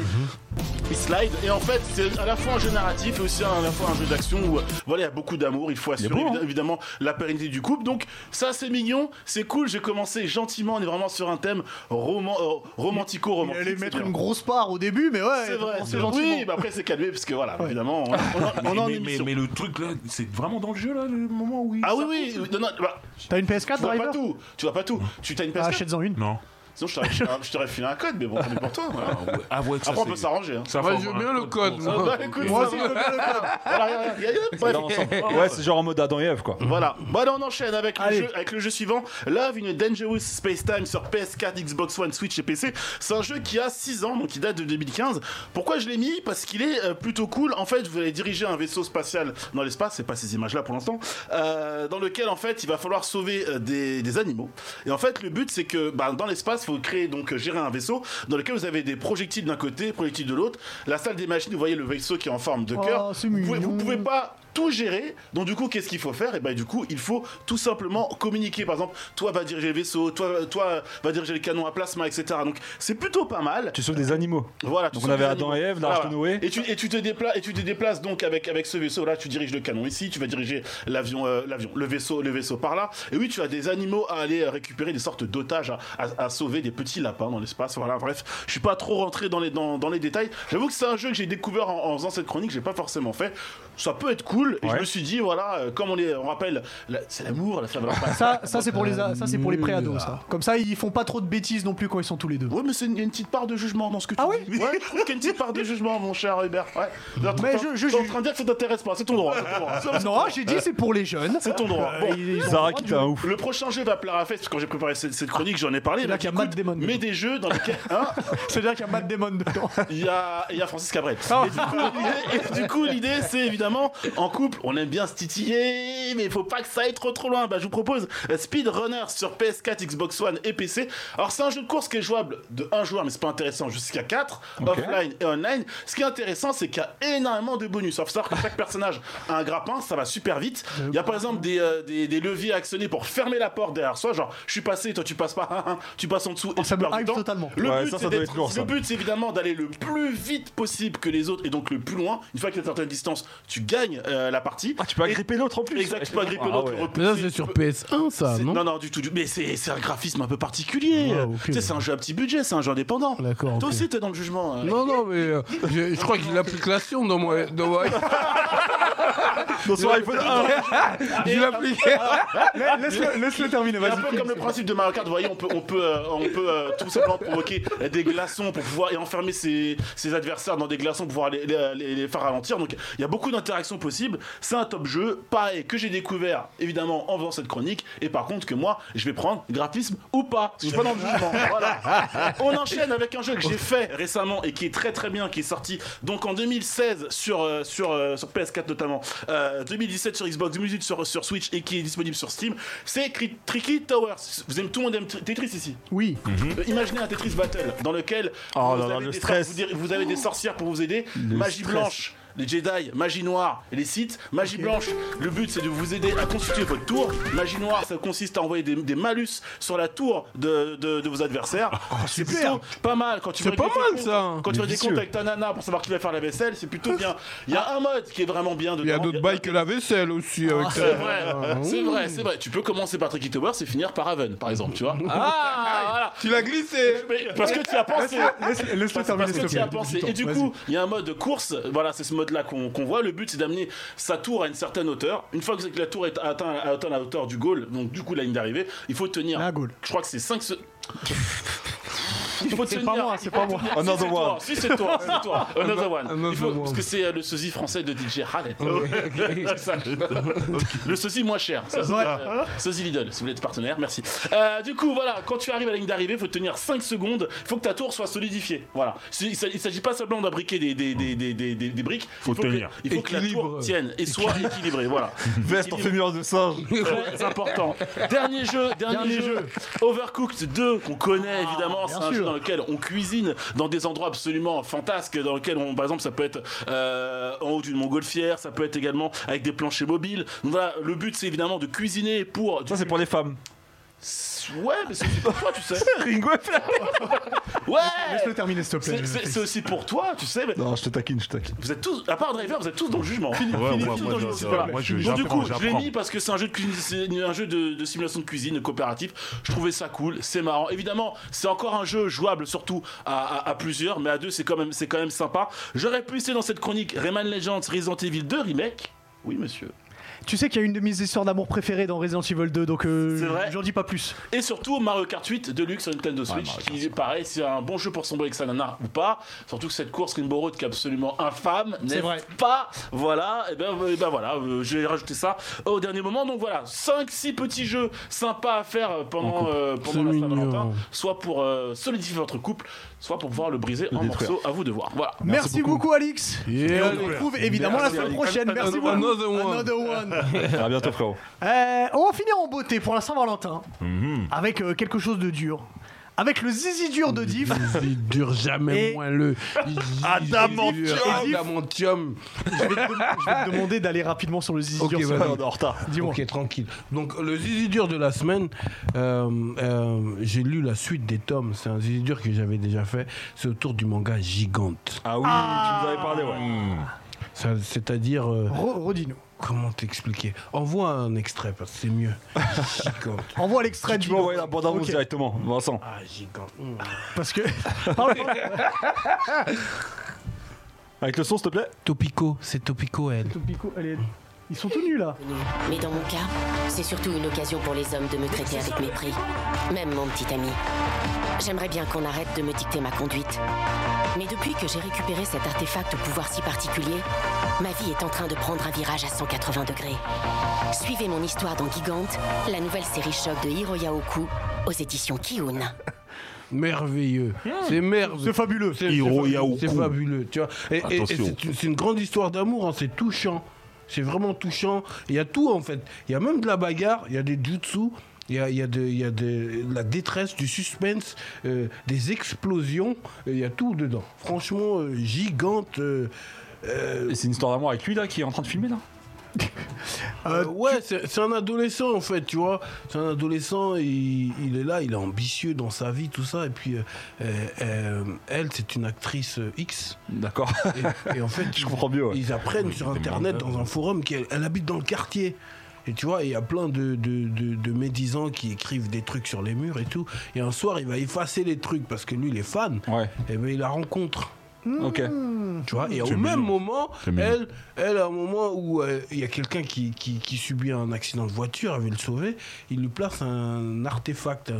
I: il slide. Et en fait, c'est à la fois un jeu narratif et aussi à la fois un jeu d'action où voilà, il y a beaucoup d'amour. Il faut assurer
B: beau, hein.
I: évi- évidemment la pérennité du couple. Donc, ça, c'est mignon, c'est cool. J'ai commencé gentiment. On est vraiment sur un thème roman, euh, romantico-romantique.
A: Il allait mettre
I: c'est bien.
A: une grosse part au début, mais ouais,
I: C'est vrai,
A: c'est
I: c'est
A: gentil.
I: Oui, bah. mais après, c'est calmé parce que voilà, évidemment,
A: *laughs*
I: on, on,
D: Mais,
I: on est en
D: mais-
I: émission.
D: mais- mais le truc là, c'est vraiment dans le jeu là, le moment où il.
I: Ah oui, oui, non, non, bah,
A: T'as une PS4
I: tu vois
A: Driver
I: pas tout, tu vois pas tout. Tu as une
A: Ah,
I: PS4,
A: Achète-en une.
D: Non.
I: sinon je t'aurais- je t'aurais- je t'aurais filé un code, mais bon, c'est pour toi. voilà.
D: Avouez que ça.
I: Après, on peut
D: c'est-
I: s'arranger. Hein.
D: ça
G: Moi,
D: forme
G: je veux
D: un
G: bien le code,
D: pour ça.
I: Ah,
G: moi.
I: bah, écoute,
A: Moi
I: ça
A: aussi,
I: va.
A: je veux bien le code.
I: Voilà, rien, rien, rien, bref. *laughs*
B: Ouais, c'est genre en mode Adam et Ève, quoi.
I: Voilà. Bon, alors on enchaîne avec le,
A: Allez.
I: jeu, avec le jeu suivant. Love in a Dangerous Space Time sur PS4, Xbox One, Switch et PC. C'est un jeu qui a 6 ans, donc il date de 2015. Pourquoi je l'ai mis Parce qu'il est euh, plutôt cool. En fait, vous allez diriger un vaisseau spatial dans l'espace, c'est pas ces images-là pour l'instant, euh, dans lequel en fait il va falloir sauver euh, des, des animaux. Et en fait, le but c'est que bah, dans l'espace, faut créer donc euh, gérer un vaisseau dans lequel vous avez des projectiles d'un côté, projectiles de l'autre. La salle des machines, vous voyez le vaisseau qui est en forme de
A: Oh,
I: cœur.
A: c'est
I: vous, pouvez- vous
A: mignon.
I: pouvez pas tout gérer. Donc du coup, qu'est-ce qu'il faut faire Et ben du coup, il faut tout simplement communiquer. Par exemple, toi va diriger le vaisseau, toi, toi va diriger le canon à plasma, etc. Donc c'est plutôt pas mal.
B: Tu sauves des animaux.
I: Voilà.
B: Donc
I: tu
B: on
I: sauves
B: avait
I: des
B: Adam
I: animaux.
B: et Ève, l'Arche de Noé.
I: Et tu, et tu te déplaces, et tu te déplaces donc avec avec ce vaisseau là, tu diriges le canon ici, tu vas diriger l'avion, euh, l'avion, le vaisseau, le vaisseau par là. Et oui, tu as des animaux à aller euh, récupérer, des sortes d'otages à, à- à sauver, des petits lapins dans l'espace. Voilà, bref, je suis pas trop rentré dans les dans, dans les détails. J'avoue que c'est un jeu que j'ai découvert en, en faisant cette chronique, j'ai pas forcément fait. Ça peut être cool. Et je
B: Ouais.
I: me suis dit voilà, euh, comme on est, on rappelle, la- c'est l'amour, la
B: *laughs*
I: flamme.
A: Ça, ça c'est pour les, a- ça c'est pour les préados, ça. Comme ça, ils font pas trop de bêtises non plus quand ils sont tous
I: *laughs*
A: les deux.
I: Oui, mais c'est une, il y a une petite part de jugement dans ce que tu
A: Ah
I: dis.
A: oui
I: ouais, je trouve qu'il y a une petite part de jugement, mon cher Hubert. Ouais.
A: Mais
I: T'es en-
A: je- je
I: t'es en
A: juge.
I: train de dire que ça t'intéresse pas, c'est ton droit. c'est ton droit.
A: *laughs*
I: C'est-
A: Non, Euh, j'ai dit c'est pour les jeunes. *laughs*
I: C'est ton droit. Bon,
B: Zara qui t'a un ouf.
I: le prochain jeu va plaire à Fest, parce que quand j'ai préparé cette, cette chronique, j'en ai parlé.
A: C'est
I: Il m'a
A: là qu'il Ah, y a Matt
I: dit, écoute,
A: Damon dedans.
I: Mets des jeux dans lesquels. hein,
A: C'est-à-dire qu'il y a Matt Damon dedans.
I: il y a, il y a Francis Cabrel.
A: Oh.
I: Et du coup, l'idée- Et du coup, l'idée, c'est évidemment, en couple, on aime bien se titiller, mais il faut pas que ça aille trop trop loin. Bah, je vous propose Speedrunner sur PS4, Xbox One et PC. Alors, c'est un jeu de course qui est jouable de un joueur, mais c'est pas intéressant, jusqu'à 4, offline et online. Ce qui est intéressant, c'est qu'il y a énormément de bonus. Sauf savoir que chaque personnage a un grappin, ça va super vite. Il y a par exemple des, euh, des, des leviers actionnés pour fermer la porte derrière soi, genre, je suis passé, toi tu passes pas, tu passes en dessous. Et
A: Oh, ça
I: tu
A: me
I: perds du
A: hype
I: temps.
A: totalement.
I: Le
B: Ouais,
I: but,
B: ça, ça
I: c'est
B: doit
I: d'être-
B: être lourd, ça.
I: le but, c'est évidemment d'aller le plus vite possible que les autres et donc le plus loin. Une fois qu'il y a une certaine distance, tu gagnes euh, la partie.
B: Ah, tu peux agripper l'autre en plus.
I: Exact, tu peux agripper
B: Ah,
I: l'autre, le repousser,
G: Mais ça, c'est
I: tu
G: sur
I: peux-
G: PS1, ça,
I: c'est-
G: non
I: non, du tout. du- Mais c'est c'est un graphisme un peu particulier.
G: Ah, ok.
I: Tu sais, c'est un jeu à petit budget, c'est un jeu indépendant.
G: D'accord,
I: Toi
G: ok.
I: aussi, t'es dans le jugement. euh.
G: Non, non, mais euh, je, je crois qu'il applique la sion dans moi. Dans moi.
B: Dans son iPhone 1.
G: Je
A: *laughs*
G: l'applique.
A: Laisse-le laisse-le terminer,
I: C'est
A: vas-y.
I: un peu comme le principe de Mario Kart, vous voyez, on peut, on peut, euh, on peut euh, tout simplement provoquer des glaçons pour pouvoir et enfermer ses, ses adversaires dans des glaçons pour pouvoir les, les- les- les faire ralentir. Donc il y a beaucoup d'interactions possibles. C'est un top jeu, pareil, que j'ai découvert évidemment en faisant cette chronique. Et par contre, que moi, je vais prendre graphisme ou pas. Parce que Je suis pas dans le jugement. Voilà. On enchaîne avec un jeu que j'ai fait récemment et qui est très très bien, qui est sorti donc en 2016 sur, euh, sur, euh, sur PS4 notamment, euh, 2017 sur Xbox, 2018 sur, sur Switch et qui est disponible sur Steam. C'est Cri- Tricky Towers. Vous aimez tout le monde aime Tri- Tetris ici
A: Oui.
I: euh, Imaginez un Tetris Battle dans lequel
B: Oh
I: vous,
B: là là,
I: avez
B: le
I: des
B: stress.
I: sor- vous dire- vous avez des sorcières pour vous aider,
B: Le
I: magie
B: stress.
I: blanche. Les Jedi, magie noire et les Sith. Magie blanche, le but c'est de vous aider à constituer votre tour. Magie noire, ça consiste à envoyer des, des malus sur la tour de, de- de vos adversaires. c'est plutôt pas mal quand tu
G: Ah, C'est
I: fais
G: pas
I: des
G: mal,
I: comptes-
G: ça.
I: Quand tu fais des
B: vicieux.
I: comptes avec ta nana pour savoir qui va faire la vaisselle, c'est plutôt bien. Il y a un mode qui est vraiment bien.
G: Il y a
I: dedans.
G: d'autres bails que la vaisselle aussi. Avec ça.
I: C'est
A: euh,
I: vrai,
A: ah,
I: c'est vrai, c'est vrai. Tu peux commencer par Tricky Towers et finir par Haven, par exemple,
A: *laughs*
I: tu vois. Ah, voilà.
G: Tu l'as glissé.
I: Mais parce que tu as pensé.
A: Laisse-le laisse-le
I: Parce,
A: terminer,
I: parce
A: s'il
I: que
A: te
I: tu y as
A: plaît.
I: pensé. Et du coup, il y a un mode de course. Voilà, c'est ce mode-là qu'on qu'on voit. Le but, c'est d'amener sa tour à une certaine hauteur. Une fois que la tour est atteint, a atteint la hauteur du goal, donc du coup la ligne d'arrivée, il faut tenir.
A: La goal.
I: Je crois que c'est 5 secondes. Il faut
A: C'est
I: tenir.
A: pas moi, c'est pas moi.
I: Si,
B: Another
I: c'est toi,
B: one.
I: Si c'est toi, c'est toi. *laughs* Another one. Il
G: Another
I: faut-
G: one.
I: parce que c'est euh, le sosie français de DJ Khaled. *laughs* Ça, je- le sosie moins cher. Sosie, euh, sosie Lidl, si vous voulez être partenaire, merci. Euh, du coup, voilà, quand tu arrives à la ligne d'arrivée, il faut tenir 5 secondes. Il faut que ta tour soit solidifiée. Voilà. C'est- Il ne s'agit pas simplement d'abriquer des, des, des, des, des, des- des briques. Il faut,
D: tenir.
I: Que, il faut que la tour
G: Équilibre.
I: tienne et soit équilibrée. Voilà.
B: Veste en fémur de singe.
I: Très important. Dernier jeu, dernier,
A: Dernier Ah,
I: jeu. Overcooked 2 qu'on connaît évidemment, c'est
A: bien
I: un jeu
A: sûr.
I: dans lequel on cuisine dans des endroits absolument fantasques, dans lequel on, par exemple, ça peut être euh, en haut d'une montgolfière, ça peut être
A: Ah.
I: également avec des planchers mobiles. Donc voilà, le but c'est évidemment de cuisiner pour. du-
B: Ça, c'est pour les femmes.
I: Ouais, mais c'est aussi pour toi,
A: *laughs*
I: tu sais.
B: Ringo
I: Ouais
A: Laisse-le terminer, s'il te plaît.
I: C'est- C'est c'est aussi pour toi, tu sais. mais
B: Non, je te taquine, je te taquine.
I: Vous êtes tous, à part Driver, vous êtes tous dans le jugement. Fini,
D: Ouais,
I: fini,
D: moi,
I: tous
D: moi,
I: dans le
D: je-
I: jugement, c'est
D: je-
I: pas grave.
D: moi, je-
I: Donc, du
D: j'apprends,
I: coup, je l'ai
D: j'apprends.
I: mis parce que c'est un jeu, de, cuisine- c'est un jeu de, de simulation de cuisine coopératif. Je trouvais ça cool, c'est marrant. Évidemment, c'est encore un jeu jouable, surtout à, à- à plusieurs, mais à deux, c'est quand, même- c'est quand même sympa. J'aurais pu essayer dans cette chronique Rayman Legends Resident Evil 2 Remake. Oui, monsieur.
A: Tu sais qu'il y a une de mes histoires d'amour préférées dans Resident Evil 2, donc euh,
I: C'est vrai
A: j'en dis pas plus.
I: Et surtout Mario Kart 8 Deluxe sur Nintendo Switch, qui pareil, c'est un bon jeu pour sombrer avec sa nana ou pas. Surtout que cette course Rainbow Road qui est absolument infâme n'est
A: vrai.
I: pas. Voilà, et ben, eh ben voilà, euh, j'ai rajouté ça au dernier moment. Donc voilà, 5-6 petits jeux sympas à faire euh, pendant, euh,
J: C'est
I: pendant la Saint-Valentin,
J: mignon.
I: soit pour euh, solidifier votre couple, soit pour pouvoir le briser en
B: détruire.
I: morceaux. À vous de voir. Voilà.
A: Merci, beaucoup. Alix. Et on
C: Yeah.
A: se retrouve évidemment
C: Merci,
A: la semaine
C: Alix.
A: prochaine. Merci beaucoup.
C: Another one.
A: Another one.
B: À bientôt, frérot.
A: Euh, on va finir en beauté pour la Saint-Valentin avec euh, quelque chose de dur. Avec le zizi dur de Div.
C: *laughs* Il dure jamais
A: Et-
C: moins le.
D: Adamantium.
C: Adamantium
A: Je vais te demander d'aller rapidement sur le zizi
C: Ok,
A: dur.
C: vas-y.
B: On est en retard.
A: Dis-moi.
C: Ok, tranquille. Donc, le zizi dur de la semaine, euh, euh, j'ai lu la suite des tomes. C'est un zizi dur que j'avais déjà fait. C'est autour du manga Gigante.
B: Ah oui, tu nous avais parlé, ouais.
C: Ça- C'est-à-dire. euh,
A: Re- Redis-nous.
C: comment t'expliquer Envoie un extrait parce que c'est mieux. Gigante.
A: Envoie l'extrait
B: Tu
A: du.
B: m'as envoyé la bande-annonce directement, Vincent.
C: Ah, Gigante. Mmh.
A: Parce que.
B: Avec le son, s'il te plaît.
C: Topico, c'est Topico, elle.
A: Topico, elle est- Ils sont tous nus là.
F: Mais dans mon cas, c'est surtout une occasion pour les hommes de me traiter avec mépris. Même mon petit ami. J'aimerais bien qu'on arrête de me dicter ma conduite. Mais depuis que j'ai récupéré cet artefact au pouvoir si particulier, ma vie est en train de prendre un virage à 180 degrés. Suivez mon histoire dans Gigante, la nouvelle série choc de Hiroya Oku aux éditions Kiun.
C: Merveilleux. C'est merveilleux.
A: C'est fabuleux.
C: C'est-
D: Hiro
C: c'est fabuleux,
D: Yaoku.
C: C'est fabuleux, tu vois. Et, et- et
D: Attention.
C: c'est une, c'est une grande histoire d'amour, hein, c'est touchant. C'est vraiment touchant. Il y a tout en fait. Il y a même de la bagarre, il y a des jutsu, il y a, il y a de, il y a de, de la détresse, du suspense, euh, des explosions. Et Il y a tout dedans. Franchement, euh, gigante. euh, euh,
B: Et c'est une histoire d'amour avec lui, là, qui est en train de filmer, là.
D: Ah,
C: euh, ouais, c'est c'est un adolescent en fait, tu vois. C'est un adolescent, il, il est là, il est ambitieux dans sa vie, tout ça. Et puis, euh, euh, euh, elle, c'est une actrice euh, X.
B: D'accord.
C: Et, et en fait,
B: Je comprends mieux, ouais.
C: ils apprennent sur Internet, dans un forum, qu'elle elle habite dans le quartier. Et tu vois, il y a plein de, de, de- de médisants qui écrivent des trucs sur les murs et tout. Et un soir, il va effacer les trucs parce que lui, il est fan.
B: *laughs* Ouais.
C: Et bien, il la rencontre.
B: Ok.
C: Tu vois, et au
D: C'est
C: même
D: mignon.
C: moment,
D: C'est mignon.
C: elle, elle, à un moment où euh, il y a quelqu'un qui, qui, qui subit un accident de voiture, elle veut le sauver, il lui place un artefact.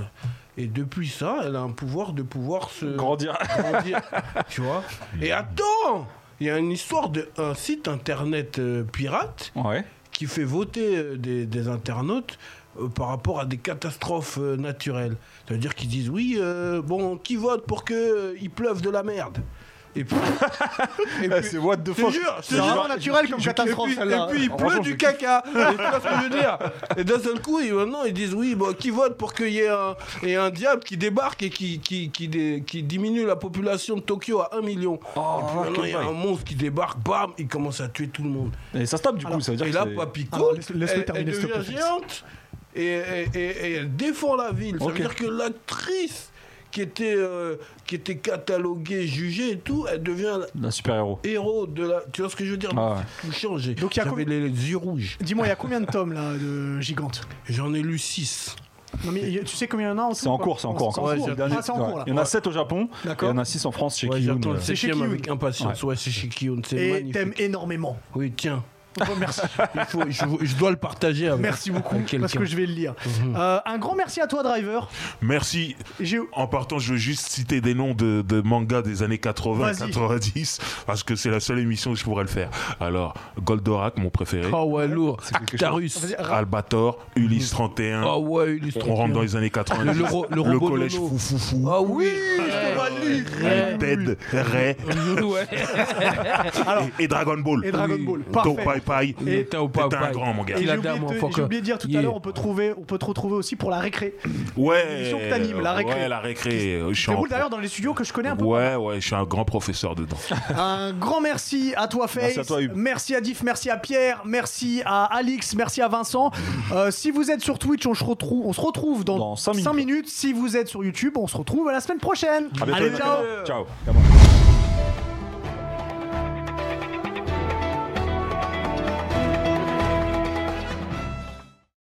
C: Et depuis ça, elle a un pouvoir de pouvoir se
B: Grandir.
C: grandir, tu vois. Et attends, il y a une histoire de un site internet euh, pirate
B: *laughs* Ouais.
C: qui fait voter euh, des, des internautes euh, par rapport à des catastrophes euh, naturelles. C'est-à-dire qu'ils disent oui, euh, bon, qui vote pour que euh, il pleuve de la merde Et puis, et
B: Eh,
C: puis-
B: C'est what the
C: je te
B: fuck.
C: jure, je te
A: C'est
C: jure.
A: vraiment naturel comme
C: Et
A: catastrophe,
C: puis-
A: celle-là.
C: Et puis il pleut du caca. *laughs* Et tu vois ce que je veux dire Et d'un seul coup, ils, maintenant ils disent oui, bon, qui vote pour qu'il y ait un, il y ait un diable qui débarque et qui, qui, qui, dé- qui diminue la population de Tokyo à 1 million
B: Oh,
C: Et puis maintenant, il y a un monstre qui débarque, bam, il commence à tuer tout le monde.
B: Et ça se tape, du coup, ça veut dire
C: Et
B: que
C: là, bah,
B: c'est-
C: Papico,
A: Alors, laisse- Ah, laisse-le
C: elle, elle
A: terminer, s'il te
C: devient
A: plaît.
C: géante et, et- et- et elle défend la ville. Ça
B: Ok.
C: veut dire que l'actrice qui était, euh, qui était cataloguée, jugée et tout, elle devient
B: Un super-héros.
C: héros de la. Tu vois ce que je veux dire
B: Ah ouais.
C: C'est touchant. J'ai,
A: Donc, il y a
C: j'avais
A: combien-
C: les, les yeux rouges.
A: Dis-moi, il y a combien de tomes là de Gigante
C: J'en ai lu 6.
A: Non mais y a- tu sais combien il y en a en tout,
B: C'est en
A: quoi
B: cours, c'est en
A: Oh,
B: cours. encore.
A: C'est en cours,
B: Le dernier-
A: Ah, c'est en
B: ouais.
A: cours, là.
B: Il y en a 7 au Japon, et il y
A: D'accord.
B: en a 6 en France chez euh.
C: Ouais,
B: Kiyun.
C: j'attends le
A: C'est chez
C: septième
A: Kiyun.
C: avec impatience. Ouais, c'est chez Kiyun. C'est
A: Et
C: magnifique.
A: t'aimes énormément.
C: Oui, tiens.
A: Merci.
C: *laughs* Il faut, je, je dois le partager avec *laughs*
A: Merci beaucoup
C: avec quelqu'un.
A: parce que je vais le lire. Euh, un grand merci à toi, Driver.
D: Merci.
A: J'ai
D: En partant, je veux juste citer des noms de, de mangas des années 80,
A: Vas-y.
D: 90, parce que c'est la seule émission où je pourrais le faire. Alors, Goldorak, mon préféré.
C: Oh ouais, lourd.
B: quelque chose.
C: Actarus.
D: Albator, Ulysse 31.
C: Oh ouais, il est
D: On rentre dans les années 80.
C: Le ro- le robot
D: collège
C: Lolo.
D: foufoufou.
C: Ah oui,
D: Ted, Ray
C: Ouais. *laughs*
D: et, et Dragon Ball.
A: Et Dragon Ball.
D: Toppai
A: Parfait.
D: Taupai.
G: Et Taupai.
D: T'es un grand, mon gars.
A: Et
G: la
A: j'ai oublié,
G: dame,
A: de,
G: faut
A: j'ai
G: que-
A: oublié de dire tout
G: Yeah.
A: à l'heure, on peut trouver, on peut te retrouver aussi pour la récré.
D: Ouais.
A: l'émission que t'animes, la récré.
D: Ouais, la récré. euh, Je suis
A: Je
D: en-
A: roule d'ailleurs dans les studios que je connais un peu.
D: Ouais, ouais, je suis un grand professeur dedans.
A: Un grand merci à toi, Face.
B: Merci à toi, Hugues.
A: Merci à Diff, merci à Pierre, merci à Alix, merci à Vincent. Euh, si vous êtes sur Twitch, on, se retrouve, on se retrouve dans,
B: Dans cinq
A: cinq minutes. Si vous êtes sur YouTube, on se retrouve à la semaine prochaine.
B: À bientôt,
A: Allez,
B: les
A: ciao.
B: amis. Ciao.